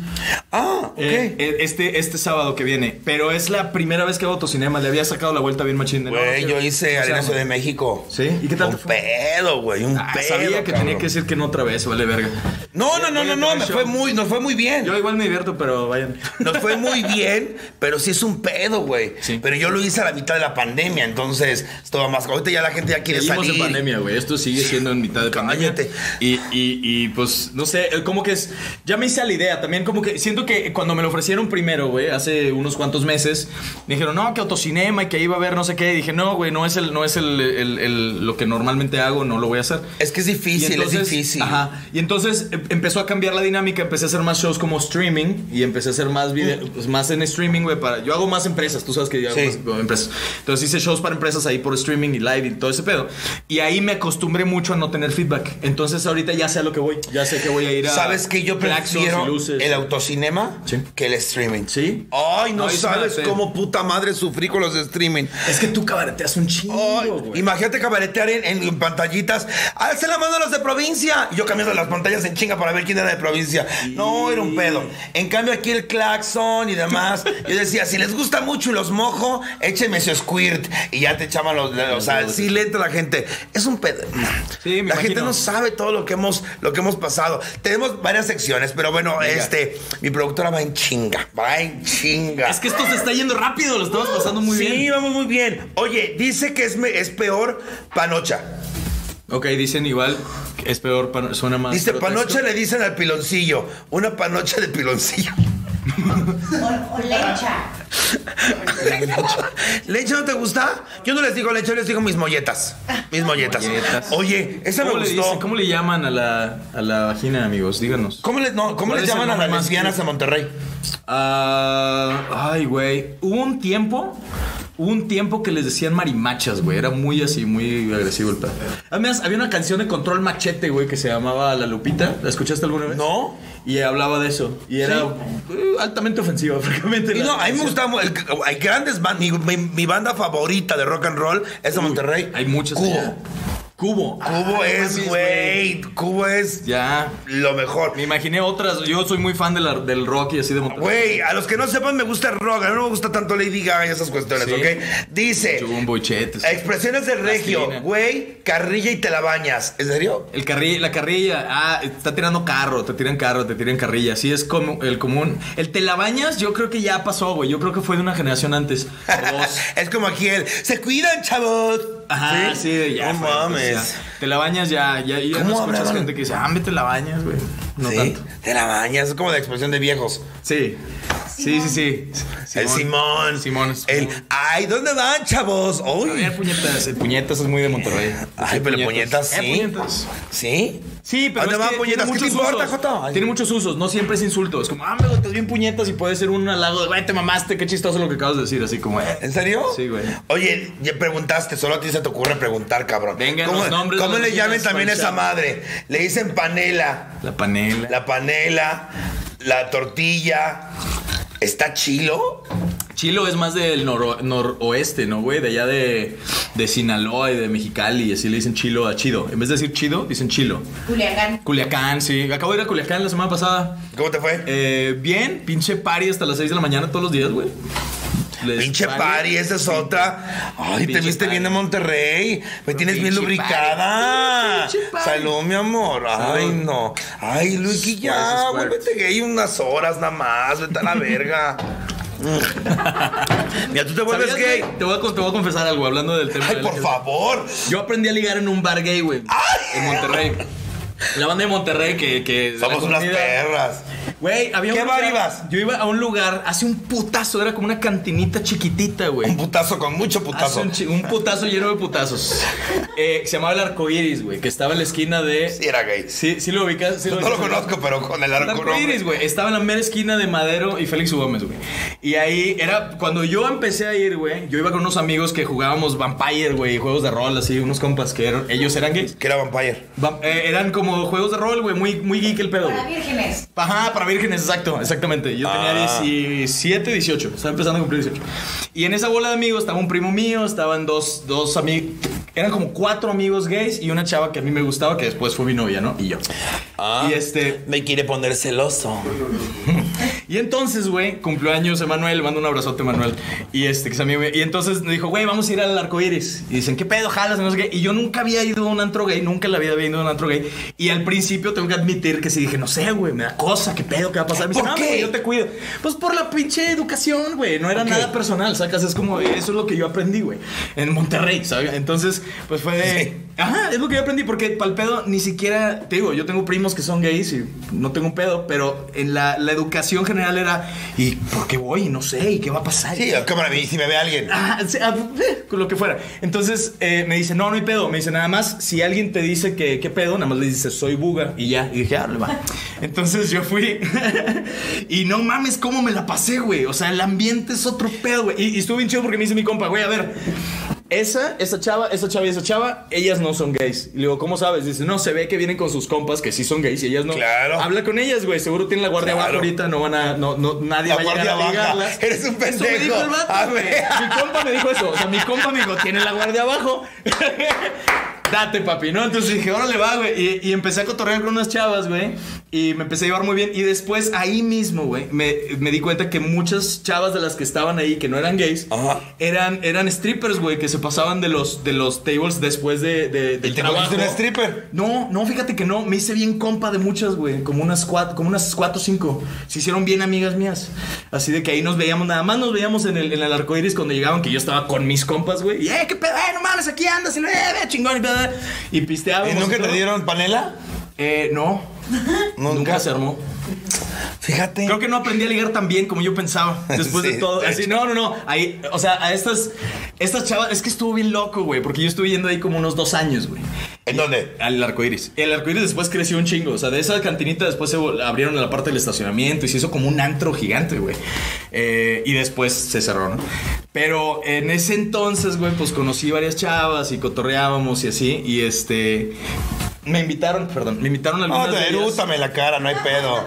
[SPEAKER 1] Ah, ok.
[SPEAKER 2] Eh, eh, este, este sábado que viene. Pero es la primera vez que hago autocinema. Le había sacado la vuelta bien machín. de, no, no
[SPEAKER 1] Güey,
[SPEAKER 2] quiero.
[SPEAKER 1] yo hice
[SPEAKER 2] O sea,
[SPEAKER 1] Arena Ciudad de México.
[SPEAKER 2] ¿Sí? ¿Y qué tal
[SPEAKER 1] Un
[SPEAKER 2] te fue?
[SPEAKER 1] pedo, güey. Un
[SPEAKER 2] ah,
[SPEAKER 1] pedo.
[SPEAKER 2] sabía que tenía
[SPEAKER 1] cabrón.
[SPEAKER 2] que decir que no otra vez, vale verga.
[SPEAKER 1] No, no, no,
[SPEAKER 2] Voy
[SPEAKER 1] no,
[SPEAKER 2] a
[SPEAKER 1] no.
[SPEAKER 2] tener
[SPEAKER 1] Me
[SPEAKER 2] show.
[SPEAKER 1] fue muy, nos fue muy bien.
[SPEAKER 2] Yo igual me divierto, pero
[SPEAKER 1] *laughs*
[SPEAKER 2] vayan.
[SPEAKER 1] Nos fue muy bien, pero sí es un pedo, güey.
[SPEAKER 2] Sí.
[SPEAKER 1] Pero yo lo hice a la mitad de la pandemia, entonces estaba más. Ahorita ya la gente ya quiere
[SPEAKER 2] Seguimos
[SPEAKER 1] salir.
[SPEAKER 2] en pandemia, güey. Esto sigue siendo en mitad de pandemia.
[SPEAKER 1] Cállate.
[SPEAKER 2] Y, y, y pues, no sé, eh, como que es. Ya me hice a la idea también. Como que siento que cuando me lo ofrecieron primero, güey, hace unos cuantos meses, me dijeron, no, que autocinema y que iba a haber no sé qué. Y dije, no, güey, no es, el, no es el, el- el- lo que normalmente hago, no lo voy a hacer.
[SPEAKER 1] Es que es
[SPEAKER 2] Y
[SPEAKER 1] difícil,
[SPEAKER 2] entonces-
[SPEAKER 1] es difícil.
[SPEAKER 2] Ajá. Y entonces em- empezó a cambiar la dinámica, empecé a hacer más shows como streaming y empecé a hacer más video- pues, más en streaming, güey, para yo hago más empresas, tú sabes que yo hago
[SPEAKER 1] Mm. Sí.
[SPEAKER 2] más como empresas. Entonces hice shows para empresas ahí por streaming y live y todo ese pedo. Y ahí me acostumbré mucho a no tener feedback. Entonces ahorita ya sé a lo que voy, ya sé que voy a ir a
[SPEAKER 1] ¿Sabes que yo
[SPEAKER 2] claxons y
[SPEAKER 1] prefiero
[SPEAKER 2] luces.
[SPEAKER 1] el autocinema
[SPEAKER 2] Sí.
[SPEAKER 1] que el streaming?
[SPEAKER 2] Sí.
[SPEAKER 1] Ay, no
[SPEAKER 2] Ay, sí me
[SPEAKER 1] sabes
[SPEAKER 2] hace.
[SPEAKER 1] cómo puta madre sufrí con los de streaming.
[SPEAKER 2] Es que tú cabareteas un chingo,
[SPEAKER 1] Ay,
[SPEAKER 2] güey.
[SPEAKER 1] imagínate cabaretear en, en- en pantallitas. Alce la mano a los de provincia. Y yo cambiando las pantallas en chinga para ver quién era de provincia. No, era un pedo. En cambio, aquí el claxon y demás. Yo decía, si les gusta mucho y los mojo, échenme su squirt. Y ya te echaban los. O sea, sí le entra la gente. Es un pedo.
[SPEAKER 2] Sí, me
[SPEAKER 1] la gente
[SPEAKER 2] imagino.
[SPEAKER 1] no sabe todo lo que hemos, lo que hemos pasado. Tenemos varias secciones, pero bueno, este, mi productora va en chinga. Va en chinga.
[SPEAKER 2] Es que esto se está yendo rápido, lo estamos pasando muy
[SPEAKER 1] sí,
[SPEAKER 2] bien.
[SPEAKER 1] vamos muy bien. Oye, dice que es, me- es peor panocha.
[SPEAKER 2] Ok, dicen igual, es peor, pan- suena más.
[SPEAKER 1] Dice,
[SPEAKER 2] Ah, grotesco.
[SPEAKER 1] panocha le dicen al piloncillo. Una panocha de
[SPEAKER 2] *laughs*
[SPEAKER 1] piloncillo.
[SPEAKER 5] O, o lecha.
[SPEAKER 1] ¿Leche no te gusta? Yo no les digo leche, yo les digo mis molletas. Mis molletas.
[SPEAKER 2] Molletas.
[SPEAKER 1] Oye, esa me
[SPEAKER 2] ¿Cómo le,
[SPEAKER 1] gustó.
[SPEAKER 2] dicen- ¿Cómo le llaman a la, a la vagina, amigos? Díganos.
[SPEAKER 1] ¿Cómo le, no, ¿cómo
[SPEAKER 2] ¿Cuál
[SPEAKER 1] les
[SPEAKER 2] es el
[SPEAKER 1] llaman a las
[SPEAKER 2] nombre más
[SPEAKER 1] lesbianas
[SPEAKER 2] que-
[SPEAKER 1] a Monterrey?
[SPEAKER 2] Ah, ay, güey. Hubo un tiempo. hubo un tiempo que les decían marimachas, güey. Era muy así, muy agresivo el pedo. Además, había una canción de control machete, güey, que se llamaba La Lupita. ¿La escuchaste alguna vez?
[SPEAKER 1] No.
[SPEAKER 2] Y hablaba de eso. Y era eh, altamente *laughs* ofensiva, francamente.
[SPEAKER 1] Y
[SPEAKER 2] la
[SPEAKER 1] no, a mí me
[SPEAKER 2] canción.
[SPEAKER 1] gusta. mu- el- Hay grandes bandas. Mi, mi- mi banda favorita de rock and roll es de Monterrey.
[SPEAKER 2] Hay muchas. allá.
[SPEAKER 1] Cubo.
[SPEAKER 2] Cubo.
[SPEAKER 1] Cubo
[SPEAKER 2] Ay,
[SPEAKER 1] es,
[SPEAKER 2] mames,
[SPEAKER 1] güey. Cubo es
[SPEAKER 2] Ya.
[SPEAKER 1] lo mejor.
[SPEAKER 2] Me imaginé otras. Yo soy muy fan de la- del rock y así de Monterrey.
[SPEAKER 1] Güey, a los que no sepan, me gusta el rock. A mí no me gusta tanto Lady Gaga y esas cuestiones,
[SPEAKER 2] Sí.
[SPEAKER 1] ¿ok? Dice.
[SPEAKER 2] Jumbo y Chetes.
[SPEAKER 1] Expresiones del regio,
[SPEAKER 2] Plastilina.
[SPEAKER 1] güey, carrilla y te la bañas. ¿En serio?
[SPEAKER 2] El carri- la carrilla, ah, está tirando carro, te tiran carro, te tiran carrilla. Sí, es como el común. El te la bañas, yo creo que ya pasó, güey. Yo creo que fue de una generación antes. o dos.
[SPEAKER 1] *laughs* es como aquí el, se cuidan, chavos.
[SPEAKER 2] Ajá, sí, de ya.
[SPEAKER 1] No
[SPEAKER 2] fue,
[SPEAKER 1] mames.
[SPEAKER 2] entonces, ya. Te la bañas ya, ya, ya
[SPEAKER 1] ¿Cómo
[SPEAKER 2] no escuchas
[SPEAKER 1] hablaban?
[SPEAKER 2] gente que dice, ah, me te la bañas, güey. No
[SPEAKER 1] Sí,
[SPEAKER 2] tanto.
[SPEAKER 1] te la bañas, es como la expresión de viejos.
[SPEAKER 2] Sí. Sí, sí, sí.
[SPEAKER 1] el Simón.
[SPEAKER 2] Simón.
[SPEAKER 1] El, ay, ¿dónde van, chavos?
[SPEAKER 2] A ver,
[SPEAKER 1] Uy.
[SPEAKER 2] puñetas. El puñetas es muy de Monterrey.
[SPEAKER 1] Ay, pero puñetas,
[SPEAKER 2] Eh,
[SPEAKER 1] sí.
[SPEAKER 2] puñetas.
[SPEAKER 1] ¿Sí?
[SPEAKER 2] Sí, pero
[SPEAKER 1] ¿Dónde
[SPEAKER 2] es
[SPEAKER 1] van,
[SPEAKER 2] que
[SPEAKER 1] puñetas?
[SPEAKER 2] tiene
[SPEAKER 1] ¿Qué te
[SPEAKER 2] muchos
[SPEAKER 1] importa,
[SPEAKER 2] usos.
[SPEAKER 1] Jota? Ay.
[SPEAKER 2] Tiene muchos usos, no siempre es insulto. Es como, ah, me estás bien puñetas y puede ser un halago de, güey, te mamaste, qué chistoso lo que acabas de decir, así como, eh.
[SPEAKER 1] ¿En serio?
[SPEAKER 2] Sí, güey.
[SPEAKER 1] Oye, ya preguntaste, solo a ti se te ocurre preguntar, cabrón.
[SPEAKER 2] Venga,
[SPEAKER 1] ¿Cómo,
[SPEAKER 2] los nombres de
[SPEAKER 1] ¿cómo
[SPEAKER 2] las
[SPEAKER 1] le llamen
[SPEAKER 2] niñas
[SPEAKER 1] también a esa
[SPEAKER 2] manchadas?
[SPEAKER 1] madre? Le dicen panela.
[SPEAKER 2] La panela.
[SPEAKER 1] La panela, la tortilla. ¿Está chilo?
[SPEAKER 2] Chilo es más del noro- noroeste, ¿no, güey? De allá de, de Sinaloa y de Mexicali, y así le dicen chilo a chido. En vez de decir chido, dicen chilo.
[SPEAKER 5] Culiacán.
[SPEAKER 2] Culiacán, sí. Acabo de ir a Culiacán la semana pasada.
[SPEAKER 1] ¿Cómo te fue?
[SPEAKER 2] Eh, bien, pinche party hasta las 6 de la mañana todos los días, güey. Les-
[SPEAKER 1] Pinche pari, esa es otra. Ay, te
[SPEAKER 2] Pinche
[SPEAKER 1] viste
[SPEAKER 2] party.
[SPEAKER 1] bien de Monterrey. Me tienes bien
[SPEAKER 2] Pinche
[SPEAKER 1] lubricada.
[SPEAKER 2] party. Pinche party.
[SPEAKER 1] Salud, mi amor. Ay,
[SPEAKER 2] Salud.
[SPEAKER 1] no. Ay, Luiki, ya.
[SPEAKER 2] Squirt, squirt.
[SPEAKER 1] Vuélvete gay unas horas nada más. Vete a la
[SPEAKER 2] *laughs*
[SPEAKER 1] verga. Mira, tú te vuelves
[SPEAKER 2] ¿Sabías, güey?
[SPEAKER 1] gay.
[SPEAKER 2] Te voy, a, con- te voy a confesar algo hablando del tema.
[SPEAKER 1] Ay,
[SPEAKER 2] del
[SPEAKER 1] por
[SPEAKER 2] LGBT.
[SPEAKER 1] favor.
[SPEAKER 2] Yo aprendí a ligar en un bar gay, güey.
[SPEAKER 1] ¡Ay!
[SPEAKER 2] En Monterrey. La banda de Monterrey que. que de la
[SPEAKER 1] Somos unas
[SPEAKER 2] comunidad.
[SPEAKER 1] perras.
[SPEAKER 2] Güey, había
[SPEAKER 1] ¿Qué
[SPEAKER 2] un
[SPEAKER 1] bar
[SPEAKER 2] lugar-
[SPEAKER 1] ibas?
[SPEAKER 2] Yo iba a un lugar hace un putazo, era como una cantinita chiquitita, güey.
[SPEAKER 1] Un putazo con mucho
[SPEAKER 2] Hace
[SPEAKER 1] putazo.
[SPEAKER 2] Un, chi- un putazo lleno de putazos. Eh, se llamaba el arcoiris, güey, que estaba en la esquina de.
[SPEAKER 1] Sí, era gay.
[SPEAKER 2] Sí, sí lo ubicas. sí
[SPEAKER 1] No
[SPEAKER 2] ubicas.
[SPEAKER 1] lo conozco, pero con el
[SPEAKER 2] El
[SPEAKER 1] arco
[SPEAKER 2] arco iris, güey. Estaba en la mera esquina de Madero y Félix Gómez, güey. Y ahí era cuando yo empecé a ir, güey. Yo iba con unos amigos que jugábamos Vampire, güey, juegos de rol, así, unos compas que eran- ellos eran gays.
[SPEAKER 1] Que era vampire.
[SPEAKER 2] Vam- eh, eran como juegos de rol, güey, muy, muy geek el pedo.
[SPEAKER 5] Para
[SPEAKER 2] güey.
[SPEAKER 5] vírgenes.
[SPEAKER 2] Ajá, para vírgenes, exacto, exactamente. Yo
[SPEAKER 1] Ah.
[SPEAKER 2] tenía 17, 18, estaba empezando a cumplir 18. Y en esa bola de amigos estaba un primo mío, estaban dos, dos amigos, eran como cuatro amigos gays y una chava que a mí me gustaba, que después fue mi novia, ¿no? Y yo. Y este,
[SPEAKER 1] Me quiere poner celoso.
[SPEAKER 2] y entonces, güey, cumpleaños Emanuel, le mando un abrazote a Emanuel. Y este, que es amigo mío. Y entonces me dijo, güey, vamos a ir al arco iris. Y dicen, ¿qué pedo, jalas? No sé qué. Y yo nunca había ido a un antro gay, nunca en la vida había ido a un antro gay. Y al principio tengo que admitir que sí dije, no sé, güey, me da cosa, ¿qué pedo, qué va a pasar? Me dice,
[SPEAKER 1] ¿Por
[SPEAKER 2] "No,
[SPEAKER 1] qué?
[SPEAKER 2] güey, yo te cuido. Pues por la pinche educación, güey. No era
[SPEAKER 1] Ok.
[SPEAKER 2] nada personal, sacas. Es como, eso es lo que yo aprendí, güey, en Monterrey, ¿sabes? Entonces, pues fue de.
[SPEAKER 1] Sí.
[SPEAKER 2] Ajá, es lo que yo aprendí, porque pal pedo ni siquiera, te digo, yo tengo primos que son gays y no tengo un pedo, pero en la, la educación general era, ¿y por qué voy? Y No sé, ¿y qué va a pasar?
[SPEAKER 1] Sí, a cámara, y si me ve alguien.
[SPEAKER 2] Ajá, sí, *laughs* ah, eh, con lo que fuera. Entonces eh, me dice, no, no hay pedo. Me dice, nada más, si alguien te dice que qué pedo, nada más le dices, soy buga y ya. Y dije, ah, le
[SPEAKER 1] *laughs*
[SPEAKER 2] va. Entonces yo fui *laughs* y no mames cómo me la pasé, güey. O sea, el ambiente es otro pedo, güey. Y, y estuvo bien chido porque me dice mi compa, güey, a ver, esa, esa chava, esa chava y esa chava, ellas no son gays. Y le digo, ¿cómo sabes? Dice, no, se ve que vienen con sus compas que sí son gays y ellas no.
[SPEAKER 1] Claro.
[SPEAKER 2] Habla con ellas, güey. Seguro tienen la guardia
[SPEAKER 1] Claro.
[SPEAKER 2] baja ahorita, no van a, no, no, nadie
[SPEAKER 1] La
[SPEAKER 2] va a llegar
[SPEAKER 1] guardia
[SPEAKER 2] a
[SPEAKER 1] baja.
[SPEAKER 2] ligarlas.
[SPEAKER 1] Eres un
[SPEAKER 2] Eso me dijo
[SPEAKER 1] pendejo.
[SPEAKER 2] el vato,
[SPEAKER 1] A
[SPEAKER 2] güey.
[SPEAKER 1] ver.
[SPEAKER 2] Mi compa me dijo eso. O sea, mi compa me dijo, tiene la guardia abajo. *laughs* Date, papi, ¿no? Entonces dije, órale, va, güey. Y, y empecé a cotorrear con unas chavas, güey. Y me empecé a llevar muy bien. Y después, ahí mismo, güey, me, me di cuenta que muchas chavas de las que estaban ahí, que no eran gays,
[SPEAKER 1] Ajá.
[SPEAKER 2] eran, eran strippers, güey, que se pasaban de los, de los tables después de, de, del
[SPEAKER 1] ¿Y te
[SPEAKER 2] trabajo.
[SPEAKER 1] conociste un stripper?
[SPEAKER 2] No, no, fíjate que no. Me hice bien compa de muchas, güey. Como unas cuatro, como unas cuatro o cinco. Se hicieron bien amigas mías. Así de que ahí nos veíamos, nada más nos veíamos en el, en el arco iris cuando llegaban, que yo estaba con mis compas, güey. Y, eh, qué pedo, eh, no mames, aquí andas, y, eh, ve, chingón, y, bla, bla, bla. y pisteábamos.
[SPEAKER 1] ¿Y nunca
[SPEAKER 2] todo.
[SPEAKER 1] te dieron panela?
[SPEAKER 2] Eh, no.
[SPEAKER 1] Nunca.
[SPEAKER 2] ¿Nunca? se armó.
[SPEAKER 1] Fíjate.
[SPEAKER 2] Creo que no aprendí a ligar tan bien como
[SPEAKER 1] *laughs*
[SPEAKER 2] yo pensaba. Después
[SPEAKER 1] Sí,
[SPEAKER 2] de todo.
[SPEAKER 1] de
[SPEAKER 2] Así,
[SPEAKER 1] hecho.
[SPEAKER 2] no, no, no. Ahí, o sea, a estas, estas chavas, es que estuvo bien loco, güey. Porque yo estuve yendo ahí como unos dos años, güey.
[SPEAKER 1] ¿En dónde?
[SPEAKER 2] Al arcoiris. El arcoiris después creció un chingo. O sea, de esa cantinita después se vol- abrieron la parte del estacionamiento y se hizo como un antro gigante, güey. Eh, y después se cerró, ¿no? Pero en ese entonces, güey, pues conocí varias chavas y cotorreábamos y así. Y este. Me invitaron, perdón, me invitaron al
[SPEAKER 1] No,
[SPEAKER 2] algunas
[SPEAKER 1] Ah, te pues.
[SPEAKER 2] de ellas.
[SPEAKER 1] derútame la cara, no hay pedo.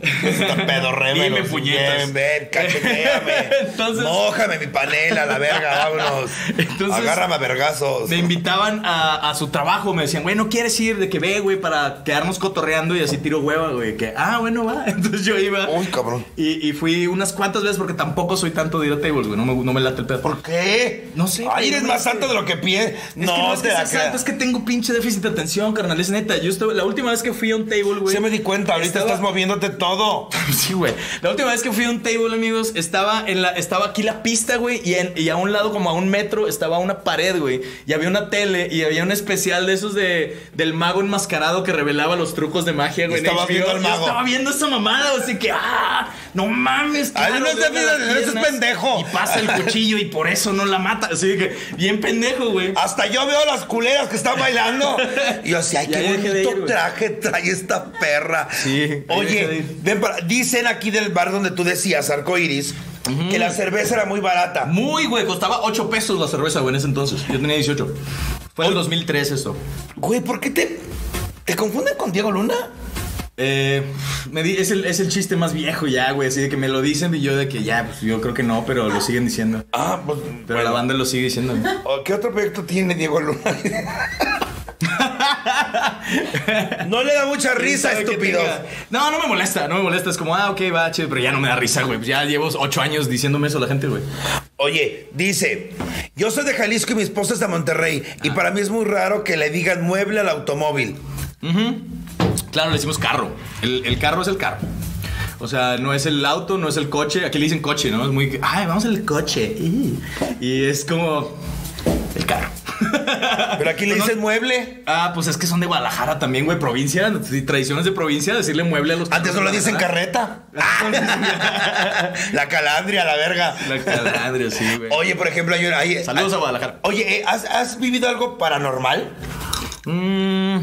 [SPEAKER 1] Está pedo
[SPEAKER 2] Dime, puñetas.
[SPEAKER 1] Ven, ven, cacheteame.
[SPEAKER 2] *laughs* Entonces-
[SPEAKER 1] Mójame mi panela, la verga, vámonos.
[SPEAKER 2] *laughs* Entonces-
[SPEAKER 1] Agárrame a vergazos.
[SPEAKER 2] Me invitaban a, a su trabajo, me decían, güey, no quieres ir, de que ve, güey, para quedarnos cotorreando y así tiro hueva, güey, que, ah, bueno, va. *laughs* Entonces yo iba.
[SPEAKER 1] Uy, cabrón.
[SPEAKER 2] Y, y fui unas cuantas veces porque tampoco soy tanto de ir a tables, güey, no me, no me late el pedo.
[SPEAKER 1] ¿Por qué?
[SPEAKER 2] No sé,
[SPEAKER 1] Ay,
[SPEAKER 2] güey,
[SPEAKER 1] eres
[SPEAKER 2] no
[SPEAKER 1] más
[SPEAKER 2] sé.
[SPEAKER 1] santo de lo que pie.
[SPEAKER 2] Es
[SPEAKER 1] No,
[SPEAKER 2] que no es
[SPEAKER 1] te
[SPEAKER 2] que
[SPEAKER 1] la
[SPEAKER 2] sea santo,
[SPEAKER 1] creas.
[SPEAKER 2] es que tengo pinche déficit de atención, carnal, es neta. Yo estuve, la última vez que fui a un table, güey.
[SPEAKER 1] Sí me di cuenta, ahorita
[SPEAKER 2] estaba-
[SPEAKER 1] estás moviéndote todo.
[SPEAKER 2] *laughs* Sí, güey. La última vez que fui a un table, amigos, estaba en la estaba aquí la pista, güey, y, en- y a un lado como a un metro estaba una pared, güey, y había una tele y había un especial de esos de del mago enmascarado que revelaba los trucos de magia, güey. en
[SPEAKER 1] Estabas
[SPEAKER 2] HBO.
[SPEAKER 1] viendo al
[SPEAKER 2] Yo
[SPEAKER 1] mago.
[SPEAKER 2] estaba viendo esa mamada, así que ah, no mames,
[SPEAKER 1] Ay, no
[SPEAKER 2] claro,
[SPEAKER 1] seas
[SPEAKER 2] dobla las
[SPEAKER 1] miedo, eres un
[SPEAKER 2] piernas
[SPEAKER 1] pendejo.
[SPEAKER 2] Y pasa el cuchillo y por eso no la mata, así que bien pendejo, güey.
[SPEAKER 1] Hasta yo veo las culeras que están
[SPEAKER 2] *laughs*
[SPEAKER 1] bailando. Y yo así, ay,
[SPEAKER 2] Ya
[SPEAKER 1] qué
[SPEAKER 2] dejé de
[SPEAKER 1] bonito
[SPEAKER 2] ir, güey.
[SPEAKER 1] traje trae esta perra.
[SPEAKER 2] Sí, ya dejé de
[SPEAKER 1] Oye,
[SPEAKER 2] ir.
[SPEAKER 1] ven para- dicen aquí del bar donde tú decías, Arcoiris, que la cerveza era muy barata.
[SPEAKER 2] Muy, güey, costaba 8 pesos la cerveza, güey, en ese entonces. Yo tenía 18. Fue en el 2003 esto.
[SPEAKER 1] Güey, ¿por qué te, te confunden con Diego Luna?
[SPEAKER 2] Eh, *laughs* me di- es, el, es el chiste más viejo ya, güey. Así de que me lo dicen y yo de que ya, pues yo creo que no, pero lo siguen diciendo.
[SPEAKER 1] Ah, pues.
[SPEAKER 2] Pero la banda lo sigue diciendo.
[SPEAKER 1] ¿O Oh, ¿Qué otro proyecto tiene Diego Luna? no le da mucha risa,
[SPEAKER 2] ¿Sabe qué
[SPEAKER 1] estúpido.
[SPEAKER 2] tenga? No, no me molesta, no me molesta. Es como, ah, ok, va, chido, pero ya no me da risa, güey. Pues Ya llevo ocho años diciéndome eso a la gente, güey.
[SPEAKER 1] Oye, dice, yo soy de Jalisco y mi esposa es de Monterrey
[SPEAKER 2] Ah.
[SPEAKER 1] y para mí es muy raro que le digan mueble al automóvil.
[SPEAKER 2] Claro, le decimos carro. El, el carro es el carro. O sea, no es el auto, no es el coche. Aquí le dicen coche, ¿no? Es muy. Ay, vamos al coche. Y y es como. El carro.
[SPEAKER 1] Pero aquí le
[SPEAKER 2] Pero Pues no-
[SPEAKER 1] dicen mueble.
[SPEAKER 2] Ah, pues es que son de Guadalajara también, güey, provincia. y Tradiciones de provincia, decirle mueble a los.
[SPEAKER 1] Antes no le Ah, dicen
[SPEAKER 2] carrera.
[SPEAKER 1] carreta. La calandria, la verga.
[SPEAKER 2] *laughs* La calandria, sí, güey.
[SPEAKER 1] Oye, por ejemplo, hay, hay-
[SPEAKER 2] Saludos a Guadalajara.
[SPEAKER 1] Oye, eh, ¿has, has vivido algo paranormal?
[SPEAKER 2] Mm,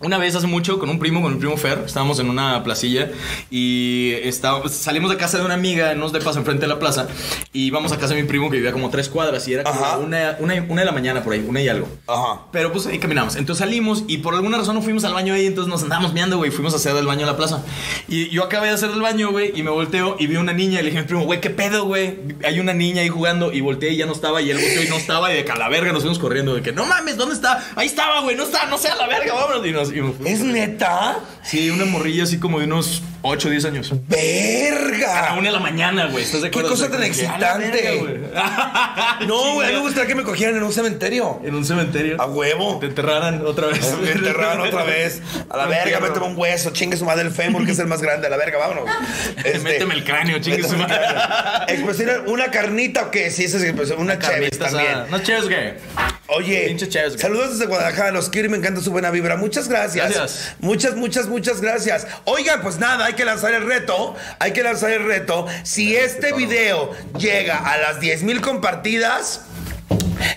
[SPEAKER 2] Una vez hace mucho con un primo, con mi primo Fer, estábamos en una placilla y estábamos- salimos de casa de una amiga, nos de paso enfrente de la plaza, y íbamos a casa de mi primo que vivía como tres cuadras y era
[SPEAKER 1] Ajá.
[SPEAKER 2] como una, una- una de la mañana por ahí, una y algo.
[SPEAKER 1] Ajá.
[SPEAKER 2] Pero pues ahí caminamos. Entonces salimos y por alguna razón no fuimos al baño ahí, entonces nos andábamos mirando, güey. Fuimos a hacer el baño en la plaza. Y yo acabé de hacer el baño, güey, y me volteo y vi una niña y le dije a mi primo, güey, ¿qué pedo, güey? Hay una niña ahí jugando y volteé y ya no estaba y él volteó y no estaba y de que a la verga nos fuimos corriendo, de que no mames, ¿dónde está? Ahí estaba, güey, no está, no sea la verga, vámonos. Y nos, y nos fuimos.
[SPEAKER 1] ¿Es neta?
[SPEAKER 2] Sí, una morrilla así como de unos 8 o 10 años. A la
[SPEAKER 1] ¡Verga!
[SPEAKER 2] una de la mañana, güey, ¿estás de
[SPEAKER 1] Qué
[SPEAKER 2] acuerdo?
[SPEAKER 1] cosa
[SPEAKER 2] O sea,
[SPEAKER 1] tan
[SPEAKER 2] como que, a la Ah,
[SPEAKER 1] excitante.
[SPEAKER 2] verga, güey.
[SPEAKER 1] No, güey, a mí
[SPEAKER 2] Chinga.
[SPEAKER 1] me gustaría que me cogieran en un cementerio.
[SPEAKER 2] En un cementerio.
[SPEAKER 1] A huevo.
[SPEAKER 2] Te enterraran otra vez.
[SPEAKER 1] Me enterraron
[SPEAKER 2] *laughs*
[SPEAKER 1] otra vez. A la
[SPEAKER 2] Un
[SPEAKER 1] verga,
[SPEAKER 2] entierro.
[SPEAKER 1] méteme un hueso, chingue su madre el fémur, que es el más grande. A la verga,
[SPEAKER 2] *laughs*
[SPEAKER 1] vámonos. Este,
[SPEAKER 2] Méteme el cráneo, chingue su madre.
[SPEAKER 1] Expresión, una carnita o qué? Sí, esa es expresión, una chévere
[SPEAKER 2] Carnita
[SPEAKER 1] también.
[SPEAKER 2] asada. No cheers, güey.
[SPEAKER 1] Oye,
[SPEAKER 2] Pinche chéves, güey.
[SPEAKER 1] saludos desde Guadalajara, los quiero y me encanta su buena vibra. Muchas gracias.
[SPEAKER 2] Gracias.
[SPEAKER 1] Muchas, muchas, muchas gracias. Oigan, pues nada, hay que lanzar el reto. Hay que lanzar el reto. Si este video llega a las 10 mil compartidas,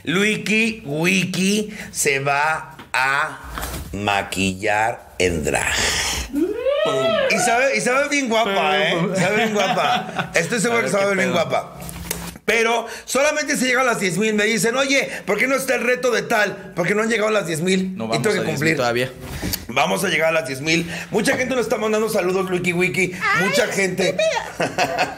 [SPEAKER 1] Luiki Wiki se va a maquillar en drag.
[SPEAKER 2] Mm.
[SPEAKER 1] Y sabe, y sabe bien guapa, ¿eh? Sabe bien guapa.
[SPEAKER 2] *laughs*
[SPEAKER 1] Estoy seguro que
[SPEAKER 2] pues, ver
[SPEAKER 1] sabe
[SPEAKER 2] qué
[SPEAKER 1] bien
[SPEAKER 2] pedo.
[SPEAKER 1] guapa. Pero solamente se llega a las 10 mil. Me dicen, oye, ¿por qué no está el reto de tal? Porque no han llegado a las 10 mil.
[SPEAKER 2] No
[SPEAKER 1] y
[SPEAKER 2] vamos
[SPEAKER 1] tengo
[SPEAKER 2] a
[SPEAKER 1] que
[SPEAKER 2] Disney
[SPEAKER 1] cumplir.
[SPEAKER 2] todavía.
[SPEAKER 1] Vamos a llegar a las 10 mil. Mucha gente nos está mandando saludos, Wiki Wiki. Mucha gente.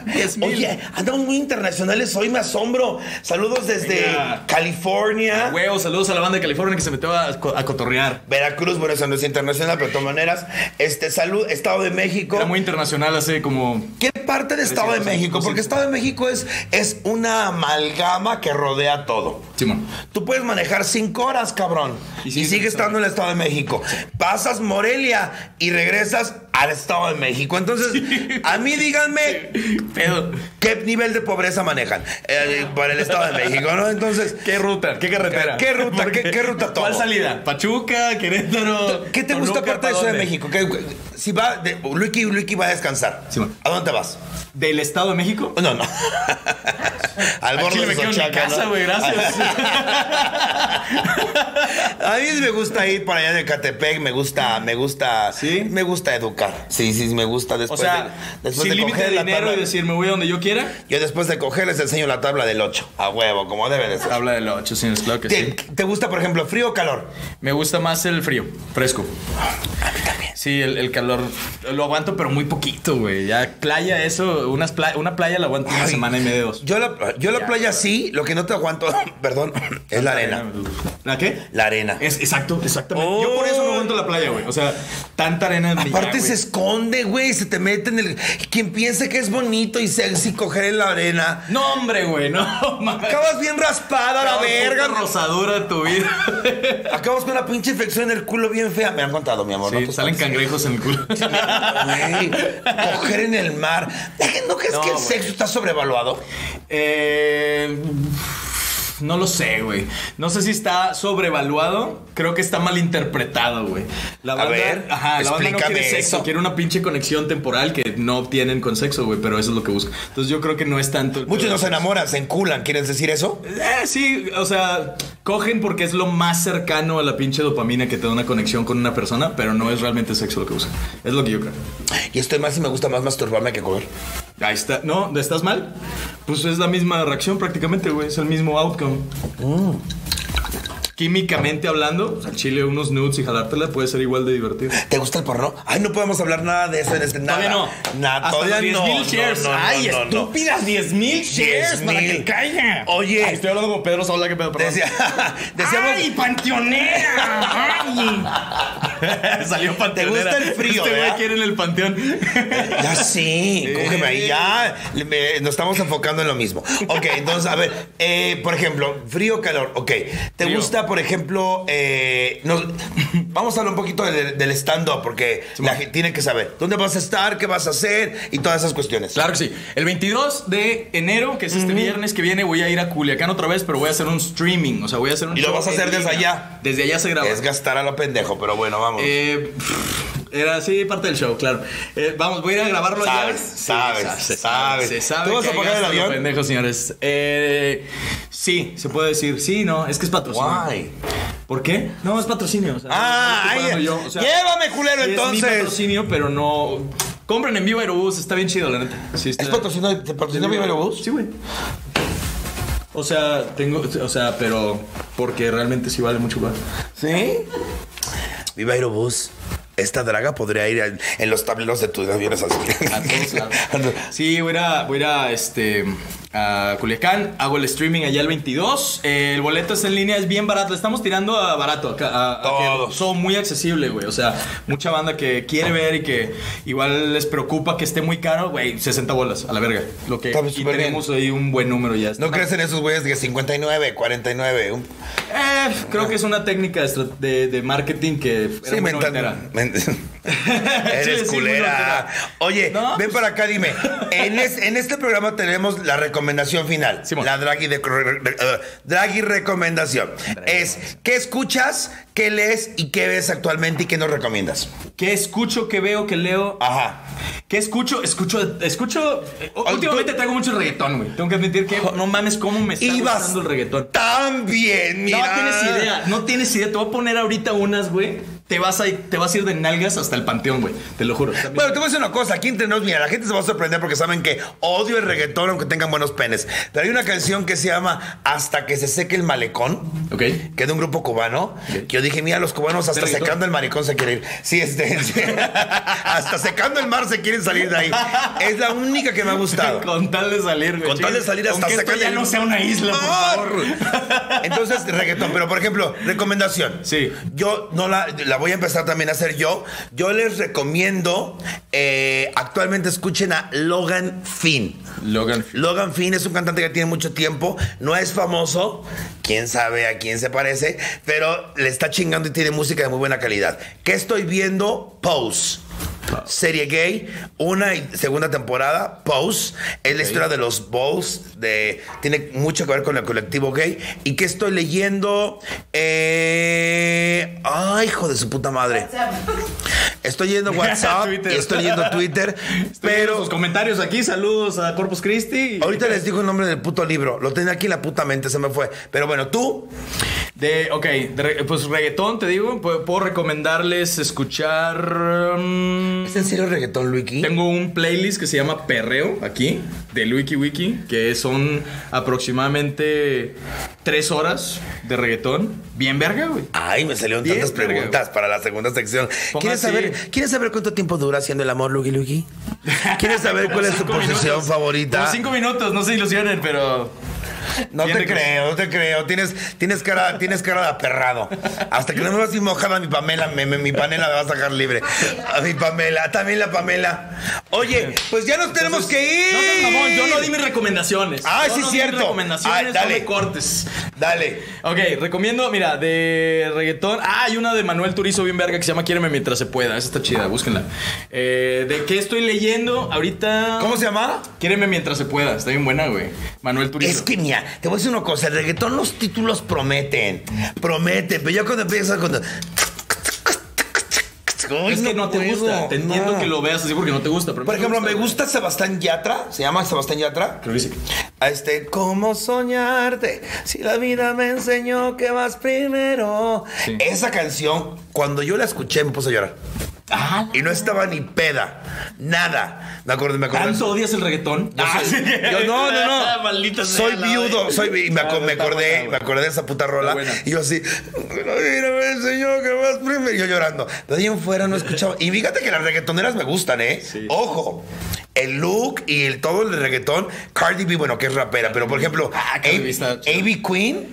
[SPEAKER 2] 10,000.
[SPEAKER 1] Oye, andamos muy internacionales hoy, me asombro. Saludos desde
[SPEAKER 2] Venga. Ah,
[SPEAKER 1] California.
[SPEAKER 2] Huevo, saludos a la banda de California que se metió a, co- a cotorrear.
[SPEAKER 1] Veracruz, bueno, eso no es internacional, pero de todas maneras, este, salud, Estado de México.
[SPEAKER 2] Era muy internacional hace como.
[SPEAKER 1] ¿Qué parte de Estado de
[SPEAKER 2] Precioso,
[SPEAKER 1] México? Porque
[SPEAKER 2] sí.
[SPEAKER 1] Estado de México es, es una amalgama que rodea todo.
[SPEAKER 2] Simón.
[SPEAKER 1] Tú puedes manejar cinco horas, cabrón. Y,
[SPEAKER 2] Y sigues
[SPEAKER 1] sigue
[SPEAKER 2] en
[SPEAKER 1] estando en el Estado de México. Pasas Morelia y regresas al Estado de México. Entonces, a mí díganme
[SPEAKER 2] Pedo.
[SPEAKER 1] qué nivel de pobreza manejan eh, para el Estado de México, ¿no? Entonces,
[SPEAKER 2] ¿Qué ruta? ¿Qué carretera?
[SPEAKER 1] ¿Qué ruta?
[SPEAKER 2] Porque-
[SPEAKER 1] ¿Qué- qué ruta todo?
[SPEAKER 2] ¿Cuál salida? ¿Pachuca? ¿Querétaro?
[SPEAKER 1] ¿qué te gusta
[SPEAKER 2] Toluca,
[SPEAKER 1] parte de
[SPEAKER 2] ¿pa'
[SPEAKER 1] Ciudad de
[SPEAKER 2] dónde?
[SPEAKER 1] México? ¿Qué- si va, de, Luiki, Luiki va a descansar.
[SPEAKER 2] Sí, bueno.
[SPEAKER 1] ¿A dónde te vas?
[SPEAKER 2] ¿Del Estado de México?
[SPEAKER 1] No,
[SPEAKER 2] *laughs*
[SPEAKER 1] no. Al
[SPEAKER 2] Al
[SPEAKER 1] borde
[SPEAKER 2] chile
[SPEAKER 1] de
[SPEAKER 2] me quedo en mi
[SPEAKER 1] Xochaca, ¿no?
[SPEAKER 2] casa, güey, gracias.
[SPEAKER 1] *laughs* A mí sí me gusta ir para allá de Catepec, me gusta, me gusta,
[SPEAKER 2] ¿Sí?
[SPEAKER 1] me gusta educar. Sí, sí, me gusta
[SPEAKER 2] o
[SPEAKER 1] después
[SPEAKER 2] sea,
[SPEAKER 1] de, después
[SPEAKER 2] sin
[SPEAKER 1] de
[SPEAKER 2] límite
[SPEAKER 1] coger
[SPEAKER 2] de
[SPEAKER 1] la
[SPEAKER 2] dinero
[SPEAKER 1] tabla.
[SPEAKER 2] y decir, me voy a donde yo quiera.
[SPEAKER 1] Yo después de coger les enseño la tabla del 8, a huevo, como debe de ser.
[SPEAKER 2] Habla de los 800, claro que
[SPEAKER 1] ¿Te, te gusta, por ejemplo, frío o calor?
[SPEAKER 2] Me gusta más el frío, fresco. Sí, el, el calor lo aguanto, pero muy poquito, güey. Ya playa, eso, unas pla- una playa la aguanto una
[SPEAKER 1] Ay,
[SPEAKER 2] semana y media, dos.
[SPEAKER 1] Yo la, yo la
[SPEAKER 2] Ya.
[SPEAKER 1] playa sí, lo que no te aguanto, *laughs* perdón, es la arena.
[SPEAKER 2] ¿La qué?
[SPEAKER 1] La arena.
[SPEAKER 2] Es, exacto, exactamente. Yo por eso no aguanto la playa, güey. O sea, tanta arena en mi
[SPEAKER 1] Aparte
[SPEAKER 2] ya,
[SPEAKER 1] se
[SPEAKER 2] güey.
[SPEAKER 1] esconde, güey, se te mete en el... Quien piense que es bonito y sexy coger en la arena,
[SPEAKER 2] No, hombre, güey, no. *laughs* mames.
[SPEAKER 1] Acabas bien raspada la
[SPEAKER 2] Acabas
[SPEAKER 1] verga.
[SPEAKER 2] puta rosadura de tu vida.
[SPEAKER 1] Acabas con una pinche infección en el culo bien fea. Me han contado, mi amor.
[SPEAKER 2] Sí,
[SPEAKER 1] no te
[SPEAKER 2] salen
[SPEAKER 1] espantes.
[SPEAKER 2] cangrejos en el *laughs* culo.
[SPEAKER 1] Güey, coger en el mar. ¿No crees
[SPEAKER 2] No,
[SPEAKER 1] que el
[SPEAKER 2] güey.
[SPEAKER 1] sexo está sobrevaluado?
[SPEAKER 2] Eh, no lo sé, güey. No sé si está sobrevaluado. Creo que está mal interpretado, güey. La
[SPEAKER 1] A
[SPEAKER 2] banda,
[SPEAKER 1] ver,
[SPEAKER 2] ajá, la banda no
[SPEAKER 1] explícame
[SPEAKER 2] quiere sexo,
[SPEAKER 1] eso.
[SPEAKER 2] quiere una pinche conexión temporal que no obtienen con sexo, güey. Pero eso es lo que busca. Entonces yo creo que no es tanto. el
[SPEAKER 1] Muchos
[SPEAKER 2] pedo.
[SPEAKER 1] no se enamoran, se enculan. ¿Quieres decir eso?
[SPEAKER 2] Eh, sí, o sea, cogen porque es lo más cercano a la pinche dopamina que te da una conexión con una persona, pero no es realmente sexo lo que buscan. Es lo que yo creo.
[SPEAKER 1] Y estoy más y me gusta más masturbarme que coger.
[SPEAKER 2] Ahí está. No, ¿estás mal? Pues es la misma reacción prácticamente, güey. Es el mismo outcome. Oh. Químicamente hablando, o sea, al chile unos nudes y jalártela puede ser igual de divertido.
[SPEAKER 1] ¿Te gusta el porno? Ay, no podemos hablar nada de eso en este nada.
[SPEAKER 2] Todavía no.
[SPEAKER 1] Nada,
[SPEAKER 2] Hasta
[SPEAKER 1] todavía
[SPEAKER 2] los 10,000
[SPEAKER 1] no.
[SPEAKER 2] shares.
[SPEAKER 1] no, no,
[SPEAKER 2] Ay,
[SPEAKER 1] no, no.
[SPEAKER 2] estúpidas 10,000 shares para
[SPEAKER 1] 10,000.
[SPEAKER 2] que caiga.
[SPEAKER 1] Oye.
[SPEAKER 2] Ay, estoy hablando como Pedro Sola, que pedo, perdón.
[SPEAKER 1] Decía-
[SPEAKER 2] *laughs*
[SPEAKER 1] decíamos,
[SPEAKER 2] ¡Ay, panteonera! ¡Ay! *laughs* Salió panteonera.
[SPEAKER 1] gusta el frío,
[SPEAKER 2] Este güey
[SPEAKER 1] ¿verdad?
[SPEAKER 2] quiere en el panteón.
[SPEAKER 1] Ya sí, cógeme ahí, ya. Le- me- nos estamos enfocando en lo mismo. Ok, entonces, a ver, eh, por ejemplo, frío o calor. Ok, ¿te
[SPEAKER 2] Frío.
[SPEAKER 1] gusta por ejemplo, eh, nos- vamos a hablar un poquito del, del stand-up, porque la gente tiene que saber dónde vas a estar, qué vas a hacer y todas esas cuestiones.
[SPEAKER 2] *laughs* Claro que sí. El 22 de enero, que es este viernes que viene, voy a ir a Culiacán otra vez, pero voy a hacer un streaming. O sea, voy a hacer un
[SPEAKER 1] Y lo
[SPEAKER 2] show
[SPEAKER 1] vas a
[SPEAKER 2] en
[SPEAKER 1] hacer desde
[SPEAKER 2] línea.
[SPEAKER 1] allá.
[SPEAKER 2] Desde allá se graba.
[SPEAKER 1] Es gastar a lo pendejo, pero bueno, vamos.
[SPEAKER 2] Eh, era sí, parte del show, claro. Eh, vamos, voy a ir a grabarlo
[SPEAKER 1] Sabes,
[SPEAKER 2] ya. Sí,
[SPEAKER 1] sabes,
[SPEAKER 2] se
[SPEAKER 1] sabes.
[SPEAKER 2] Se sabe
[SPEAKER 1] ¿Tú vas
[SPEAKER 2] que
[SPEAKER 1] a pagar
[SPEAKER 2] hay
[SPEAKER 1] el
[SPEAKER 2] gastos de
[SPEAKER 1] avión?
[SPEAKER 2] pendejos, señores. Eh, sí, se puede decir. Sí, no, es que es patrocinio.
[SPEAKER 1] Guay.
[SPEAKER 2] ¿Por qué? No, es patrocinio. o sea,
[SPEAKER 1] Ah,
[SPEAKER 2] no estoy
[SPEAKER 1] ahí-
[SPEAKER 2] pagando yo, o sea,
[SPEAKER 1] llévame, culero,
[SPEAKER 2] sí Es mi
[SPEAKER 1] entonces.
[SPEAKER 2] patrocinio, pero no. Compren en Viva Aerobús, está bien chido, la neta. Sí, está-
[SPEAKER 1] ¿Es patrocinado te patrocinó Viva Aerobús?
[SPEAKER 2] Sí, güey. O sea, tengo. O sea, pero. Porque realmente sí vale mucho más.
[SPEAKER 1] ¿Sí? Viva Aerobús. Esta draga podría ir en, en los tableros de tus aviones así.
[SPEAKER 2] A *laughs*
[SPEAKER 1] *laughs*
[SPEAKER 2] todos lados. Sí, voy a, ir a- voy a, ir a, este, a Culiacán, hago el streaming allá el 22. eh, el boleto es en línea, es bien barato. le Estamos tirando a barato acá. A, a que
[SPEAKER 1] Todos.
[SPEAKER 2] son muy accesible, güey. O sea, mucha banda que quiere ver y que igual les preocupa que esté muy caro, güey. 60 bolas, a la verga. Lo que
[SPEAKER 1] Está
[SPEAKER 2] y
[SPEAKER 1] súper bien.
[SPEAKER 2] tenemos ahí un buen número ya.
[SPEAKER 1] ¿No crees en esos güeyes de 59, 49? un-
[SPEAKER 2] Eh, creo que es una técnica de, estra- de- de marketing que era muy
[SPEAKER 1] mental-
[SPEAKER 2] noventera. *laughs*
[SPEAKER 1] men-
[SPEAKER 2] Sí, sí,
[SPEAKER 1] *laughs* Eres
[SPEAKER 2] muy
[SPEAKER 1] culera.
[SPEAKER 2] noventera.
[SPEAKER 1] Oye,
[SPEAKER 2] ¿No?
[SPEAKER 1] ven para acá,
[SPEAKER 2] *laughs*
[SPEAKER 1] dime. En, es- en este programa tenemos la recomendación final.
[SPEAKER 2] Simón.
[SPEAKER 1] La Draghi, de, eh, Draghi recomendación. Es qué escuchas, qué lees y qué ves actualmente y qué nos recomiendas.
[SPEAKER 2] ¿Qué escucho, qué veo, qué leo?
[SPEAKER 1] Ajá.
[SPEAKER 2] ¿Qué escucho? Escucho, escucho. eh,
[SPEAKER 1] Ah,
[SPEAKER 2] últimamente
[SPEAKER 1] tú-
[SPEAKER 2] traigo mucho reggaetón, güey. Tengo que admitir que no mames cómo me está
[SPEAKER 1] Ibas
[SPEAKER 2] gustando el reggaetón.
[SPEAKER 1] tan bien, mira.
[SPEAKER 2] No tienes idea, no tienes idea. Te voy a poner ahorita unas, güey. Te vas a, ir- te vas a ir de nalgas hasta el panteón, güey. Te lo juro. Está bien.
[SPEAKER 1] Bueno, te voy a decir una cosa, aquí entre nos, mira, la gente se va a sorprender porque saben que odio el reggaetón aunque tengan buenos penes. Pero hay una canción que se llama Hasta que se seque el malecón.
[SPEAKER 2] Ok.
[SPEAKER 1] que es de un grupo cubano, que yo dije, mira, los cubanos hasta
[SPEAKER 2] ¿De reggaetón?
[SPEAKER 1] secando el maricón se quieren ir. Sí, este, *laughs* sí. hasta secando el mar se quieren salir de ahí. Es la única que me ha gustado.
[SPEAKER 2] *laughs* Con tal de salir, güey.
[SPEAKER 1] Con tal de
[SPEAKER 2] Chingue.
[SPEAKER 1] salir hasta
[SPEAKER 2] Aunque esto
[SPEAKER 1] sacarle
[SPEAKER 2] ya
[SPEAKER 1] el-
[SPEAKER 2] no sea una isla, por
[SPEAKER 1] ¡Ah!
[SPEAKER 2] favor.
[SPEAKER 1] *laughs* Entonces, reggaetón. Pero, por ejemplo, recomendación.
[SPEAKER 2] Sí.
[SPEAKER 1] Yo no la, la voy a empezar también a hacer yo. Yo les recomiendo, eh, actualmente escuchen a Logan Finn.
[SPEAKER 2] Logan.
[SPEAKER 1] Logan Finn es un cantante que tiene mucho tiempo, no es famoso, quién sabe a quién se parece, pero le está chingando y tiene música de muy buena calidad. ¿Qué estoy viendo? Pose. Serie gay, una y segunda temporada, Pose, es la historia de los Bowls, de, tiene mucho que ver con el colectivo gay. ¿Y qué estoy leyendo? Eh, ay, hijo de su puta madre. Estoy yendo
[SPEAKER 2] *laughs*
[SPEAKER 1] WhatsApp,
[SPEAKER 2] Twitter.
[SPEAKER 1] y estoy yendo Twitter,
[SPEAKER 2] Estoy viendo
[SPEAKER 1] pero
[SPEAKER 2] sus comentarios aquí. Saludos a Corpus Christi.
[SPEAKER 1] Ahorita les digo el nombre del puto libro. Lo tenía aquí en la puta mente, se me fue. Pero bueno, tú.
[SPEAKER 2] De, ok, de re- pues reggaetón, te digo. Puedo, puedo recomendarles escuchar. mm,
[SPEAKER 1] Este ¿Es en serio reggaetón, Luiki?
[SPEAKER 2] Tengo un playlist que se llama Perreo aquí, de Luiki Wiki, que son aproximadamente tres horas de reggaetón. Bien verga, güey.
[SPEAKER 1] Ay, me salieron
[SPEAKER 2] Bien,
[SPEAKER 1] tantas
[SPEAKER 2] verga.
[SPEAKER 1] preguntas para la segunda sección.
[SPEAKER 2] Ponga
[SPEAKER 1] ¿Quieres
[SPEAKER 2] así.
[SPEAKER 1] saber, ¿Quieres saber cuánto tiempo dura haciendo el amor, Luigi Luigi? ¿Quieres saber cuál es tu
[SPEAKER 2] Cinco
[SPEAKER 1] posición
[SPEAKER 2] minutos.
[SPEAKER 1] favorita?
[SPEAKER 2] Como cinco minutos, no se ilusionen, pero.
[SPEAKER 1] No
[SPEAKER 2] Bien
[SPEAKER 1] te
[SPEAKER 2] rico.
[SPEAKER 1] creo, no te creo. Tienes, tienes, cara, tienes cara de aperrado. Hasta que no me vas a mojada, mi Pamela, me- me- mi panela me va a sacar libre. A mi Pamela, también la Pamela. Oye, pues ya nos tenemos que ir.
[SPEAKER 2] No seas mamón, yo no di mis recomendaciones.
[SPEAKER 1] Ah,
[SPEAKER 2] Yo
[SPEAKER 1] sí,
[SPEAKER 2] no di
[SPEAKER 1] cierto.
[SPEAKER 2] mis recomendaciones,
[SPEAKER 1] Ah, dale.
[SPEAKER 2] no me cortes.
[SPEAKER 1] Dale.
[SPEAKER 2] Ok, recomiendo, mira, de reggaetón. Ah, hay una de Manuel Turizo bien verga que se llama Quiéreme mientras se pueda. Esa está chida, búsquenla. Eh, ¿De qué estoy leyendo ahorita?
[SPEAKER 1] ¿Cómo se llama?
[SPEAKER 2] Quiéreme mientras se pueda. Está bien buena, güey. Manuel Turizo.
[SPEAKER 1] Es que mira, te voy a decir una cosa, el reggaetón los títulos prometen, prometen, pero ya cuando empiezas cuando...
[SPEAKER 2] Es que no te gusta. Te entiendo que lo veas así porque no te gusta. pero a mí
[SPEAKER 1] Por
[SPEAKER 2] me
[SPEAKER 1] ejemplo,
[SPEAKER 2] gusta,
[SPEAKER 1] me
[SPEAKER 2] güey.
[SPEAKER 1] gusta Sebastián Yatra, se llama Sebastián Yatra.
[SPEAKER 2] Creo que sí.
[SPEAKER 1] A Este, ¿cómo soñarte? Si la vida me enseñó que vas primero.
[SPEAKER 2] Sí.
[SPEAKER 1] Esa canción, cuando yo la escuché, me puse a llorar.
[SPEAKER 2] Ah,
[SPEAKER 1] Y no estaba ni peda, nada. Me acuerdo, me acuerdo.
[SPEAKER 2] ¿Tanto odias el reggaetón?
[SPEAKER 1] Yo
[SPEAKER 2] Ah, *laughs*
[SPEAKER 1] soy-
[SPEAKER 2] sí.
[SPEAKER 1] yo- no, no, no.
[SPEAKER 2] Maldita sea
[SPEAKER 1] soy
[SPEAKER 2] la
[SPEAKER 1] viudo,
[SPEAKER 2] verga.
[SPEAKER 1] soy vi- y me,
[SPEAKER 2] Ah,
[SPEAKER 1] aco- me
[SPEAKER 2] está
[SPEAKER 1] acordé,
[SPEAKER 2] buena,
[SPEAKER 1] me acordé de esa puta rola
[SPEAKER 2] buena.
[SPEAKER 1] y yo así, mírame, señor, que vas primero", y yo llorando. De ahí en fuera no escuchaba. Y fíjate que las reggaetoneras me gustan, ¿eh? Ojo. El look y el, todo el reggaetón, Cardi B, bueno, que es rapera, pero por ejemplo,
[SPEAKER 2] Ah, Cardi B está
[SPEAKER 1] A- AB Queen,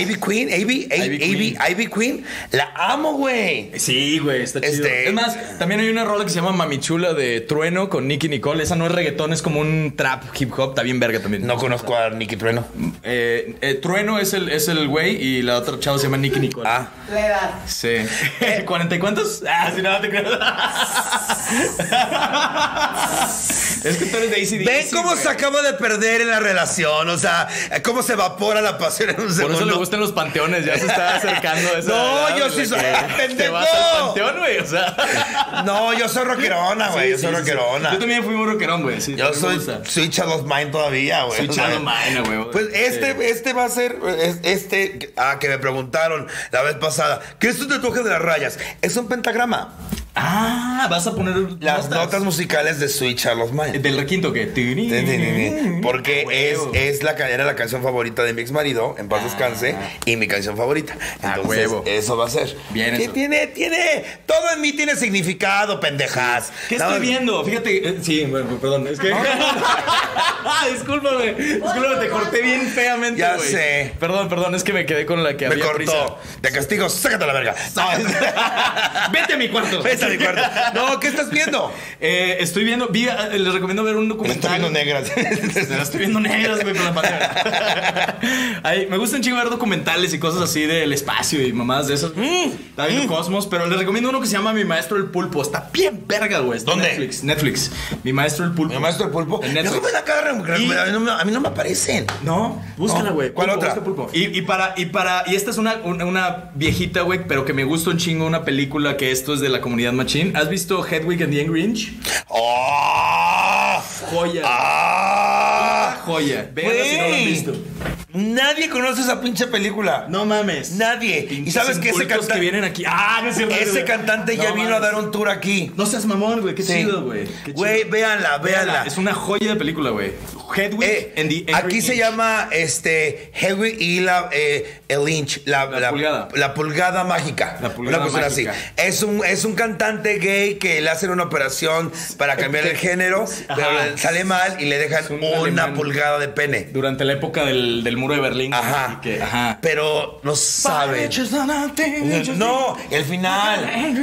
[SPEAKER 1] Ivy Queen, Ivy, Ivy,
[SPEAKER 2] Ivy
[SPEAKER 1] Ivy,
[SPEAKER 2] Queen.
[SPEAKER 1] Ivy Queen, la amo, güey.
[SPEAKER 2] Sí, güey, está
[SPEAKER 1] Este-
[SPEAKER 2] chido. Es más, también hay una rola que se llama Mamichula de Trueno con Nicky Nicole. Esa no es reggaetón, es como un trap hip hop, está bien verga también.
[SPEAKER 1] No conozco a Nicky Trueno.
[SPEAKER 2] Eh, eh, Trueno es el, es el güey y la otra chava se llama Nicky Nicole.
[SPEAKER 1] Ah.
[SPEAKER 5] La edad.
[SPEAKER 2] Sí. *laughs* ¿Cuarenta y cuántos? Ah, si no, no te creo. *laughs* es que tú eres de ACDC.
[SPEAKER 1] Ven cómo
[SPEAKER 2] güey.
[SPEAKER 1] se acaba de perder en la relación, o sea, cómo se evapora la pasión en un
[SPEAKER 2] Por
[SPEAKER 1] segundo.
[SPEAKER 2] eso le gustan los panteones, ya
[SPEAKER 1] *laughs*
[SPEAKER 2] se está acercando a esa
[SPEAKER 1] No,
[SPEAKER 2] edad
[SPEAKER 1] yo
[SPEAKER 2] en
[SPEAKER 1] sí
[SPEAKER 2] la
[SPEAKER 1] soy-
[SPEAKER 2] que Te
[SPEAKER 1] ¡Pendejo!
[SPEAKER 2] vas al panteón, güey, o sea.
[SPEAKER 1] No, yo soy rockerona, Ah, güey. yo
[SPEAKER 2] Sí,
[SPEAKER 1] soy
[SPEAKER 2] sí, sí.
[SPEAKER 1] rockerona.
[SPEAKER 2] Yo también fui muy rockerón, güey. Sí,
[SPEAKER 1] Yo
[SPEAKER 2] también me
[SPEAKER 1] soy,
[SPEAKER 2] gusta.
[SPEAKER 1] soy Child of Mine todavía, güey.
[SPEAKER 2] Soy
[SPEAKER 1] O sea,
[SPEAKER 2] Child of Mine, güey.
[SPEAKER 1] Pues este,
[SPEAKER 2] Sí.
[SPEAKER 1] este va a ser, es- este, ah, que me preguntaron la vez pasada, ¿qué es tu tatuaje de las rayas? Es un pentagrama.
[SPEAKER 2] Ah, vas a poner
[SPEAKER 1] Las notas musicales de Sweet Child of Mine.
[SPEAKER 2] del requinto que. Ah,
[SPEAKER 1] Porque es,
[SPEAKER 2] Huevo.
[SPEAKER 1] es la, ca- era la canción favorita de mi ex marido, en paz descanse, y mi canción favorita.
[SPEAKER 2] Ah,
[SPEAKER 1] Entonces,
[SPEAKER 2] huevo.
[SPEAKER 1] eso va a ser.
[SPEAKER 2] Bien
[SPEAKER 1] ¿Qué
[SPEAKER 2] eso.
[SPEAKER 1] tiene? Tiene. Todo en mí tiene significado, pendejas.
[SPEAKER 2] ¿Qué
[SPEAKER 1] Nada más-
[SPEAKER 2] estoy viendo? Fíjate. eh, sí, bueno, perdón. Es que. *laughs* discúlpame. Discúlpame, te corté bien feamente.
[SPEAKER 1] Ya
[SPEAKER 2] güey.
[SPEAKER 1] sé.
[SPEAKER 2] Perdón, perdón, es que me quedé con la que
[SPEAKER 1] Me
[SPEAKER 2] había
[SPEAKER 1] cortó.
[SPEAKER 2] prisa.
[SPEAKER 1] De castigo, *laughs* sácate a la verga. No,
[SPEAKER 2] Vete a
[SPEAKER 1] *laughs*
[SPEAKER 2] mi cuarto.
[SPEAKER 1] Vete a mi cuarto. No, ¿qué estás *laughs* viendo?
[SPEAKER 2] Eh, estoy viendo. vi- eh, les recomiendo ver un
[SPEAKER 1] Me estoy
[SPEAKER 2] documental.
[SPEAKER 1] viendo negras. *laughs*
[SPEAKER 2] Se las estoy viendo negras, güey, con la pantalla. *laughs* Ay, me gusta un chingo ver documentales y cosas así del espacio y mamadas de esas.
[SPEAKER 1] Mm,
[SPEAKER 2] Está viendo Cosmos, pero les recomiendo uno que se llama Mi Maestro el Pulpo. Está bien verga, güey. Está en
[SPEAKER 1] ¿Dónde?
[SPEAKER 2] Netflix. Netflix. Mi Maestro el Pulpo.
[SPEAKER 1] Mi maestro el pulpo.
[SPEAKER 2] En
[SPEAKER 1] Me
[SPEAKER 2] Netflix.
[SPEAKER 1] la cara,
[SPEAKER 2] Y-
[SPEAKER 1] a mí no me- a mí no me aparecen.
[SPEAKER 2] No, búscala,
[SPEAKER 1] No.
[SPEAKER 2] güey.
[SPEAKER 1] ¿Cuál
[SPEAKER 2] Pulpo,
[SPEAKER 1] otra?
[SPEAKER 2] busca Pulpo. Y, y para, y para, y esta es una, una, una viejita, güey, pero que me gusta un chingo una película que esto es de la comunidad machín. ¿Has visto Hedwig and the Angry Inch?
[SPEAKER 1] ¡Ah!
[SPEAKER 2] Joya.
[SPEAKER 1] ¡Ah!
[SPEAKER 2] Joya. Véanla si no la han
[SPEAKER 1] Güey.
[SPEAKER 2] visto.
[SPEAKER 1] Nadie conoce esa pinche película.
[SPEAKER 2] No mames.
[SPEAKER 1] Nadie. ¿Y sabes qué? Ese,
[SPEAKER 2] Impulsos
[SPEAKER 1] canta-
[SPEAKER 2] que vienen aquí. Ah, no es cierto.
[SPEAKER 1] ese
[SPEAKER 2] güey.
[SPEAKER 1] cantante ya
[SPEAKER 2] No
[SPEAKER 1] vino a
[SPEAKER 2] mames.
[SPEAKER 1] dar un tour aquí.
[SPEAKER 2] No seas mamón, güey. Qué
[SPEAKER 1] Sí.
[SPEAKER 2] chido, güey. Qué
[SPEAKER 1] Güey,
[SPEAKER 2] chido.
[SPEAKER 1] véanla, véanla.
[SPEAKER 2] Es una joya de película, güey. Hedwig
[SPEAKER 1] Eh,
[SPEAKER 2] and the Angry
[SPEAKER 1] aquí se
[SPEAKER 2] Inch.
[SPEAKER 1] llama este Hedwig y la eh, el Lynch, la,
[SPEAKER 2] La pulgada.
[SPEAKER 1] la pulgada mágica.
[SPEAKER 2] La pulgada
[SPEAKER 1] una cuestión
[SPEAKER 2] mágica.
[SPEAKER 1] así. Es un, es un cantante gay que le hacen una operación para cambiar el género, pero
[SPEAKER 2] Ajá.
[SPEAKER 1] le sale mal y le dejan
[SPEAKER 2] Es un
[SPEAKER 1] una
[SPEAKER 2] alemán.
[SPEAKER 1] pulgada de pene.
[SPEAKER 2] Durante la época del, del muro de Berlín.
[SPEAKER 1] Ajá.
[SPEAKER 2] así que- ajá.
[SPEAKER 1] Pero no sabe. No, Ah. el final.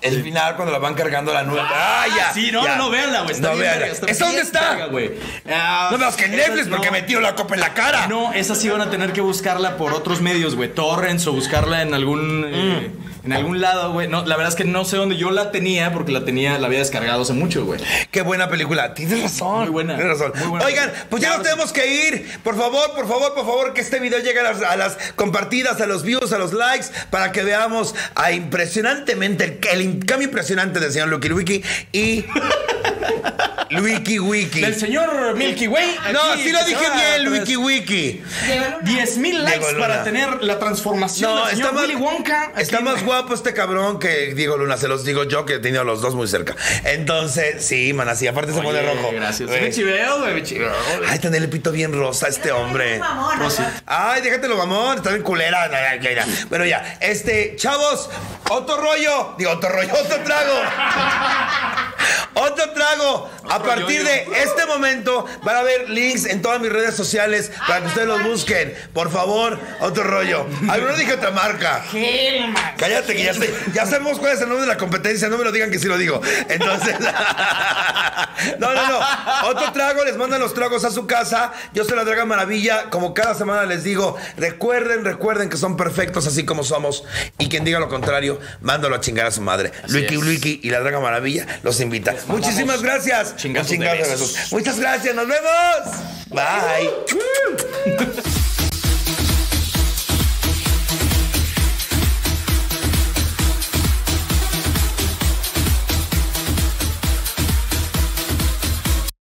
[SPEAKER 1] El final cuando la van cargando la nueva. Ah, ya.
[SPEAKER 2] Sí, no,
[SPEAKER 1] ya.
[SPEAKER 2] no, no, véanla, güey. Está
[SPEAKER 1] No,
[SPEAKER 2] bien
[SPEAKER 1] véanla.
[SPEAKER 2] verga,
[SPEAKER 1] ¿Esa dónde
[SPEAKER 2] bien
[SPEAKER 1] está?
[SPEAKER 2] verga, güey. Ah,
[SPEAKER 1] No veas que en Netflix
[SPEAKER 2] esa-
[SPEAKER 1] porque
[SPEAKER 2] no.
[SPEAKER 1] me tiro la copa en la cara.
[SPEAKER 2] No, esa sí van a tener que buscarla por otros medios, güey. Torrents o buscarla en algún. eh,
[SPEAKER 1] Mm.
[SPEAKER 2] en algún lado, güey. No, la verdad es que no sé dónde. Yo la tenía porque la tenía, la había descargado hace mucho, güey.
[SPEAKER 1] Qué buena película. Tienes razón.
[SPEAKER 2] Muy buena.
[SPEAKER 1] Tienes razón.
[SPEAKER 2] Muy buena.
[SPEAKER 1] Oigan, pues ya
[SPEAKER 2] Ya
[SPEAKER 1] nos
[SPEAKER 2] ahora
[SPEAKER 1] tenemos que ir. Por favor, por favor, por favor, que este video llegue a las, a las compartidas, a los views, a los likes, para que veamos a impresionantemente el, el in- cambio impresionante del señor Lucky Wiki
[SPEAKER 2] *laughs*
[SPEAKER 1] y. Luiki Wiki.
[SPEAKER 2] Del señor Milky Way.
[SPEAKER 1] No,
[SPEAKER 2] aquí,
[SPEAKER 1] sí lo
[SPEAKER 2] que se
[SPEAKER 1] dije
[SPEAKER 2] va
[SPEAKER 1] bien,
[SPEAKER 2] a-
[SPEAKER 1] Luiki Wiki.
[SPEAKER 2] 10 mil likes
[SPEAKER 1] Luna.
[SPEAKER 2] para tener la transformación.
[SPEAKER 1] No,
[SPEAKER 2] del señor
[SPEAKER 1] está más,
[SPEAKER 2] Willy Wonka. Aquí-
[SPEAKER 1] está más guapo este cabrón que Diego Luna. Se los digo yo que he tenido a los dos muy cerca. Entonces, sí, man, así. Aparte se pone
[SPEAKER 2] Oye,
[SPEAKER 1] rojo.
[SPEAKER 2] Gracias.
[SPEAKER 1] Güey.
[SPEAKER 2] Me chiveo, güey. Me chiveo.
[SPEAKER 1] Ay, tener el pito bien rosa este hombre.
[SPEAKER 5] Mamona,
[SPEAKER 1] Ay, déjatelo, mamón. Está bien culera. No, ya, ya, ya. Bueno, ya. Este, chavos, otro rollo. Digo, otro rollo, *laughs* otro trago. Otro trago. A partir de este momento van a haber links en todas mis redes sociales para que ustedes los busquen. Por favor, otro rollo. Ay, no dije otra marca. Cállate, que ya, sé- ya sabemos cuál es el nombre de la competencia. No me lo digan que sí lo digo. Entonces. *laughs* no, no, no. Otro trago, les mandan los tragos a su casa. Yo soy la Draga Maravilla. Como cada semana les digo, recuerden, recuerden que son perfectos así como somos. Y quien diga lo contrario, mándalo a chingar a su madre. Luiki
[SPEAKER 2] es.
[SPEAKER 1] Luiki y la Draga Maravilla los invita. Muchísimas gracias.
[SPEAKER 2] chingazos de
[SPEAKER 1] Chingazos de
[SPEAKER 2] besos.
[SPEAKER 1] besos. Muchas gracias. Nos vemos. Bye.